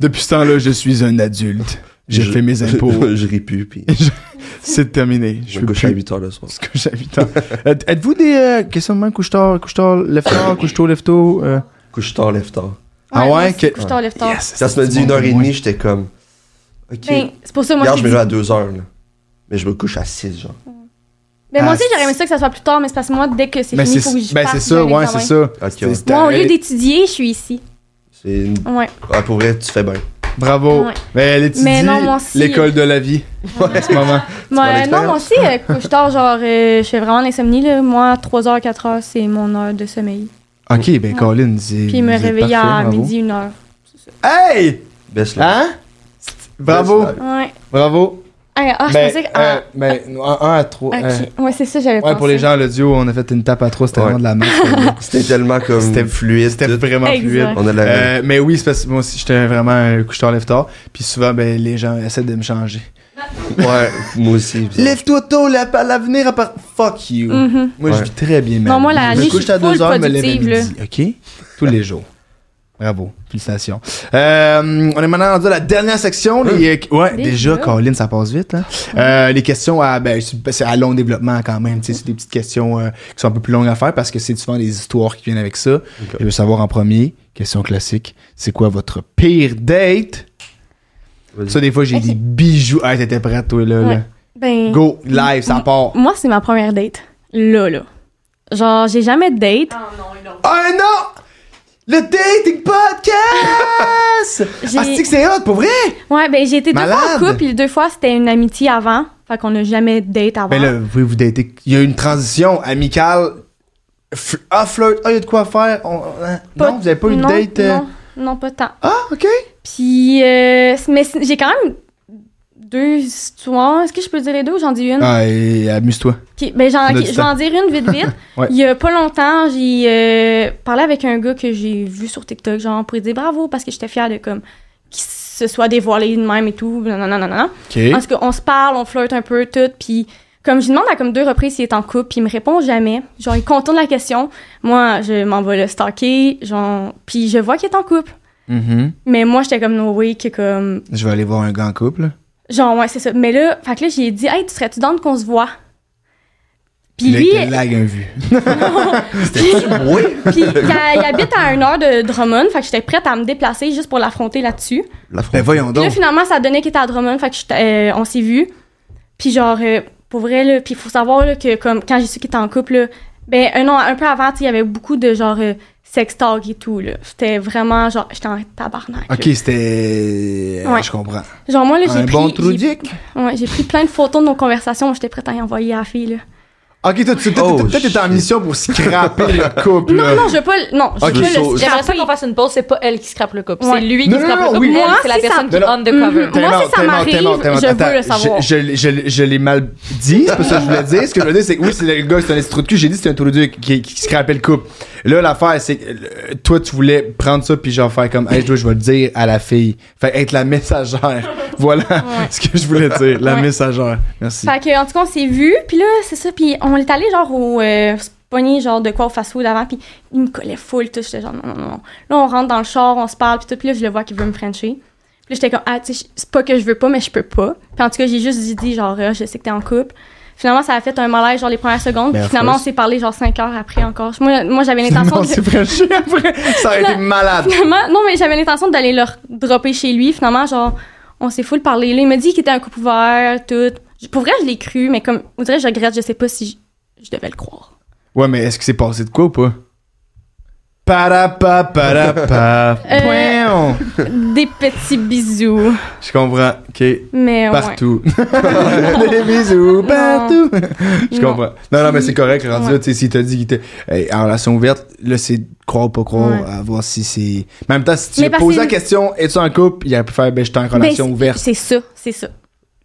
[SPEAKER 1] Depuis ce temps-là, je suis un adulte. J'ai
[SPEAKER 2] Je-
[SPEAKER 1] fait mes impôts.
[SPEAKER 2] je ris plus, puis
[SPEAKER 1] c'est terminé.
[SPEAKER 2] je
[SPEAKER 1] Je
[SPEAKER 2] me
[SPEAKER 1] peux
[SPEAKER 2] couche à
[SPEAKER 1] plus
[SPEAKER 2] 8 heures le soir.
[SPEAKER 1] ce que j'habite. Êtes-vous des euh, questions de main couche-tard, couche-tard, lève-tard, couche-tôt, lève-tôt? euh?
[SPEAKER 2] Couche tard, lève tard.
[SPEAKER 1] Ah ouais,
[SPEAKER 3] moi, c'est
[SPEAKER 1] que-
[SPEAKER 3] couche-tard, lève-tard.
[SPEAKER 1] Yes,
[SPEAKER 2] Ça se me dit une heure et demie, j'étais comme, ok.
[SPEAKER 3] Ben, c'est pour ça moi
[SPEAKER 2] Regarde,
[SPEAKER 3] je
[SPEAKER 2] je me lève à 2 heures, là. Mais je me couche à 6, genre.
[SPEAKER 3] Mais ben, moi
[SPEAKER 1] Ah,
[SPEAKER 3] aussi j'aurais aimé ça que ça soit plus tard mais c'est parce que moi dès que c'est
[SPEAKER 1] Mais
[SPEAKER 3] fini
[SPEAKER 1] c'est
[SPEAKER 3] faut que je
[SPEAKER 1] ben, c'est
[SPEAKER 3] parte
[SPEAKER 1] ça,
[SPEAKER 3] d'un
[SPEAKER 1] ouais,
[SPEAKER 3] examen.
[SPEAKER 1] c'est ça.
[SPEAKER 2] Ok,
[SPEAKER 1] C'est-
[SPEAKER 2] ouais.
[SPEAKER 1] c'est-
[SPEAKER 3] Moi au lieu
[SPEAKER 1] elle-
[SPEAKER 3] d'étudier, je suis ici.
[SPEAKER 2] C'est une...
[SPEAKER 3] Ouais.
[SPEAKER 2] Ah, pour vrai, tu fais bien.
[SPEAKER 1] Bravo. Ben,
[SPEAKER 3] Ouais.
[SPEAKER 1] Mais elle étudie
[SPEAKER 3] Mais non, moi aussi. euh.
[SPEAKER 1] l'école de la vie en ce moment.
[SPEAKER 2] mon
[SPEAKER 3] Moi, euh, non,
[SPEAKER 2] expérience.
[SPEAKER 3] moi aussi, euh, couche tard, genre, euh, je fais vraiment l'insomnie, là. Moi, 3h, 4h, c'est mon heure de sommeil.
[SPEAKER 1] Ok, ben Colin, c'est.
[SPEAKER 3] Puis me réveiller à midi, 1h.
[SPEAKER 1] Hey!
[SPEAKER 2] Baisse là.
[SPEAKER 1] Hein? Bravo,
[SPEAKER 2] Baisse-la.
[SPEAKER 3] Ouais.
[SPEAKER 1] bravo.
[SPEAKER 3] Ah, ah, je
[SPEAKER 1] Ben,
[SPEAKER 3] pensais que. Ah,
[SPEAKER 1] euh, ben, un, un à trois.
[SPEAKER 3] ok.
[SPEAKER 1] euh,
[SPEAKER 3] ouais, c'est ça, j'avais pensé.
[SPEAKER 1] ouais, pour les gens, le duo, on a fait une tape à trois, c'était
[SPEAKER 2] Ouais.
[SPEAKER 1] vraiment de la merde.
[SPEAKER 2] C'était tellement comme
[SPEAKER 1] C'était-
[SPEAKER 2] fluide.
[SPEAKER 1] c'était
[SPEAKER 2] tout.
[SPEAKER 1] vraiment
[SPEAKER 3] Exact.
[SPEAKER 1] fluide.
[SPEAKER 2] On a de la...
[SPEAKER 1] Euh, mais oui, c'est parce que moi aussi, j'étais vraiment un couche-tard, lève-tard. Puis souvent, ben, les gens essaient de me changer.
[SPEAKER 2] Ouais, moi aussi. bizarre.
[SPEAKER 1] Lève-toi tôt, la- l'avenir à part. Fuck you.
[SPEAKER 3] Mhm.
[SPEAKER 1] Moi, je
[SPEAKER 2] Ouais.
[SPEAKER 1] vis très bien ma
[SPEAKER 3] Non,
[SPEAKER 1] vie.
[SPEAKER 3] moi, la
[SPEAKER 1] je me
[SPEAKER 3] nuit,
[SPEAKER 1] couche
[SPEAKER 3] je
[SPEAKER 1] à
[SPEAKER 3] suis full
[SPEAKER 1] 2 heures, me lève à
[SPEAKER 3] productive,
[SPEAKER 1] midi. OK? Tous les jours. Bravo. Félicitations. Euh, on est maintenant rendu à la dernière section. les- ouais, déjà,
[SPEAKER 3] Déjà?
[SPEAKER 1] Colin, ça passe vite. hein. Euh, les questions à, ben, c'est- c'est à long développement quand même. tu sais, C'est des petites questions euh, qui sont un peu plus longues à faire parce que c'est souvent des histoires qui viennent avec ça. Je veux savoir en premier, question classique, c'est quoi votre pire date?
[SPEAKER 2] Vas-y.
[SPEAKER 1] Ça, des fois, j'ai
[SPEAKER 3] Ok.
[SPEAKER 1] des bijoux. Ah, t'étais prête, toi, là. là.
[SPEAKER 3] Ouais. Ben,
[SPEAKER 1] Go, live, ça part.
[SPEAKER 3] moi, c'est ma première date. Là, là. Genre, j'ai jamais de date.
[SPEAKER 1] Ah non! Le dating podcast!
[SPEAKER 3] J'ai-
[SPEAKER 1] ah, c'est que c'est hot, pour vrai?
[SPEAKER 3] Ouais, ben, j'ai été deux
[SPEAKER 1] Malade.
[SPEAKER 3] fois en couple, et deux fois, c'était une amitié avant. Fait qu'on n'a jamais de date avant.
[SPEAKER 1] Ben là, vous pouvez vous dater. Il y a une transition amicale. F- Ah, flirt, ah, il y a de quoi faire. On- ah,
[SPEAKER 3] Pas-
[SPEAKER 1] non, vous avez pas eu de
[SPEAKER 3] non,
[SPEAKER 1] date. euh,
[SPEAKER 3] non. Non, pas tant.
[SPEAKER 1] Ah, OK.
[SPEAKER 3] Puis, euh, c- mais c- j'ai quand même deux histoires. Est-ce que je peux dire les deux ou j'en dis une?
[SPEAKER 1] Ah, et amuse-toi.
[SPEAKER 3] Ok, ben j'en-
[SPEAKER 1] On a
[SPEAKER 3] ok,
[SPEAKER 1] du
[SPEAKER 3] je vais
[SPEAKER 1] temps.
[SPEAKER 3] en dire une vite vite.
[SPEAKER 1] Ouais.
[SPEAKER 3] Il y a pas longtemps, j'ai euh, parlé avec un gars que j'ai vu sur TikTok, genre pour lui dire bravo parce que j'étais fière de comme qu'il se soit dévoilé de même et tout. nanana, nanana.
[SPEAKER 1] OK.
[SPEAKER 3] En tout cas, on se parle, on flirte un peu tout, puis comme je lui demande à comme deux reprises s'il est en couple, puis il me répond jamais. Genre il contourne la question. Moi, je m'en vais le stalker, genre puis je vois qu'il est en couple.
[SPEAKER 1] Mhm.
[SPEAKER 3] Mais moi, j'étais comme no way que comme
[SPEAKER 1] Je vais aller voir un gars en couple.
[SPEAKER 3] Genre, ouais, c'est ça. Mais là, fait que là, j'ai dit, hey, tu serais-tu dans qu'on se voit? Puis
[SPEAKER 1] Là,
[SPEAKER 3] lui,
[SPEAKER 1] il te lag un vu.
[SPEAKER 3] puis,
[SPEAKER 2] Oui.
[SPEAKER 3] puis il, a- il habite à une heure de Drummond, fait que j'étais prête à me déplacer juste pour l'affronter là-dessus.
[SPEAKER 2] La
[SPEAKER 1] Ben voyons
[SPEAKER 3] Puis là,
[SPEAKER 1] donc.
[SPEAKER 3] finalement, ça donnait qu'il était à Drummond, fait que j'étais- euh, on s'est vu. Puis genre, euh, pour vrai, là, puis il faut savoir là, que comme quand j'ai su qu'il était en couple, là, ben un an, un peu avant, tu sais, il y avait beaucoup de genre euh, sex talk et tout, là. C'était vraiment, genre, j'étais en tabarnak. là.
[SPEAKER 1] OK, c'était... euh,
[SPEAKER 3] Ouais.
[SPEAKER 1] Je comprends.
[SPEAKER 3] Genre, moi, là, j'ai
[SPEAKER 1] Un
[SPEAKER 3] pris...
[SPEAKER 1] bon trou
[SPEAKER 3] j'ai-
[SPEAKER 1] dick.
[SPEAKER 3] ouais, j'ai pris plein de photos de nos conversations, moi, j'étais prête à y envoyer à la fille, là.
[SPEAKER 1] OK, toi, tu
[SPEAKER 2] Oh,
[SPEAKER 1] peut-être t'es en
[SPEAKER 2] shit.
[SPEAKER 1] mission pour scraper le couple.
[SPEAKER 3] Non,
[SPEAKER 1] là.
[SPEAKER 3] non, je veux pas. le- Non, je
[SPEAKER 1] Ok,
[SPEAKER 3] veux pas
[SPEAKER 1] so-
[SPEAKER 3] le
[SPEAKER 4] J'aimerais ça
[SPEAKER 3] scraper.
[SPEAKER 4] qu'on fasse une pause, c'est pas elle qui scrape le couple,
[SPEAKER 3] Ouais.
[SPEAKER 4] c'est lui
[SPEAKER 1] Non,
[SPEAKER 4] qui
[SPEAKER 1] non,
[SPEAKER 4] scrape
[SPEAKER 1] non,
[SPEAKER 4] le couple.
[SPEAKER 1] oui.
[SPEAKER 4] Elle, c'est Mm-hmm.
[SPEAKER 3] Moi,
[SPEAKER 4] la
[SPEAKER 3] si
[SPEAKER 4] personne
[SPEAKER 1] ça-
[SPEAKER 4] qui est on the
[SPEAKER 3] Mhm.
[SPEAKER 4] cover.
[SPEAKER 3] Moi,
[SPEAKER 1] Time
[SPEAKER 3] si
[SPEAKER 1] out,
[SPEAKER 3] ça
[SPEAKER 1] time out,
[SPEAKER 3] m'arrive,
[SPEAKER 1] time out, time out.
[SPEAKER 3] je veux
[SPEAKER 1] Attends,
[SPEAKER 3] le savoir.
[SPEAKER 1] Je, je l'ai- je l'ai- je l'ai mal dit, c'est pas ça que je voulais dire. Ce que je voulais dire, c'est que oui, c'est le gars, c'est un trou de cul. J'ai dit que c'était un trou de cul qui, qui, qui scrapait le couple. Là, l'affaire, c'est que euh, toi, tu voulais prendre ça puis genre faire comme, hey, toi, je vais le dire à la fille. Fait être la messagère. Voilà ce que je voulais dire. La
[SPEAKER 3] Ouais.
[SPEAKER 1] messagère. Merci.
[SPEAKER 3] Fait que, en tout cas, on s'est vu, puis là, c'est ça, puis on est allé genre au. Euh, se pogner, genre de quoi au fast-food avant, puis il me collait full, tout. J'étais genre non, non, non, non. Là, on rentre dans le char, on se parle, puis tout, puis là, je le vois qu'il veut me frencher. Puis là, j'étais comme, ah, tu sais, c'est pas que je veux pas, mais je peux pas. Puis en tout cas, j'ai juste dit- dit, genre, Ah, je sais que t'es en couple. Finalement, ça a fait un malaise, genre, les premières secondes.
[SPEAKER 1] Ben,
[SPEAKER 3] puis
[SPEAKER 1] of
[SPEAKER 3] finalement, on
[SPEAKER 1] course.
[SPEAKER 3] s'est parlé, genre, cinq heures après encore. Moi, moi j'avais l'intention
[SPEAKER 1] Non,
[SPEAKER 3] de.
[SPEAKER 1] c'est frenché après. Ça aurait été malade.
[SPEAKER 3] Finalement, non, mais j'avais l'intention d'aller le dropper chez lui. Finalement, genre, on s'est full parlé. Là, il m'a dit qu'il était un couple ouvert, tout. Je- Pour vrai, je l'ai cru, mais comme, on dirait, que je regrette, je sais pas si je, je devais le croire.
[SPEAKER 1] Ouais, mais est-ce que c'est passé de quoi ou pas? Para pa para pa.
[SPEAKER 3] Euh.
[SPEAKER 1] Pouin.
[SPEAKER 3] Des petits bisous.
[SPEAKER 1] Je comprends. OK.
[SPEAKER 3] Mais ouais.
[SPEAKER 1] Partout. Des bisous partout. Je
[SPEAKER 3] Non.
[SPEAKER 1] comprends. Non, non, mais c'est correct. Rendu là,
[SPEAKER 3] Ouais.
[SPEAKER 1] tu sais, s'il t'a dit qu'il était hey, en relation ouverte, là, c'est de croire ou pas croire,
[SPEAKER 3] Ouais.
[SPEAKER 1] à voir si c'est. Mais en même temps, si tu
[SPEAKER 3] Mais
[SPEAKER 1] lui
[SPEAKER 3] parce
[SPEAKER 1] posais
[SPEAKER 3] que-
[SPEAKER 1] la question, es-tu en couple, il aurait pu faire, ben, j'étais en
[SPEAKER 3] Ben,
[SPEAKER 1] relation
[SPEAKER 3] c'est-
[SPEAKER 1] ouverte.
[SPEAKER 3] C'est ça, c'est ça.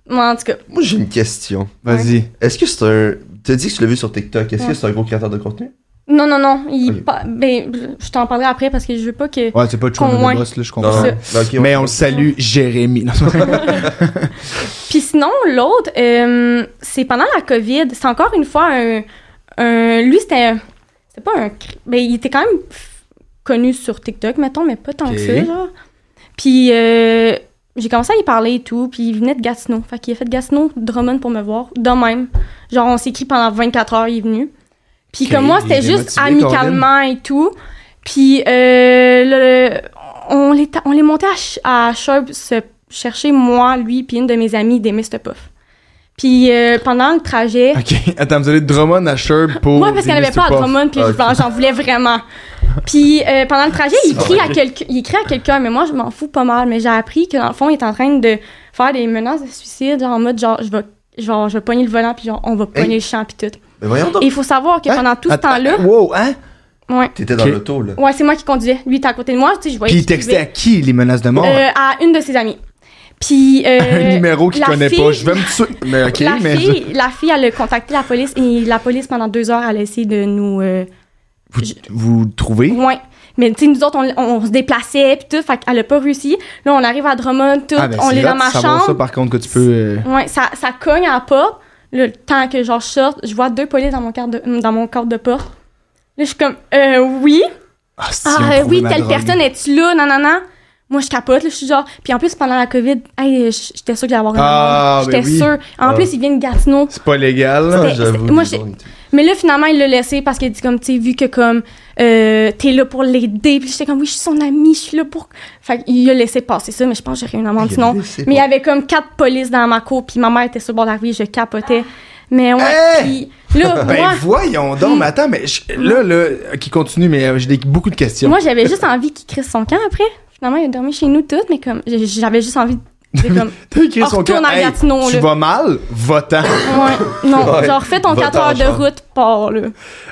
[SPEAKER 3] Moi, en tout cas,
[SPEAKER 2] Moi, j'ai une question.
[SPEAKER 1] Vas-y.
[SPEAKER 2] Est-ce que c'est un. T'as dit que tu l'as vu sur TikTok. Est-ce que
[SPEAKER 3] Ouais.
[SPEAKER 2] c'est un gros créateur de contenu?
[SPEAKER 3] non, non, non. Il
[SPEAKER 2] Ok.
[SPEAKER 3] pa- ben, je t'en parlerai après parce que je veux pas que.
[SPEAKER 1] Ouais, c'est pas
[SPEAKER 3] Qu'on
[SPEAKER 1] toujours
[SPEAKER 3] moins.
[SPEAKER 1] le boss, là, je
[SPEAKER 2] Non,
[SPEAKER 1] comprends.
[SPEAKER 2] non. Non, ok, ouais.
[SPEAKER 1] Mais on le salue, Jérémy. Non,
[SPEAKER 3] Puis sinon, l'autre, euh, c'est pendant la COVID. C'est encore une fois un. un- lui, c'était. un- C'était pas un. cr- Ben, il était quand même f- connu sur TikTok, mettons, mais pas tant
[SPEAKER 1] Ok.
[SPEAKER 3] que ça, genre. Puis euh, j'ai commencé à y parler et tout. Puis il venait de Gatineau. Fait qu'il a fait Gatineau, Drummond pour me voir, de même. Genre, on s'est écrit pendant 24 heures, il est venu. Puis
[SPEAKER 1] Ok,
[SPEAKER 3] comme moi,
[SPEAKER 1] il
[SPEAKER 3] c'était
[SPEAKER 1] était
[SPEAKER 3] juste
[SPEAKER 1] motivé,
[SPEAKER 3] amicalement et tout. Puis euh, le- on les ta- on les montait à, Ch- à Sherbrooke se chercher moi, lui, puis une de mes amies des Mr. Puff. Puis euh, pendant le trajet,
[SPEAKER 1] OK. Attends, vous allez de Drummond à Sherb pour.
[SPEAKER 3] moi parce
[SPEAKER 1] des
[SPEAKER 3] qu'elle n'avait
[SPEAKER 1] Mr.
[SPEAKER 3] pas à
[SPEAKER 1] Puff.
[SPEAKER 3] Drummond, puis
[SPEAKER 2] Ah,
[SPEAKER 3] je-
[SPEAKER 2] ok.
[SPEAKER 3] j'en voulais vraiment. Puis euh, pendant le trajet, il crie à quelqu'un, il crie à quelqu'un, mais moi je m'en fous pas mal. Mais j'ai appris que dans le fond, il est en train de faire des menaces de suicide, genre en mode genre je vais, genre je vais pogner le volant, puis genre on va pogner le champ, puis tout.
[SPEAKER 2] Mais Ben, voyons donc.
[SPEAKER 3] Et il faut savoir que
[SPEAKER 1] Hein?
[SPEAKER 3] pendant tout ce
[SPEAKER 1] Attends,
[SPEAKER 3] temps-là,
[SPEAKER 1] Wow, hein?
[SPEAKER 3] ouais,
[SPEAKER 2] T'étais dans
[SPEAKER 1] Ok.
[SPEAKER 2] l'auto, là.
[SPEAKER 3] ouais, c'est moi qui conduisais. Lui était à côté de moi, tu sais, je voyais.
[SPEAKER 1] Puis il
[SPEAKER 3] qu'il
[SPEAKER 1] textait à qui les menaces de mort?
[SPEAKER 3] buvait. Euh, à une de ses amies. Puis euh,
[SPEAKER 1] Un numéro qu'il
[SPEAKER 3] la
[SPEAKER 1] connaît
[SPEAKER 3] fille-
[SPEAKER 1] pas. Je vais me tuer. Mais OK,
[SPEAKER 3] la,
[SPEAKER 1] mais. je-
[SPEAKER 3] fille, la fille, elle a contacté la police et la police, pendant deux heures, elle a essayé de nous. Euh,
[SPEAKER 1] Vous,
[SPEAKER 3] je-
[SPEAKER 1] vous trouvez?
[SPEAKER 3] ouais. Mais tu sais, nous autres, on, on se déplaçait puis tout, fait qu'elle a pas réussi. Là, on arrive à Drummond, tout,
[SPEAKER 1] Ah, ben,
[SPEAKER 3] on
[SPEAKER 1] c'est
[SPEAKER 3] est dans
[SPEAKER 1] hot de
[SPEAKER 3] ma
[SPEAKER 1] savoir ça,
[SPEAKER 3] chambre.
[SPEAKER 1] par contre, que tu peux. euh,
[SPEAKER 3] Ouais, ça, ça cogne à la porte. Là, Le temps que genre, je sorte, je vois deux polices dans mon cadre de, dans mon cadre de porte. Là, je suis comme, euh, oui.
[SPEAKER 1] Ah, si,
[SPEAKER 3] Ah
[SPEAKER 1] on
[SPEAKER 3] euh,
[SPEAKER 1] trouve
[SPEAKER 3] oui,
[SPEAKER 1] ma
[SPEAKER 3] telle
[SPEAKER 1] drogue.
[SPEAKER 3] personne, es-tu là? Non, non, non. Moi, je capote, là, je suis genre. Puis en plus, pendant la COVID, hey, j- j'étais sûre que j'allais avoir une
[SPEAKER 1] Ah,
[SPEAKER 3] amende.
[SPEAKER 1] ben
[SPEAKER 3] J'étais
[SPEAKER 1] oui.
[SPEAKER 3] sûre. En
[SPEAKER 2] Ah.
[SPEAKER 3] plus, il vient de Gatineau.
[SPEAKER 1] C'est pas légal.
[SPEAKER 2] Ah,
[SPEAKER 1] là.
[SPEAKER 3] C'était-
[SPEAKER 2] j'avoue,
[SPEAKER 3] moi,
[SPEAKER 2] les
[SPEAKER 3] j'ai-
[SPEAKER 2] gens, ils étaient-
[SPEAKER 3] Mais là, finalement, il l'a laissé parce qu'il a dit, comme, tu sais, vu que, comme, euh, t'es là pour l'aider. Puis j'étais comme, oui, je suis son amie, je suis là pour. Fait qu'il a laissé passer ça, mais je pense que j'aurais une amende
[SPEAKER 2] Il a
[SPEAKER 3] sinon.
[SPEAKER 2] laissé
[SPEAKER 3] Mais il y
[SPEAKER 2] pas-
[SPEAKER 3] avait comme quatre polices dans ma cour, puis ma mère était sur le bord d'arriver, je capotais. Mais ouais,
[SPEAKER 1] Hey!
[SPEAKER 3] puis là,
[SPEAKER 1] Ben
[SPEAKER 3] moi,
[SPEAKER 1] voyons donc, mais attends, mais je- là, là, qui continue, mais euh, j'ai des- beaucoup de questions.
[SPEAKER 3] moi j'avais juste envie qu'il crisse son camp après. Finalement, il a dormi chez nous toutes, mais comme, j- j'avais juste envie C'est comme,
[SPEAKER 1] T'as écrit
[SPEAKER 3] On
[SPEAKER 1] son
[SPEAKER 3] retourne
[SPEAKER 1] cas,
[SPEAKER 3] à Gatineau,
[SPEAKER 1] tu
[SPEAKER 3] là.
[SPEAKER 1] vas mal, va-t'en.
[SPEAKER 3] ouais, non,
[SPEAKER 2] Ouais.
[SPEAKER 3] genre fais ton
[SPEAKER 2] Va-t'en,
[SPEAKER 3] 4 heures de
[SPEAKER 2] genre.
[SPEAKER 3] route, pars, là.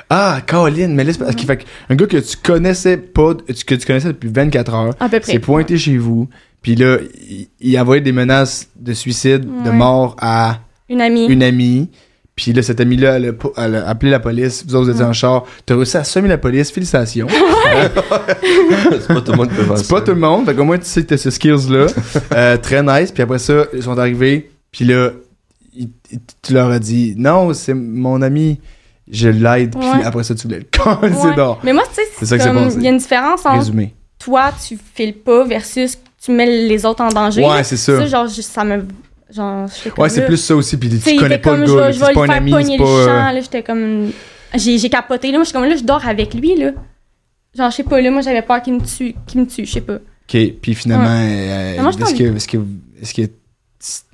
[SPEAKER 1] Ah, Caroline, mais laisse ok, fait que un gars que tu connaissais pas, que tu connaissais depuis 24 heures,
[SPEAKER 3] À peu près.
[SPEAKER 1] s'est pointé chez vous, puis là, il, il a envoyé des menaces de suicide, de
[SPEAKER 3] Ouais.
[SPEAKER 1] mort à
[SPEAKER 3] Une amie.
[SPEAKER 1] une amie. Puis là, cette amie-là, elle, a po- elle a appelé la police. Vous
[SPEAKER 3] Mm.
[SPEAKER 1] autres, vous étiez en char. T'as réussi à semer la police. Félicitations.
[SPEAKER 2] C'est pas tout le monde qui peut faire
[SPEAKER 1] C'est pas
[SPEAKER 2] ça.
[SPEAKER 1] tout le monde. Fait qu'au moins, tu sais que t'as ce skills-là. Euh, très nice. Puis après ça, ils sont arrivés. Puis là, il- il- tu leur as dit Non, c'est mon ami. Je l'aide. Puis
[SPEAKER 3] Ouais.
[SPEAKER 1] après ça, tu voulais le con.
[SPEAKER 3] Ouais.
[SPEAKER 1] C'est d'or.
[SPEAKER 3] Mais moi, tu sais,
[SPEAKER 1] C'est ça
[SPEAKER 3] c'est
[SPEAKER 1] que c'est
[SPEAKER 3] comme,
[SPEAKER 1] passé.
[SPEAKER 3] il y a une différence entre
[SPEAKER 1] Résumé.
[SPEAKER 3] toi, tu files pas versus tu mets les autres en danger.
[SPEAKER 1] Ouais, c'est ça.
[SPEAKER 3] Ça, genre, je- ça me. Genre, je fais comme
[SPEAKER 1] Ouais, c'est
[SPEAKER 3] là.
[SPEAKER 1] plus ça aussi. Puis
[SPEAKER 3] Tu sais,
[SPEAKER 1] tu
[SPEAKER 3] il
[SPEAKER 1] connais
[SPEAKER 3] était
[SPEAKER 1] pas
[SPEAKER 3] comme,
[SPEAKER 1] le
[SPEAKER 3] je
[SPEAKER 1] gars.
[SPEAKER 3] vais-
[SPEAKER 1] là.
[SPEAKER 3] je vais
[SPEAKER 1] C'est
[SPEAKER 3] lui
[SPEAKER 1] pas un
[SPEAKER 3] faire
[SPEAKER 1] ami.
[SPEAKER 3] pogner
[SPEAKER 1] C'est
[SPEAKER 3] le
[SPEAKER 1] pas. euh,
[SPEAKER 3] champ, là, j'étais comme... J'ai j'ai capoté, là, moi, je suis comme, là, je dors avec lui, là. Genre, je sais pas, là, moi, j'avais peur qu'il me tue, qu'il me tue, je sais pas.
[SPEAKER 1] Ok. Puis finalement,
[SPEAKER 3] Mais
[SPEAKER 1] euh,
[SPEAKER 3] moi, je
[SPEAKER 1] est-ce
[SPEAKER 3] t'en-
[SPEAKER 1] que. Est-ce que. Est-ce que.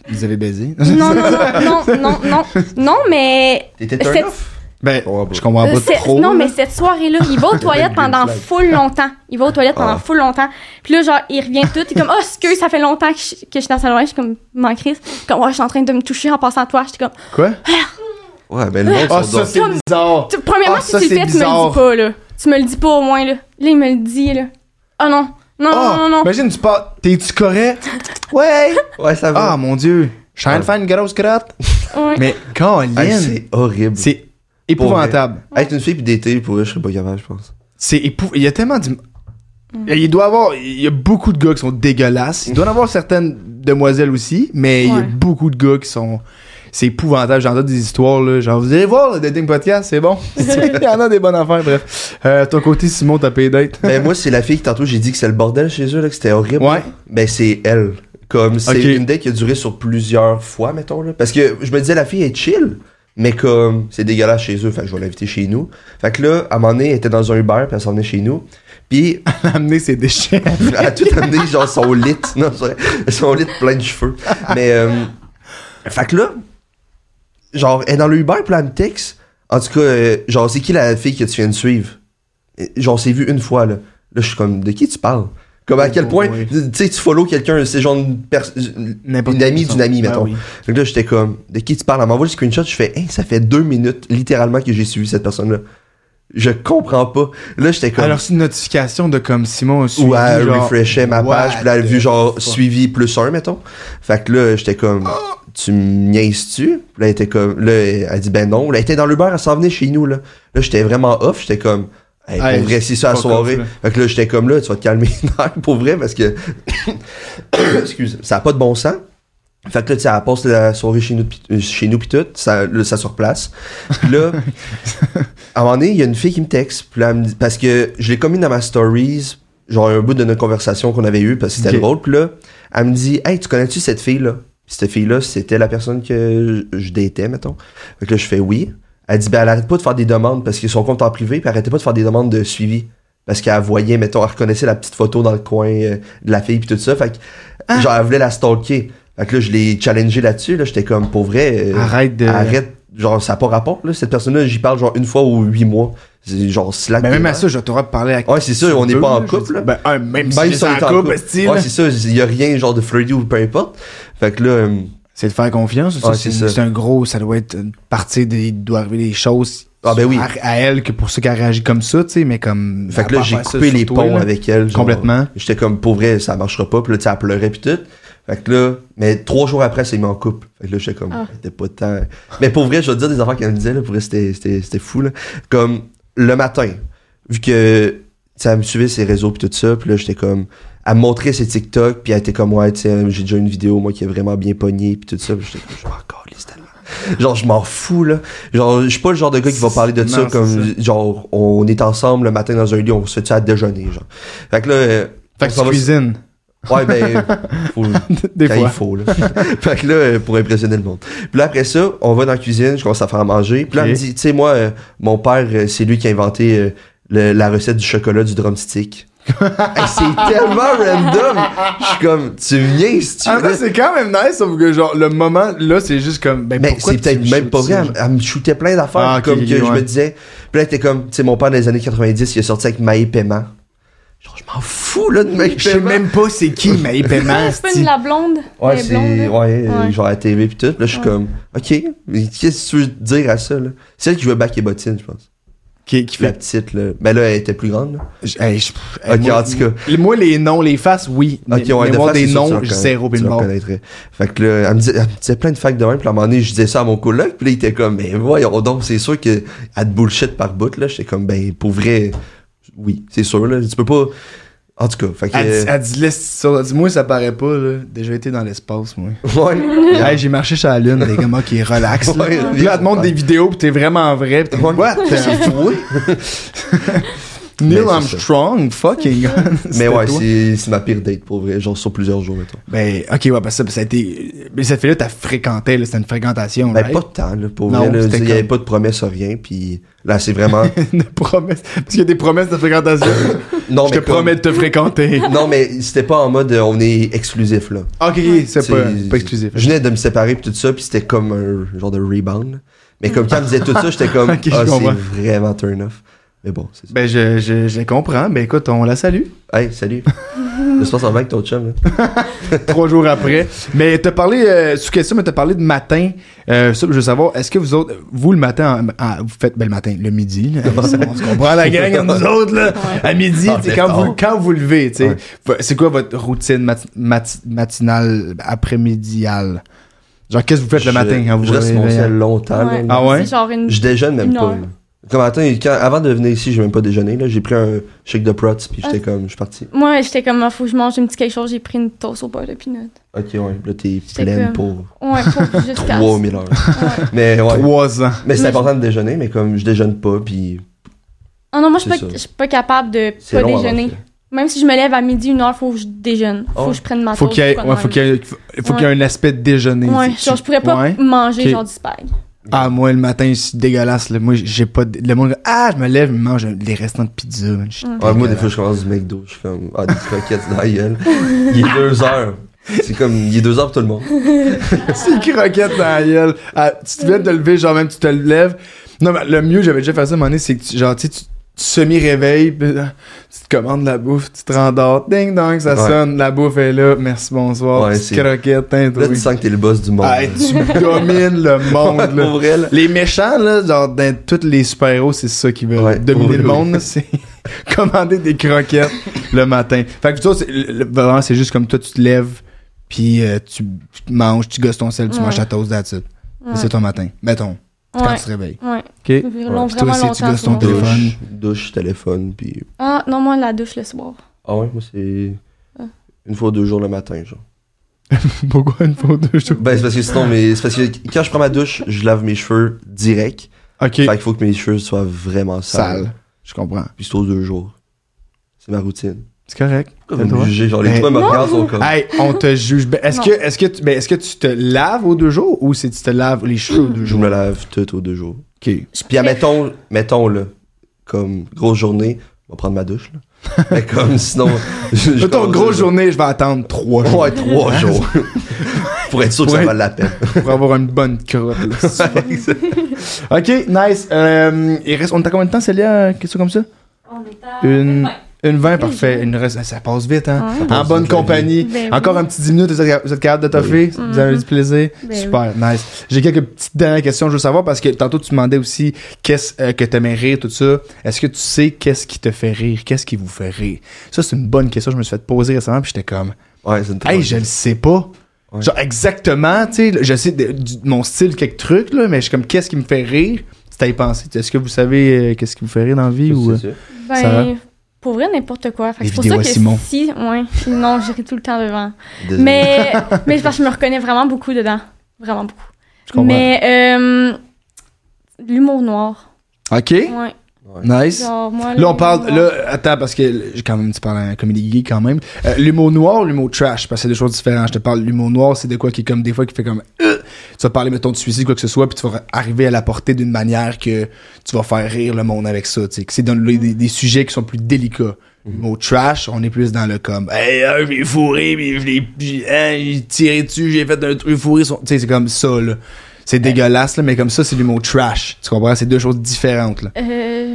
[SPEAKER 1] Vous avez baisé
[SPEAKER 3] Non, non, non, non, non, non, non, mais...
[SPEAKER 2] T'étais
[SPEAKER 3] Cette-
[SPEAKER 2] turn off?
[SPEAKER 1] Ben,
[SPEAKER 2] Ouais, bah.
[SPEAKER 1] je comprends pas
[SPEAKER 3] cette-
[SPEAKER 1] trop.
[SPEAKER 3] Euh, non,
[SPEAKER 1] là.
[SPEAKER 3] mais cette soirée-là, il va aux toilettes pendant
[SPEAKER 2] flag.
[SPEAKER 3] full longtemps. Il va aux toilettes pendant
[SPEAKER 2] Ah.
[SPEAKER 3] full longtemps. Puis là, genre, il revient tout. Il est comme, oh, excuse, ça fait longtemps que je, que je suis dans sa loin. Je suis comme, m'en crise. Comme, ouais, je suis en train de me toucher en passant à toi. J'étais comme,
[SPEAKER 1] Quoi
[SPEAKER 2] Ouais, ben mais le monde
[SPEAKER 1] Ah,
[SPEAKER 2] sont
[SPEAKER 1] ça,
[SPEAKER 2] donc-
[SPEAKER 1] c'est
[SPEAKER 3] Comme-
[SPEAKER 1] bizarre.
[SPEAKER 3] Tu- premièrement,
[SPEAKER 1] Ah,
[SPEAKER 3] si
[SPEAKER 1] ça,
[SPEAKER 3] tu le
[SPEAKER 1] c'est
[SPEAKER 3] fais, tu me le
[SPEAKER 1] bizarre.
[SPEAKER 3] dis pas, là. Tu me le dis pas au moins, là. Là, il me le dit, là. Ah non. Non,
[SPEAKER 1] Ah,
[SPEAKER 3] non, non, non.
[SPEAKER 1] Imagine, tu pars. T'es-tu correct? Ouais!
[SPEAKER 2] Ouais, ça
[SPEAKER 1] Ah,
[SPEAKER 2] va.
[SPEAKER 1] mon Dieu! Je suis en train de faire une grosse crotte!
[SPEAKER 3] Ouais.
[SPEAKER 1] Mais,
[SPEAKER 2] Hey,
[SPEAKER 1] Colin!
[SPEAKER 2] Ah, c'est horrible.
[SPEAKER 1] C'est épouvantable.
[SPEAKER 2] Être une fille puis d'été, pour eux, je serais pas capable, je pense.
[SPEAKER 1] C'est épou... Il y a tellement du. Il doit y avoir. Il y a beaucoup de gars qui sont dégueulasses. Il doit y en avoir certaines demoiselles aussi, mais il y a
[SPEAKER 3] Ouais.
[SPEAKER 1] beaucoup de gars qui sont. C'est épouvantable. J'entends des histoires, là. Genre, vous irez voir le dating podcast, c'est bon. il y en a des bonnes affaires, bref. Euh, ton côté, Simon, t'as payé date.
[SPEAKER 2] Mais Ben, moi, c'est la fille que tantôt j'ai dit que c'est le bordel chez eux, là, que c'était horrible.
[SPEAKER 1] Ouais.
[SPEAKER 2] Ben, c'est elle. Comme c'est
[SPEAKER 1] Ok.
[SPEAKER 2] une date qui a duré sur plusieurs fois, mettons. Là. Parce que je me disais, la fille est chill, mais comme c'est dégueulasse chez eux, fait que je vais l'inviter chez nous. Fait que là, à un moment donné, elle était dans un Uber, puis elle s'en venait chez nous. Puis
[SPEAKER 1] Amener ses déchets.
[SPEAKER 2] elle a tout amené, genre son lit. Non, c'est vrai, son lit plein de cheveux. Mais, euh, fait que là, genre, elle est dans le Uber, puis là, elle me texte. En tout cas, euh, genre, c'est qui la fille que tu viens de suivre? Et, Genre, c'est vu une fois, là. Là, je suis comme, de qui tu parles? Comme à
[SPEAKER 1] Oh,
[SPEAKER 2] quel point,
[SPEAKER 1] oui.
[SPEAKER 2] tu sais, tu follow quelqu'un, c'est genre une personne,
[SPEAKER 1] N'importe
[SPEAKER 2] une amie
[SPEAKER 1] qui,
[SPEAKER 2] d'une amie,
[SPEAKER 1] ben
[SPEAKER 2] mettons.
[SPEAKER 1] oui.
[SPEAKER 2] Fait que là, j'étais comme, de qui tu parles? Elle m'envoie le screenshot, je fais, hein, ça fait deux minutes, littéralement, que j'ai suivi cette personne-là. Je comprends pas. Là, j'étais comme.
[SPEAKER 1] Alors, c'est une notification de comme Simon a suivi.
[SPEAKER 2] Ou elle
[SPEAKER 1] genre,
[SPEAKER 2] refreshait ma
[SPEAKER 1] what
[SPEAKER 2] page, puis là, elle a vu
[SPEAKER 1] the
[SPEAKER 2] genre
[SPEAKER 1] fuck.
[SPEAKER 2] suivi plus un, mettons. Fait que là, j'étais comme, tu me niaises-tu? Puis là, elle était comme, là, elle dit, ben non. Là, elle était dans l'Uber, elle s'en venait chez nous, là. Là, j'étais vraiment off, j'étais comme, hey, pour
[SPEAKER 1] Hey,
[SPEAKER 2] vrai, c'est ça la
[SPEAKER 1] fuck off,
[SPEAKER 2] soirée.
[SPEAKER 1] là.
[SPEAKER 2] fait que là, j'étais comme, là, tu vas te calmer les nerfs, pour vrai, parce que, excuse, ça a pas de bon sens. Fait que là, tu sais, elle passe la soirée chez nous, pis- euh, chez nous pis tout, ça, là, ça sur place. Puis là, à un moment donné, il y a une fille qui me texte, puis là, elle me dit, parce que je l'ai commis dans ma stories, genre un bout de notre conversation qu'on avait eue, parce que c'était
[SPEAKER 1] Ok.
[SPEAKER 2] drôle, puis là, elle me dit, hey, tu connais-tu cette fille-là? Puis cette fille-là, c'était la personne que je, je datais, mettons. Fait que là, je fais oui. Elle dit, ben, elle arrête pas de faire des demandes, parce qu'ils sont compte en privé, puis elle arrêtait pas de faire des demandes de suivi. Parce qu'elle voyait, mettons, elle reconnaissait la petite photo dans le coin euh, de la fille, puis tout ça. Fait que,
[SPEAKER 1] Ah!
[SPEAKER 2] genre, elle voulait la stalker. Fait que là, je l'ai challengé là-dessus, là. J'étais comme, pour vrai. euh,
[SPEAKER 1] Arrête de.
[SPEAKER 2] Arrête, genre, ça n'a pas rapport, là. Cette personne-là, j'y parle genre une fois ou huit mois. C'est genre slack.
[SPEAKER 1] Ben, même à
[SPEAKER 2] hein.
[SPEAKER 1] ça, je t'aurais parlé à
[SPEAKER 2] Ouais, c'est ça,
[SPEAKER 1] tu
[SPEAKER 2] on n'est
[SPEAKER 1] veux,
[SPEAKER 2] pas
[SPEAKER 1] là,
[SPEAKER 2] en
[SPEAKER 1] je
[SPEAKER 2] couple,
[SPEAKER 1] veux
[SPEAKER 2] là.
[SPEAKER 1] dire. Ben, un, même,
[SPEAKER 2] Même
[SPEAKER 1] si
[SPEAKER 2] si on
[SPEAKER 1] t'es
[SPEAKER 2] est
[SPEAKER 1] en couple, hostie,
[SPEAKER 2] Ouais,
[SPEAKER 1] là,
[SPEAKER 2] c'est ça, il y a rien genre de flirty ou peu importe. Fait que là, euh,
[SPEAKER 1] c'est de faire confiance. ça,
[SPEAKER 2] Ouais,
[SPEAKER 1] c'est
[SPEAKER 2] c'est
[SPEAKER 1] une-
[SPEAKER 2] ça.
[SPEAKER 1] c'est un gros. Ça doit être une partie des. Il doit arriver des choses.
[SPEAKER 2] Ah, ben oui.
[SPEAKER 1] À, à elle, que pour ça qu'elle réagit comme ça, tu sais, mais comme.
[SPEAKER 2] fait que là,
[SPEAKER 1] à
[SPEAKER 2] j'ai
[SPEAKER 1] part faire
[SPEAKER 2] coupé
[SPEAKER 1] ça
[SPEAKER 2] les
[SPEAKER 1] sur toi,
[SPEAKER 2] ponts
[SPEAKER 1] là.
[SPEAKER 2] avec elle. genre. euh,
[SPEAKER 1] Complètement.
[SPEAKER 2] J'étais comme, pour vrai, ça marchera pas. Puis là, tu sais, elle pleurait, puis tout. Fait que là, mais trois jours après, c'est mis en couple. Fait que là, j'étais comme,
[SPEAKER 3] Ah.
[SPEAKER 2] c'était pas tant. Mais pour vrai, je vais te dire des affaires qu'elle me disait, là, pour vrai, c'était- c'était c'était fou, là. Comme, le matin, vu que ça me suivait ses réseaux, puis tout ça, puis là, j'étais comme, à me montrer ses TikTok, puis elle était comme, ouais, tu sais, j'ai déjà une vidéo, moi, qui est vraiment bien pognée, puis tout ça, puis j'étais comme, je m'en calisse tellement. Genre, je m'en fous, là. Genre, je suis pas le genre de gars qui va parler de ça
[SPEAKER 1] Non, c'est
[SPEAKER 2] comme, genre, on est ensemble le matin dans un lit, on se fait-tu à déjeuner, genre. Fait que là, euh,
[SPEAKER 1] Fait
[SPEAKER 2] on
[SPEAKER 1] que
[SPEAKER 2] s'en
[SPEAKER 1] tu
[SPEAKER 2] va-
[SPEAKER 1] cuisines.
[SPEAKER 2] Ouais, ben, faut,
[SPEAKER 1] Des
[SPEAKER 2] quand
[SPEAKER 1] fois.
[SPEAKER 2] il faut, là. fait que là, euh, pour impressionner le monde. Puis là, après ça, on va dans la cuisine, je commence à faire à manger. Puis là,
[SPEAKER 1] Ok.
[SPEAKER 2] elle me dit, tu sais, moi, euh, mon père, euh, c'est lui qui a inventé euh, le- la recette du chocolat du drumstick. Hey, c'est tellement random! Je suis comme, tu me niaises, tu
[SPEAKER 1] Ah,
[SPEAKER 2] veux-
[SPEAKER 1] ben, c'est quand même nice, sauf que, genre, le moment, là, c'est juste comme. Ben,
[SPEAKER 2] Mais
[SPEAKER 1] pourquoi
[SPEAKER 2] c'est
[SPEAKER 1] tu
[SPEAKER 2] peut-être
[SPEAKER 1] me
[SPEAKER 2] même
[SPEAKER 1] shootes
[SPEAKER 2] pas
[SPEAKER 1] ça,
[SPEAKER 2] vrai.
[SPEAKER 1] genre?
[SPEAKER 2] Elle, elle me shootait plein d'affaires,
[SPEAKER 1] Ah, ok,
[SPEAKER 2] comme que
[SPEAKER 1] ok,
[SPEAKER 2] je
[SPEAKER 1] ouais.
[SPEAKER 2] me disais. Puis là, elle était comme, tu sais, mon père, dans les années 90, il est sorti avec Maï Paiement. Genre, je m'en fous, là, de mes
[SPEAKER 1] Je sais
[SPEAKER 2] paiements.
[SPEAKER 1] même pas c'est qui Maï Paiement.
[SPEAKER 3] Ah, C'est pas une la blonde.
[SPEAKER 2] Ouais,
[SPEAKER 3] les
[SPEAKER 2] c'est.
[SPEAKER 3] blondes, là.
[SPEAKER 2] Ouais, euh,
[SPEAKER 3] Ouais.
[SPEAKER 2] genre à la TV pis tout. Puis Là, je suis
[SPEAKER 3] Ouais.
[SPEAKER 2] comme, OK, mais qu'est-ce que tu veux dire à ça, là? C'est elle qui jouait bac et bottine, je pense.
[SPEAKER 1] Qui, qui
[SPEAKER 2] La
[SPEAKER 1] fait.
[SPEAKER 2] petite, là. Ben là, elle était plus grande, là.
[SPEAKER 1] Je- hey, je-
[SPEAKER 2] Ok,
[SPEAKER 1] moi,
[SPEAKER 2] en tout cas.
[SPEAKER 1] les- Moi, les noms, les faces, oui.
[SPEAKER 2] Ok,
[SPEAKER 1] mais
[SPEAKER 2] ouais,
[SPEAKER 1] mais
[SPEAKER 2] de
[SPEAKER 1] moi,
[SPEAKER 2] face,
[SPEAKER 1] des
[SPEAKER 2] c'est sûr, tu
[SPEAKER 1] noms,
[SPEAKER 2] le
[SPEAKER 1] je
[SPEAKER 2] connais-
[SPEAKER 1] zéro
[SPEAKER 2] tu
[SPEAKER 1] pile
[SPEAKER 2] le
[SPEAKER 1] mort.
[SPEAKER 2] reconnaîtrais. Fait que là, elle me, disait, elle me disait plein de facts de même, puis à un moment donné, je disais ça à mon coloc, puis là, il était comme, ben voyons donc, c'est sûr qu'elle te bullshit par bout, là. J'étais comme, ben pour vrai, oui, c'est sûr, là. Tu peux pas. En tout cas, fait que. euh,
[SPEAKER 1] Elle dit- elle dit, laisse ça. Dis-moi, ça paraît pas, là. Déjà été dans l'espace, moi.
[SPEAKER 2] ouais.
[SPEAKER 1] Hey, j'ai marché sur la lune, les gars, qui relax. Là,
[SPEAKER 2] Ouais,
[SPEAKER 1] Puis là elle te montre des vidéos, pis t'es vraiment vrai, pis t'es comme,
[SPEAKER 2] Ouais.
[SPEAKER 1] what? the fuck? Neil
[SPEAKER 2] Mais c'est
[SPEAKER 1] Armstrong, fucking.
[SPEAKER 2] Mais
[SPEAKER 1] C'était
[SPEAKER 2] ouais,
[SPEAKER 1] toi.
[SPEAKER 2] c'est c'est ma pire date pour vrai, genre sur plusieurs jours, mettons.
[SPEAKER 1] Ben, ok, ouais, parce que ça, ça a été. Mais cette fille-là, t'as fréquenté, là, c'était une fréquentation.
[SPEAKER 2] Ben,
[SPEAKER 1] right?
[SPEAKER 2] pas de temps, là, pour
[SPEAKER 1] Non,
[SPEAKER 2] vrai. là,
[SPEAKER 1] c'était
[SPEAKER 2] Il n'y avait
[SPEAKER 1] comme-
[SPEAKER 2] pas de promesse, rien. Puis là, c'est vraiment.
[SPEAKER 1] de promesses. Parce qu'il y a des promesses de fréquentation.
[SPEAKER 2] Non,
[SPEAKER 1] je
[SPEAKER 2] Oh, mais
[SPEAKER 1] te
[SPEAKER 2] comme-
[SPEAKER 1] promets de te fréquenter.
[SPEAKER 2] Non, mais c'était pas en mode euh, on est exclusif, là.
[SPEAKER 1] ok, c'est pas, pas exclusif.
[SPEAKER 2] Je venais de me séparer, puis tout ça, puis c'était comme un genre de rebound. Mais comme quand elle me disait tout ça, j'étais comme,
[SPEAKER 1] Ok, je
[SPEAKER 2] ah,
[SPEAKER 1] comprends.
[SPEAKER 2] c'est vraiment turn off. Mais bon, c'est ça.
[SPEAKER 1] Ben, je, je, je comprends. Ben, écoute, on la salue.
[SPEAKER 2] Hey, salut. Je se passe en vague, ton chum, là.
[SPEAKER 1] trois jours après. Mais t'as parlé, euh, sous question, mais t'as parlé de matin. Euh, ça, je veux savoir, est-ce que vous autres, vous le matin, en- en- vous faites, ben le matin, le midi, là, on se on se comprend la gang, entre nous autres, là, à midi,
[SPEAKER 2] Ah,
[SPEAKER 1] tu sais,
[SPEAKER 2] mais
[SPEAKER 1] quand,
[SPEAKER 2] non.
[SPEAKER 1] vous, quand vous levez, tu sais,
[SPEAKER 2] Ouais.
[SPEAKER 1] fa- c'est quoi votre routine mat- mat- matinale, après-midiale? Genre, qu'est-ce que vous faites
[SPEAKER 2] Je-
[SPEAKER 1] le matin quand vous
[SPEAKER 2] Je
[SPEAKER 1] vous
[SPEAKER 2] reste mon
[SPEAKER 1] réveillez?
[SPEAKER 2] sel longtemps, là.
[SPEAKER 3] Ouais.
[SPEAKER 1] Ah ouais?
[SPEAKER 3] C'est genre une.
[SPEAKER 2] Je déjeune même
[SPEAKER 3] Une
[SPEAKER 2] pas.
[SPEAKER 3] heure.
[SPEAKER 2] là. Comme attends, quand- avant de venir ici, j'ai même pas déjeuné, là. J'ai pris un shake de prots, puis
[SPEAKER 3] Ah.
[SPEAKER 2] j'étais comme, je suis parti.
[SPEAKER 3] Moi, j'étais comme, ah, faut que je mange une petite quelque chose, j'ai pris une toast au beurre de peanut.
[SPEAKER 2] Ok, ouais, là, t'es
[SPEAKER 3] J'étais
[SPEAKER 2] pleine
[SPEAKER 3] comme-
[SPEAKER 2] pour
[SPEAKER 3] Ouais, pour jusqu'à.
[SPEAKER 2] 3000 heures.
[SPEAKER 3] Ouais.
[SPEAKER 2] Mais ouais.
[SPEAKER 1] Trois ans.
[SPEAKER 2] Mais c'est
[SPEAKER 3] Mais
[SPEAKER 2] important de déjeuner, mais comme je déjeune pas, puis
[SPEAKER 3] Ah non, moi, je suis
[SPEAKER 2] C'est
[SPEAKER 3] pas,
[SPEAKER 2] ça.
[SPEAKER 3] je suis pas capable de
[SPEAKER 2] c'est
[SPEAKER 3] pas
[SPEAKER 2] long. avant
[SPEAKER 3] déjeuner.
[SPEAKER 2] que-
[SPEAKER 3] Même si je me lève à midi, une heure, faut que je déjeune. Faut
[SPEAKER 2] Oh.
[SPEAKER 3] que je prenne ma
[SPEAKER 1] Faut
[SPEAKER 3] toast,
[SPEAKER 1] qu'il y ait,
[SPEAKER 3] quoi de
[SPEAKER 1] ouais,
[SPEAKER 3] même.
[SPEAKER 1] faut qu'il y ait, faut qu'il y ait un aspect de déjeuner.
[SPEAKER 3] Ouais,
[SPEAKER 1] Tu-
[SPEAKER 3] genre, je pourrais pas
[SPEAKER 1] ouais.
[SPEAKER 3] manger
[SPEAKER 1] Ok.
[SPEAKER 3] genre du spag.
[SPEAKER 1] Ah, moi, le matin, c'est dégueulasse. Là. Moi, j'ai pas. de- Le monde, ah, je me lève, je mange des restants de pizza. man. Je suis
[SPEAKER 2] Ouais, moi, des
[SPEAKER 1] dégueulasse.
[SPEAKER 2] fois, je commence du McDo, je suis comme, ah, des croquettes dans la gueule. Il est deux heures. C'est comme, il est deux heures pour tout le monde.
[SPEAKER 1] C'est une croquette dans la gueule. Ah, tu te viens de te lever, genre même tu te lèves. Non, mais le mieux, j'avais déjà fait ça à un moment donné, c'est que tu, genre, tu sais, tu tu semi-réveilles, puis, euh, tu te commandes la bouffe, tu te rendors, ding dong, ça
[SPEAKER 2] Ouais.
[SPEAKER 1] sonne, la bouffe est là, merci, bonsoir,
[SPEAKER 2] Ouais,
[SPEAKER 1] petite
[SPEAKER 2] c'est-
[SPEAKER 1] croquette, t'in,
[SPEAKER 2] Là, tu
[SPEAKER 1] oui.
[SPEAKER 2] sens que t'es le boss du monde.
[SPEAKER 1] Ah,
[SPEAKER 2] là.
[SPEAKER 1] tu domines le monde, là.
[SPEAKER 2] Pour vrai, là.
[SPEAKER 1] Les méchants, là, genre, dans tous les super-héros, c'est ça qui veut
[SPEAKER 2] Ouais.
[SPEAKER 1] dominer
[SPEAKER 2] Oui,
[SPEAKER 1] le
[SPEAKER 2] oui.
[SPEAKER 1] monde, là, c'est commander des croquettes le matin. Fait que toi, c'est- le- le- vraiment, c'est juste comme toi, tu te lèves, puis euh, tu, tu manges, tu gosses ton sel, tu
[SPEAKER 3] Ouais.
[SPEAKER 1] manges ta toast, that's it.
[SPEAKER 3] Ouais.
[SPEAKER 1] C'est ton matin, mettons, quand
[SPEAKER 3] Ouais.
[SPEAKER 1] tu te réveilles.
[SPEAKER 3] Ouais.
[SPEAKER 1] OK?
[SPEAKER 3] Ils l'ont
[SPEAKER 2] Ouais.
[SPEAKER 1] Puis toi,
[SPEAKER 3] vraiment
[SPEAKER 1] c'est- tu
[SPEAKER 3] longtemps.
[SPEAKER 1] gosses ton
[SPEAKER 3] sur moi.
[SPEAKER 1] téléphone.
[SPEAKER 2] Douche, douche, téléphone, puis.
[SPEAKER 3] Ah, non, moi, la douche le soir.
[SPEAKER 2] Ah ouais, moi, c'est. Une fois ou deux jours le matin, genre.
[SPEAKER 1] Pourquoi une fois ou deux jours?
[SPEAKER 2] Ben, c'est parce que sinon, mais. C'est parce que quand je prends ma douche, je lave mes cheveux direct.
[SPEAKER 1] OK,
[SPEAKER 2] Fait qu'il faut que mes cheveux soient vraiment sales.
[SPEAKER 1] sale. Je comprends.
[SPEAKER 2] Puis c'est aux deux jours. C'est ma routine.
[SPEAKER 1] C'est correct.
[SPEAKER 2] Pourquoi vous
[SPEAKER 1] Tais-toi.
[SPEAKER 2] me jugez? Genre, les
[SPEAKER 1] Ben-
[SPEAKER 2] trois me regardent, sont comme.
[SPEAKER 1] Hey, on te juge. Ben, est-ce
[SPEAKER 3] Non.
[SPEAKER 1] que, est-ce que, tu- ben, est-ce que tu te laves aux deux jours ou c'est tu te laves les cheveux aux deux
[SPEAKER 2] Je
[SPEAKER 1] jours?
[SPEAKER 2] me lave tout aux deux jours.
[SPEAKER 1] OK.
[SPEAKER 3] Je
[SPEAKER 2] Puis,
[SPEAKER 3] préfère-
[SPEAKER 2] admettons, mettons, là, comme grosse journée, on va prendre ma douche, là. Mais comme sinon. je- je
[SPEAKER 1] Mettons,
[SPEAKER 2] commence
[SPEAKER 1] grosse Hein?
[SPEAKER 2] à-
[SPEAKER 1] journée, je vais attendre trois jours.
[SPEAKER 2] Ouais, trois jours. pour être sûr que
[SPEAKER 1] Pour
[SPEAKER 2] ça
[SPEAKER 1] être-
[SPEAKER 2] vaut la peine.
[SPEAKER 1] pour avoir une bonne crotte. là, c'est super. ok, nice. Euh, il reste, on est à combien de temps, Célia? euh, Quelque chose comme ça?
[SPEAKER 4] On est à
[SPEAKER 1] Une,
[SPEAKER 4] Euh, vingt.
[SPEAKER 1] une 20, parfait. Une, reste- ça passe vite, hein?
[SPEAKER 3] Ouais.
[SPEAKER 1] En bonne
[SPEAKER 2] vite, la
[SPEAKER 1] compagnie.
[SPEAKER 3] Ben oui.
[SPEAKER 1] Encore un petit 10 minutes, vous êtes vous êtes capable de toffer? Vous avez du plaisir?
[SPEAKER 3] Ben
[SPEAKER 1] Super, nice. J'ai quelques petites dernières questions, je veux savoir, parce que tantôt, tu demandais aussi qu'est-ce euh, que t'aimais rire, tout ça. Est-ce que tu sais qu'est-ce qui te fait rire? Qu'est-ce qui vous fait rire? Ça, c'est une bonne question. Je me suis fait poser récemment, puis j'étais comme...
[SPEAKER 2] Ouais, c'est une très
[SPEAKER 1] Hey,
[SPEAKER 2] bonne
[SPEAKER 1] je le sais pas.
[SPEAKER 2] Ouais.
[SPEAKER 1] Genre exactement, tu sais, là, je sais de- du- mon style, quelques trucs, là, mais je suis comme, qu'est-ce qui me fait rire? C'est à y penser. Est-ce que vous savez euh, qu'est-ce qui vous fait rire dans la vie
[SPEAKER 2] idée.
[SPEAKER 1] ou. euh?
[SPEAKER 2] C'est sûr.
[SPEAKER 3] Ben,
[SPEAKER 1] Sarah?
[SPEAKER 3] pour vrai, n'importe quoi. Fait que
[SPEAKER 1] Les
[SPEAKER 3] C'est pour
[SPEAKER 1] vidéos
[SPEAKER 3] ça
[SPEAKER 1] à
[SPEAKER 3] que
[SPEAKER 1] Simon.
[SPEAKER 3] si, ouais, non, j'irai tout le temps devant.
[SPEAKER 2] Désolé.
[SPEAKER 3] Mais, mais c'est parce que je me reconnais vraiment beaucoup dedans. Vraiment beaucoup.
[SPEAKER 1] Je comprends.
[SPEAKER 3] Mais, euh, l'humour noir.
[SPEAKER 1] Ok,
[SPEAKER 3] Ouais.
[SPEAKER 1] nice.
[SPEAKER 3] Genre, moi,
[SPEAKER 1] Là, on
[SPEAKER 3] l'humour
[SPEAKER 1] parle.
[SPEAKER 3] noir.
[SPEAKER 1] Là, attends, parce que l- j'ai quand même, tu parles à un comédie gay quand même. Euh, l'humour noir ou l'humour trash? Parce que c'est deux choses différentes. Je te parle, l'humour noir, c'est de quoi qui est comme des fois qui fait comme. Euh tu vas parler, mettons, de suicide, quoi que ce soit, puis tu vas arriver à la porter d'une manière que tu vas faire rire le monde avec ça. Tu sais, que c'est dans les- des, des sujets qui sont plus délicats. L'humour trash, on est plus dans le comme. Hey, euh, j'ai fourré, puis je l'ai. puis, hein, j'ai tiré dessus, j'ai fait un truc fourré. son- Tu sais, c'est comme ça, là. C'est dégueulasse, là, mais comme ça, c'est l'humour trash. Tu comprends? C'est deux choses différentes, là.
[SPEAKER 3] Euh,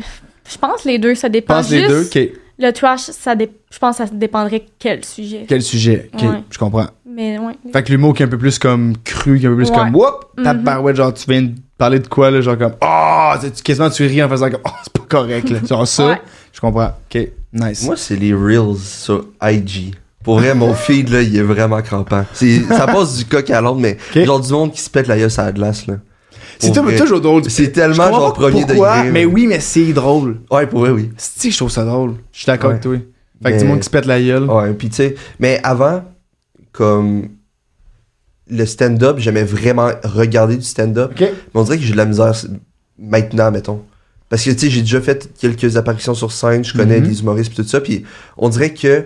[SPEAKER 3] je pense les deux, ça dépend.
[SPEAKER 1] Pense les
[SPEAKER 3] Juste,
[SPEAKER 1] deux, ok.
[SPEAKER 3] Le trash, ça dé- je pense que ça dépendrait quel sujet.
[SPEAKER 1] Quel sujet? Ok,
[SPEAKER 3] Ouais.
[SPEAKER 1] je comprends.
[SPEAKER 3] Mais ouais.
[SPEAKER 1] Fait que l'humour qui est un peu plus comme cru, qui est un peu plus
[SPEAKER 3] Ouais.
[SPEAKER 1] comme whoop,
[SPEAKER 3] Mhm.
[SPEAKER 1] tabarouette, genre tu viens de parler de quoi, là, genre comme ah, c'est- tu- quasiment tu ris en faisant comme oh, c'est pas correct, là. Genre ça,
[SPEAKER 3] Ouais.
[SPEAKER 1] je comprends. Ok, nice.
[SPEAKER 2] Moi, c'est les Reels sur IG. Pour vrai, mon feed, là, il est vraiment crampant. C'est- Ça passe du coq à l'âne, mais
[SPEAKER 1] Ok.
[SPEAKER 2] genre du monde qui se pète la gueule à la glace, là.
[SPEAKER 1] c'est
[SPEAKER 2] Pour
[SPEAKER 1] tou-
[SPEAKER 2] vrai.
[SPEAKER 1] toujours drôle.
[SPEAKER 2] C'est
[SPEAKER 1] Je
[SPEAKER 2] tellement
[SPEAKER 1] comprends
[SPEAKER 2] genre
[SPEAKER 1] pas
[SPEAKER 2] premier
[SPEAKER 1] pourquoi,
[SPEAKER 2] degré.
[SPEAKER 1] mais
[SPEAKER 2] là.
[SPEAKER 1] oui, mais c'est drôle.
[SPEAKER 2] Ouais, pour vrai, oui.
[SPEAKER 1] Si, je trouve ça drôle. Je suis d'accord
[SPEAKER 2] Ouais.
[SPEAKER 1] avec toi. Fait que
[SPEAKER 2] Mais- Ah.
[SPEAKER 1] du monde qui se pète la gueule.
[SPEAKER 2] Ouais, puis tu sais, mais avant, comme le stand-up, j'aimais vraiment regarder du stand-up.
[SPEAKER 1] Ok.
[SPEAKER 2] Mais on dirait que j'ai de la misère s- maintenant, mettons. Parce que, tu sais, j'ai déjà fait quelques apparitions sur scène, je connais
[SPEAKER 1] Mhm.
[SPEAKER 2] les humoristes pis tout ça, puis on dirait que,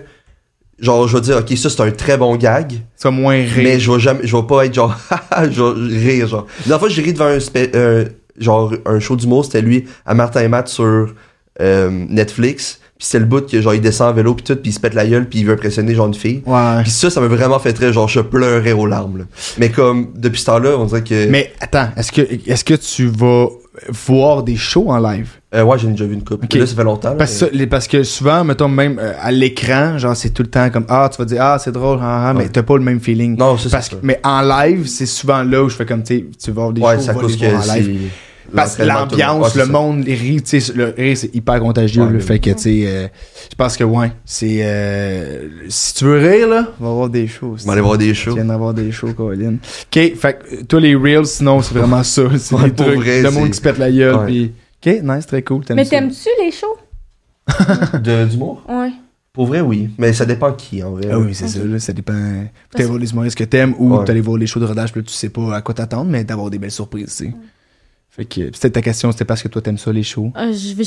[SPEAKER 2] genre, je vais dire, OK, ça, c'est un très bon gag,
[SPEAKER 1] C'est comme moins
[SPEAKER 2] mais
[SPEAKER 1] rire.
[SPEAKER 2] je vais jamais, je vais pas être genre, haha, je vais rire, genre. La dernière fois, j'ai ri devant un, spé- euh, genre, un show d'humour, c'était lui, à Martin et Matt sur euh, Netflix, puis c'est le bout que, genre, il descend en vélo pis tout, puis il se pète la gueule puis il veut impressionner, genre, une fille.
[SPEAKER 1] Ouais.
[SPEAKER 2] Puis ça, ça m'a vraiment fait très, genre, je pleurais aux larmes, là. Mais comme, depuis ce temps-là, on dirait que...
[SPEAKER 1] Mais attends, est-ce que, est-ce que tu vas voir des shows en live?
[SPEAKER 2] Euh, ouais, j'ai déjà vu une coupe.
[SPEAKER 1] Ok.
[SPEAKER 2] Là, ça fait longtemps. là,
[SPEAKER 1] Parce, que
[SPEAKER 2] mais-
[SPEAKER 1] ça, les- parce que souvent, mettons même euh, à l'écran, genre c'est tout le temps comme Ah, tu vas dire Ah, c'est drôle, ah, ah, mais
[SPEAKER 2] Ouais.
[SPEAKER 1] t'as pas le même feeling.
[SPEAKER 2] Non, ça, c'est
[SPEAKER 1] Parce que,
[SPEAKER 2] sûr.
[SPEAKER 1] mais en live, c'est souvent là où je fais comme, tu sais, tu vas avoir des
[SPEAKER 2] Ouais,
[SPEAKER 1] shows,
[SPEAKER 2] c'est à
[SPEAKER 1] va les
[SPEAKER 2] cause que
[SPEAKER 1] voir en
[SPEAKER 2] c'est.
[SPEAKER 1] live. Parce que
[SPEAKER 2] l'entraînement, tout le monde.
[SPEAKER 1] l'ambiance,
[SPEAKER 2] Ouais,
[SPEAKER 1] le
[SPEAKER 2] c'est
[SPEAKER 1] monde rit, tu sais, le rire, c'est hyper contagieux,
[SPEAKER 2] Ouais,
[SPEAKER 1] le
[SPEAKER 2] mais-
[SPEAKER 1] fait que, tu sais, euh, je pense que, ouais, c'est, euh, si tu veux rire, là, on va voir des shows.
[SPEAKER 2] ça. On va aller voir des
[SPEAKER 1] Tu
[SPEAKER 2] shows.
[SPEAKER 1] viens d'avoir des shows, Colin. OK, fait que, euh, toi, les reels, sinon, c'est vraiment ça. C'est
[SPEAKER 2] Ouais,
[SPEAKER 1] des
[SPEAKER 2] pour
[SPEAKER 1] trucs,
[SPEAKER 2] vrai,
[SPEAKER 1] le monde
[SPEAKER 2] c'est-
[SPEAKER 1] qui se pète la gueule,
[SPEAKER 2] Ouais.
[SPEAKER 1] puis... OK, nice, très cool, t'aimes
[SPEAKER 3] Mais
[SPEAKER 1] ça.
[SPEAKER 3] t'aimes-tu les shows?
[SPEAKER 2] De- D'humour
[SPEAKER 3] Ouais.
[SPEAKER 2] Pour vrai, oui. Mais ça dépend qui, en vrai.
[SPEAKER 1] Ah oui, c'est ça, là, ça dépend. Faut aller voir les humoristes que t'aimes ou
[SPEAKER 2] Ouais.
[SPEAKER 1] t'aller voir les shows de rodage, puis là, tu sais pas à quoi t'attendre, mais d'avoir des belles surprises, tu sais. Fait que, c'était ta question, c'était parce que toi, t'aimes ça, les shows.
[SPEAKER 3] Euh, je, je-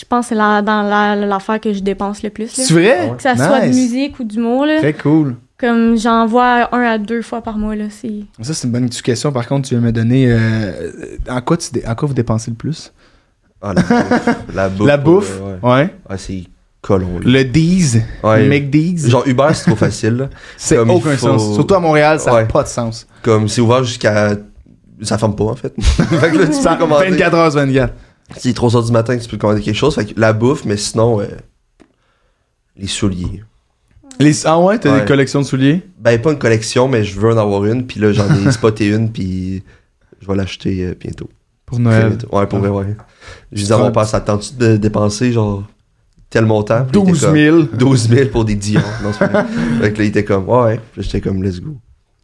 [SPEAKER 3] je pense que c'est la- dans la- l'affaire que je dépense le plus. là.
[SPEAKER 1] C'est vrai?
[SPEAKER 2] Ouais.
[SPEAKER 3] Que ça soit de
[SPEAKER 1] Nice.
[SPEAKER 3] musique ou d'humour, là.
[SPEAKER 1] Très cool.
[SPEAKER 3] Comme j'en vois un à deux fois par mois, là. C'est...
[SPEAKER 1] Ça, c'est une bonne question. Par contre, tu viens me donner. euh, en, quoi tu dé- en quoi vous dépensez le plus
[SPEAKER 2] Ah, la bouffe. La bouffe.
[SPEAKER 1] La bouffe.
[SPEAKER 2] Ouais, ouais.
[SPEAKER 1] Ouais.
[SPEAKER 2] Ah, c'est colon. là.
[SPEAKER 1] Le Deez.
[SPEAKER 2] Ouais.
[SPEAKER 1] Le McDeez.
[SPEAKER 2] Genre, Uber, c'est trop facile. là.
[SPEAKER 1] C'est
[SPEAKER 2] comme il
[SPEAKER 1] aucun
[SPEAKER 2] faut-
[SPEAKER 1] sens. Surtout à Montréal, ça n'a
[SPEAKER 2] Ouais.
[SPEAKER 1] pas de sens.
[SPEAKER 2] Comme, c'est ouvert jusqu'à. Ça ferme pas, en fait. fait que là, tu
[SPEAKER 1] Ça-
[SPEAKER 2] peux commander.
[SPEAKER 1] 24 h 24.
[SPEAKER 2] Si 3 h du matin, tu peux commander quelque chose. Fait que la bouffe, mais sinon, euh, les souliers.
[SPEAKER 1] Les... Ah ouais, t'as
[SPEAKER 2] Ouais.
[SPEAKER 1] des collections de souliers
[SPEAKER 2] Ben, pas une collection, mais je veux en avoir une. Puis là, j'en ai spoté une, puis je vais l'acheter euh, bientôt.
[SPEAKER 1] pour
[SPEAKER 2] Très
[SPEAKER 1] Noël.
[SPEAKER 2] bientôt. Ouais, pour vrai, ouais. Je disais
[SPEAKER 1] Ah. Tu
[SPEAKER 2] à mon
[SPEAKER 1] prends-
[SPEAKER 2] père, ça te tente-tu de dépenser genre tel montant? Puis il était
[SPEAKER 1] 12
[SPEAKER 2] comme,
[SPEAKER 1] 000.
[SPEAKER 2] 12 000 pour des Dion. Non, c'est pas vrai. fait que là, il était comme, ouais, ouais. Puis j'étais comme, let's go.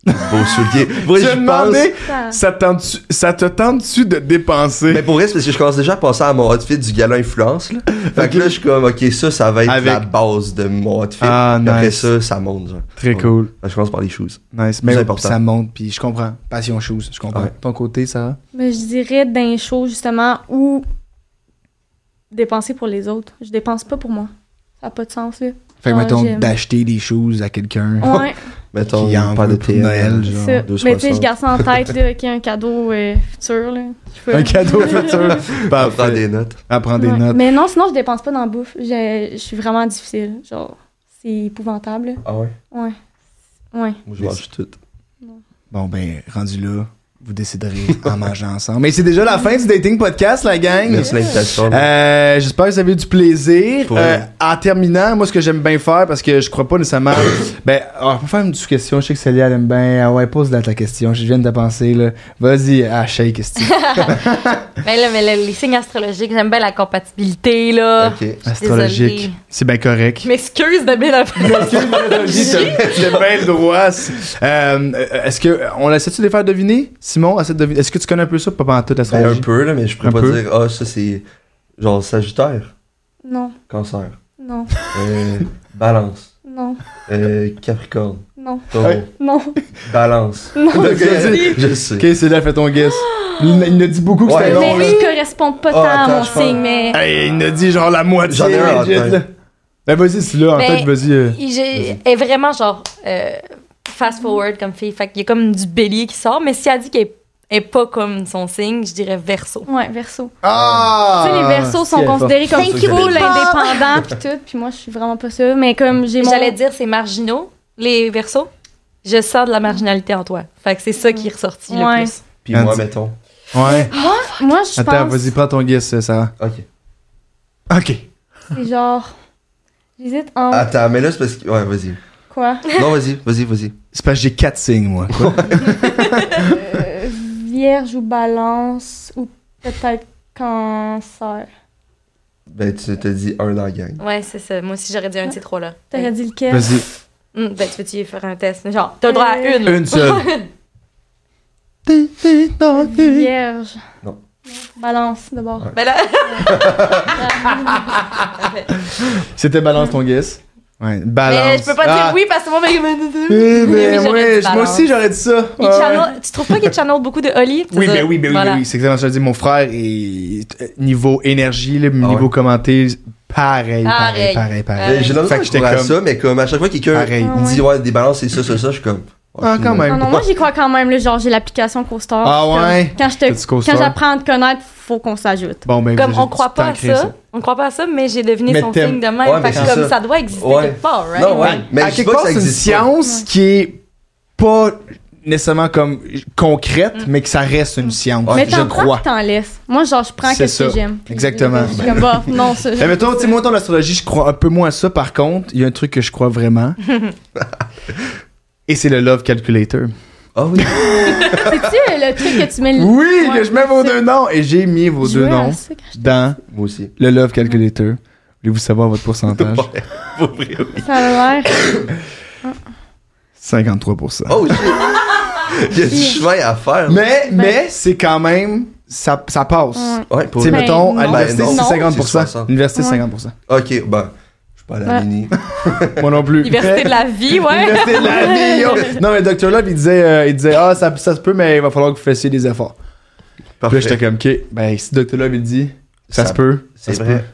[SPEAKER 2] Beau soulier. Pour vrai,
[SPEAKER 1] Tu as
[SPEAKER 2] j'y pense.
[SPEAKER 1] demandé,
[SPEAKER 3] Ça-
[SPEAKER 1] ça, te tente-tu- ça te tente-tu de dépenser
[SPEAKER 2] Mais pour vrai, c'est parce que je commence déjà à penser à mon outfit du gala influence. Là. Fait que là, je suis comme, ok, ça, ça va être
[SPEAKER 1] Avec-
[SPEAKER 2] la base de mon outfit.
[SPEAKER 1] Ah,
[SPEAKER 2] Puis Après
[SPEAKER 1] nice.
[SPEAKER 2] ça, ça monte. Genre.
[SPEAKER 1] Très
[SPEAKER 2] Ouais.
[SPEAKER 1] cool.
[SPEAKER 2] Fait que je commence par les shoes.
[SPEAKER 1] Nice. Mais
[SPEAKER 2] important.
[SPEAKER 1] ça monte, puis je comprends. Passion chose, je comprends.
[SPEAKER 2] Ouais.
[SPEAKER 1] Ton côté, ça
[SPEAKER 3] Mais je dirais d'un show, justement, ou dépenser pour les autres. Je dépense pas pour moi. Ça n'a pas de sens, là.
[SPEAKER 1] Fait que
[SPEAKER 3] Ouais,
[SPEAKER 1] mettons,
[SPEAKER 3] j'aime.
[SPEAKER 1] d'acheter des choses à quelqu'un.
[SPEAKER 3] Ouais,
[SPEAKER 2] Mettons,
[SPEAKER 1] Qui en
[SPEAKER 2] pas
[SPEAKER 1] veut
[SPEAKER 2] de
[SPEAKER 1] pour
[SPEAKER 2] TL.
[SPEAKER 1] Noël, genre.
[SPEAKER 3] ça. Mais tu sais,
[SPEAKER 2] 2,60.
[SPEAKER 3] je garde ça en tête, là, qu'il y a un cadeau euh, futur, là. Je peux-
[SPEAKER 1] Un cadeau futur.
[SPEAKER 2] On prend
[SPEAKER 1] Parfait.
[SPEAKER 2] des notes.
[SPEAKER 1] À prendre des
[SPEAKER 3] Ouais.
[SPEAKER 1] notes.
[SPEAKER 3] Mais non, sinon, je dépense pas dans la bouffe. Je, je suis vraiment difficile. Genre, c'est épouvantable. là.
[SPEAKER 2] Ah ouais?
[SPEAKER 3] Ouais. Ouais.
[SPEAKER 2] Moi, je mange tout.
[SPEAKER 1] Bon, ben, rendu là, vous déciderez en mangeant ensemble. Mais c'est déjà la fin du Dating Podcast, la gang.
[SPEAKER 2] Merci de l'invitation.
[SPEAKER 1] Euh, J'espère que vous avez eu du plaisir.
[SPEAKER 2] Pour
[SPEAKER 1] Euh,
[SPEAKER 2] vrai.
[SPEAKER 1] en terminant, moi, ce que j'aime bien faire, parce que je crois pas nécessairement. ben, on peut faire une sous-question. Je sais que Célia, elle aime bien. Ah ouais, pose-la ta question. Je viens de penser, là. Vas-y, ah, shake, esti.
[SPEAKER 4] Mais là, mais là, les signes astrologiques, j'aime bien la compatibilité, là.
[SPEAKER 2] Ok.
[SPEAKER 1] Astrologique.
[SPEAKER 4] Désolée.
[SPEAKER 1] C'est bien correct.
[SPEAKER 4] Je m'excuse de bien la
[SPEAKER 1] C'est bien le droit. Euh, est-ce que on essaie-tu de les faire deviner, Simon? essaie de deviner- Est-ce que tu connais un peu ça, pas pendant toute la
[SPEAKER 2] Ben, un
[SPEAKER 1] stratégie?
[SPEAKER 2] peu, là, mais je pourrais
[SPEAKER 1] Un
[SPEAKER 2] pas
[SPEAKER 1] peu.
[SPEAKER 2] dire, ah, ça c'est genre Sagittaire,
[SPEAKER 3] Non,
[SPEAKER 2] Cancer,
[SPEAKER 3] non,
[SPEAKER 2] euh, Balance,
[SPEAKER 3] non,
[SPEAKER 2] euh, Capricorne,
[SPEAKER 3] non,
[SPEAKER 2] Taureau,
[SPEAKER 1] Ouais.
[SPEAKER 3] non,
[SPEAKER 2] Balance.
[SPEAKER 3] non.
[SPEAKER 2] Ok,
[SPEAKER 1] je
[SPEAKER 2] je sais.
[SPEAKER 1] Ok, c'est là, fais ton guess. Il, il a dit beaucoup que
[SPEAKER 2] Ouais,
[SPEAKER 1] c'était
[SPEAKER 2] non,
[SPEAKER 1] long.
[SPEAKER 3] mais
[SPEAKER 1] là. Ah,
[SPEAKER 3] je correspond pas
[SPEAKER 2] Oh,
[SPEAKER 3] tant à
[SPEAKER 2] attends,
[SPEAKER 3] mon
[SPEAKER 2] je pense-
[SPEAKER 3] signe, mais.
[SPEAKER 1] Hey, il a dit genre la moitié.
[SPEAKER 2] J'en ai un en
[SPEAKER 1] legit,
[SPEAKER 2] tête.
[SPEAKER 1] là. Ben vas-y, c'est là, en
[SPEAKER 4] Ben,
[SPEAKER 1] tête, vas-y. euh.
[SPEAKER 4] Il j'ai- est vraiment genre euh, fast forward comme fille. Fait qu'il y a comme du bélier qui sort, mais si elle dit qu'elle est- est pas comme son signe, je dirais verso.
[SPEAKER 3] Ouais, verso.
[SPEAKER 1] Ah!
[SPEAKER 3] tu sais, les versos sont
[SPEAKER 1] c'est fort.
[SPEAKER 3] considérés comme
[SPEAKER 2] Thank you,
[SPEAKER 3] full
[SPEAKER 2] people.
[SPEAKER 3] indépendants pis tout, puis moi je suis vraiment pas ça, mais comme j'ai mon
[SPEAKER 4] J'allais dire c'est marginaux, les versos. Je sors de la marginalité en toi. Fait que c'est ça qui est ressorti
[SPEAKER 3] Ouais.
[SPEAKER 4] le plus.
[SPEAKER 2] Puis
[SPEAKER 1] Un
[SPEAKER 2] moi,
[SPEAKER 1] petit-
[SPEAKER 2] mettons.
[SPEAKER 1] Ouais.
[SPEAKER 3] moi je
[SPEAKER 1] Attends,
[SPEAKER 3] pense
[SPEAKER 1] vas-y, prends ton guess, euh, Sarah.
[SPEAKER 2] Ok.
[SPEAKER 1] Ok.
[SPEAKER 3] c'est genre J'hésite en
[SPEAKER 2] Attends, mais là, c'est parce que. Ouais, vas-y.
[SPEAKER 3] quoi?
[SPEAKER 2] Non, vas-y, vas-y, vas-y.
[SPEAKER 1] C'est parce que j'ai quatre signes, moi. Quoi?
[SPEAKER 3] Euh, vierge ou balance ou peut-être cancer.
[SPEAKER 2] Ben, tu te dis un dans la gang.
[SPEAKER 4] Ouais, c'est ça. Moi aussi, j'aurais dit un de ces trois-là.
[SPEAKER 3] T'aurais dit lequel?
[SPEAKER 1] Vas-y.
[SPEAKER 4] Hum, ben, tu veux-tu faire un test? Genre, t'as le droit à
[SPEAKER 3] Euh,
[SPEAKER 4] une.
[SPEAKER 1] Une seule.
[SPEAKER 3] Vierge.
[SPEAKER 2] Non.
[SPEAKER 3] Balance d'abord.
[SPEAKER 4] Ben là,
[SPEAKER 1] C'était balance ton guess. Ouais, balance.
[SPEAKER 4] mais je peux pas dire
[SPEAKER 1] Ah.
[SPEAKER 4] oui parce que moi, mais.
[SPEAKER 1] Eh
[SPEAKER 4] Mais
[SPEAKER 1] ben
[SPEAKER 4] j'aurais
[SPEAKER 1] ouais,
[SPEAKER 4] dit
[SPEAKER 1] je- moi
[SPEAKER 4] balance.
[SPEAKER 1] aussi j'aurais dit ça.
[SPEAKER 4] Il
[SPEAKER 1] Ah Ouais, ouais.
[SPEAKER 4] channel... Tu trouves pas qu'il channel beaucoup de Oli?
[SPEAKER 1] Oui, ben oui, ben oui,
[SPEAKER 4] Voilà.
[SPEAKER 1] ben oui, c'est exactement ça. Je dis, mon frère, est euh, niveau énergie, là, niveau
[SPEAKER 2] ouais.
[SPEAKER 1] commenté, pareil, pareil,
[SPEAKER 4] Pareil. Euh,
[SPEAKER 1] pareil,
[SPEAKER 2] Ben,
[SPEAKER 1] pareil.
[SPEAKER 2] J'ai
[SPEAKER 1] Fait
[SPEAKER 2] l'impression
[SPEAKER 1] que
[SPEAKER 2] que
[SPEAKER 1] j'étais
[SPEAKER 2] j'étais comme
[SPEAKER 1] comme-
[SPEAKER 2] ça, mais comme à chaque fois que quelqu'un
[SPEAKER 1] Pareil.
[SPEAKER 3] Ah,
[SPEAKER 2] dit ouais, des balances, c'est ça, c'est ça, je suis comme. oh,
[SPEAKER 1] Ah, quand
[SPEAKER 2] finalement.
[SPEAKER 1] même.
[SPEAKER 3] Ah non, moi j'y crois quand même. là, genre, j'ai l'application CoStar.
[SPEAKER 1] Ah ouais?
[SPEAKER 3] Comme, Quand, je te-
[SPEAKER 1] T'as du CoStar?
[SPEAKER 3] quand j'apprends à te connaître, faut qu'on s'ajoute.
[SPEAKER 1] Bon, ben,
[SPEAKER 4] Comme
[SPEAKER 1] j'ai-
[SPEAKER 4] on croit
[SPEAKER 1] t'as
[SPEAKER 4] pas à
[SPEAKER 1] créé
[SPEAKER 4] ça, on croit pas à ça, mais j'ai deviné
[SPEAKER 1] Mais
[SPEAKER 4] son
[SPEAKER 1] t'aimes-
[SPEAKER 4] signe de même.
[SPEAKER 2] Ouais, mais
[SPEAKER 4] fait que
[SPEAKER 2] c'est
[SPEAKER 4] comme
[SPEAKER 2] ça.
[SPEAKER 4] ça doit exister
[SPEAKER 2] Ouais.
[SPEAKER 4] quelque part, right?
[SPEAKER 2] Non, ouais. Mais
[SPEAKER 1] à
[SPEAKER 2] je sais
[SPEAKER 1] quelque
[SPEAKER 2] pas
[SPEAKER 1] part,
[SPEAKER 2] que ça
[SPEAKER 1] c'est une
[SPEAKER 2] existe. pas.
[SPEAKER 1] science qui est pas nécessairement comme concrète, mais que ça reste une science.
[SPEAKER 2] Ouais,
[SPEAKER 3] Mm. mais
[SPEAKER 1] je
[SPEAKER 3] t'en prends
[SPEAKER 1] crois.
[SPEAKER 3] que t'en laisses. Moi, genre, je prends
[SPEAKER 1] C'est
[SPEAKER 3] que ce que
[SPEAKER 1] ça.
[SPEAKER 3] j'aime.
[SPEAKER 1] Exactement. Eh,
[SPEAKER 3] Je suis comme, bah, non, ça.
[SPEAKER 1] Mais mettons, tu sais, moi, dans l'astrologie, je crois un peu moins à ça. Par contre, il y a un truc que je crois vraiment. Et c'est le Love Calculator.
[SPEAKER 2] Ah oui.
[SPEAKER 3] C'est-tu euh, le truc que tu mets le.
[SPEAKER 1] Oui,
[SPEAKER 3] Ouais,
[SPEAKER 1] que je mets vos
[SPEAKER 3] c'est-
[SPEAKER 1] deux noms. Et j'ai mis vos
[SPEAKER 3] Je
[SPEAKER 1] deux
[SPEAKER 3] veux à
[SPEAKER 1] noms
[SPEAKER 3] ça quand
[SPEAKER 1] dans
[SPEAKER 2] Moi aussi.
[SPEAKER 1] le Love Calculator. Voulez-vous savoir votre pourcentage?
[SPEAKER 2] Ouais, pour vrai, oui.
[SPEAKER 3] je- Ça a l'air.
[SPEAKER 1] 53%.
[SPEAKER 2] Oh shit. Il y a du chemin à faire.
[SPEAKER 1] Mais,
[SPEAKER 3] Ben-
[SPEAKER 1] mais c'est quand même, ça, ça passe.
[SPEAKER 3] Ouais.
[SPEAKER 2] Ouais, pour
[SPEAKER 1] Tu sais,
[SPEAKER 2] vrai.
[SPEAKER 3] Ben
[SPEAKER 1] mettons, à
[SPEAKER 3] non.
[SPEAKER 1] l'université,
[SPEAKER 2] Ben
[SPEAKER 1] c'est
[SPEAKER 2] non.
[SPEAKER 1] 50%.
[SPEAKER 2] C'est 60.
[SPEAKER 1] L'université,
[SPEAKER 3] Ouais.
[SPEAKER 1] 50%.
[SPEAKER 2] Ok, ben, je suis pas à la
[SPEAKER 3] Ouais.
[SPEAKER 2] mini.
[SPEAKER 1] Moi non plus.
[SPEAKER 4] Diversité de la vie, ouais.
[SPEAKER 1] L'université de la vie, yo. Non, mais Dr. Love, il disait, euh, il disait ah, ça, ça se peut, mais il va falloir que vous fassiez des efforts. Puis là, j'étais
[SPEAKER 2] Parfait.
[SPEAKER 1] comme, OK, ben, si Dr. Love, il dit, ça, se peut. ça
[SPEAKER 2] C'est
[SPEAKER 1] se
[SPEAKER 2] vrai.
[SPEAKER 1] peut.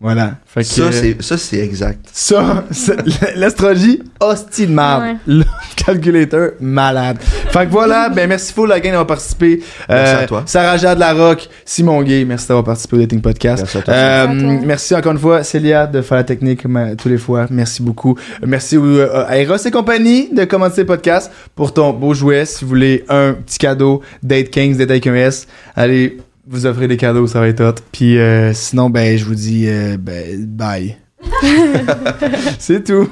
[SPEAKER 1] Voilà. Fait que,
[SPEAKER 2] Ça, c'est- ça, c'est exact.
[SPEAKER 1] Ça, c'est- l'astrologie, hostie de
[SPEAKER 3] Ouais.
[SPEAKER 1] merde. Le calculateur, malade. Fait que voilà, ben merci Fou Laguin d'avoir participé. Euh,
[SPEAKER 2] Merci à toi.
[SPEAKER 1] Sarah Jade Larocque, Simon Gay, merci d'avoir participé au Dating Podcast.
[SPEAKER 2] Merci à toi.
[SPEAKER 1] Euh,
[SPEAKER 3] Merci à toi.
[SPEAKER 1] merci encore une fois, Célia, de faire la technique comme à- tous les fois. Merci beaucoup. Euh, Merci euh, à Eros et compagnie de commencer le podcast pour ton beau jouet. Si vous voulez un petit cadeau, Date Kings, Date avec un S, allez vous offrir des cadeaux, ça va être hot. Puis euh, sinon, ben, je vous dis euh, ben, bye. C'est tout.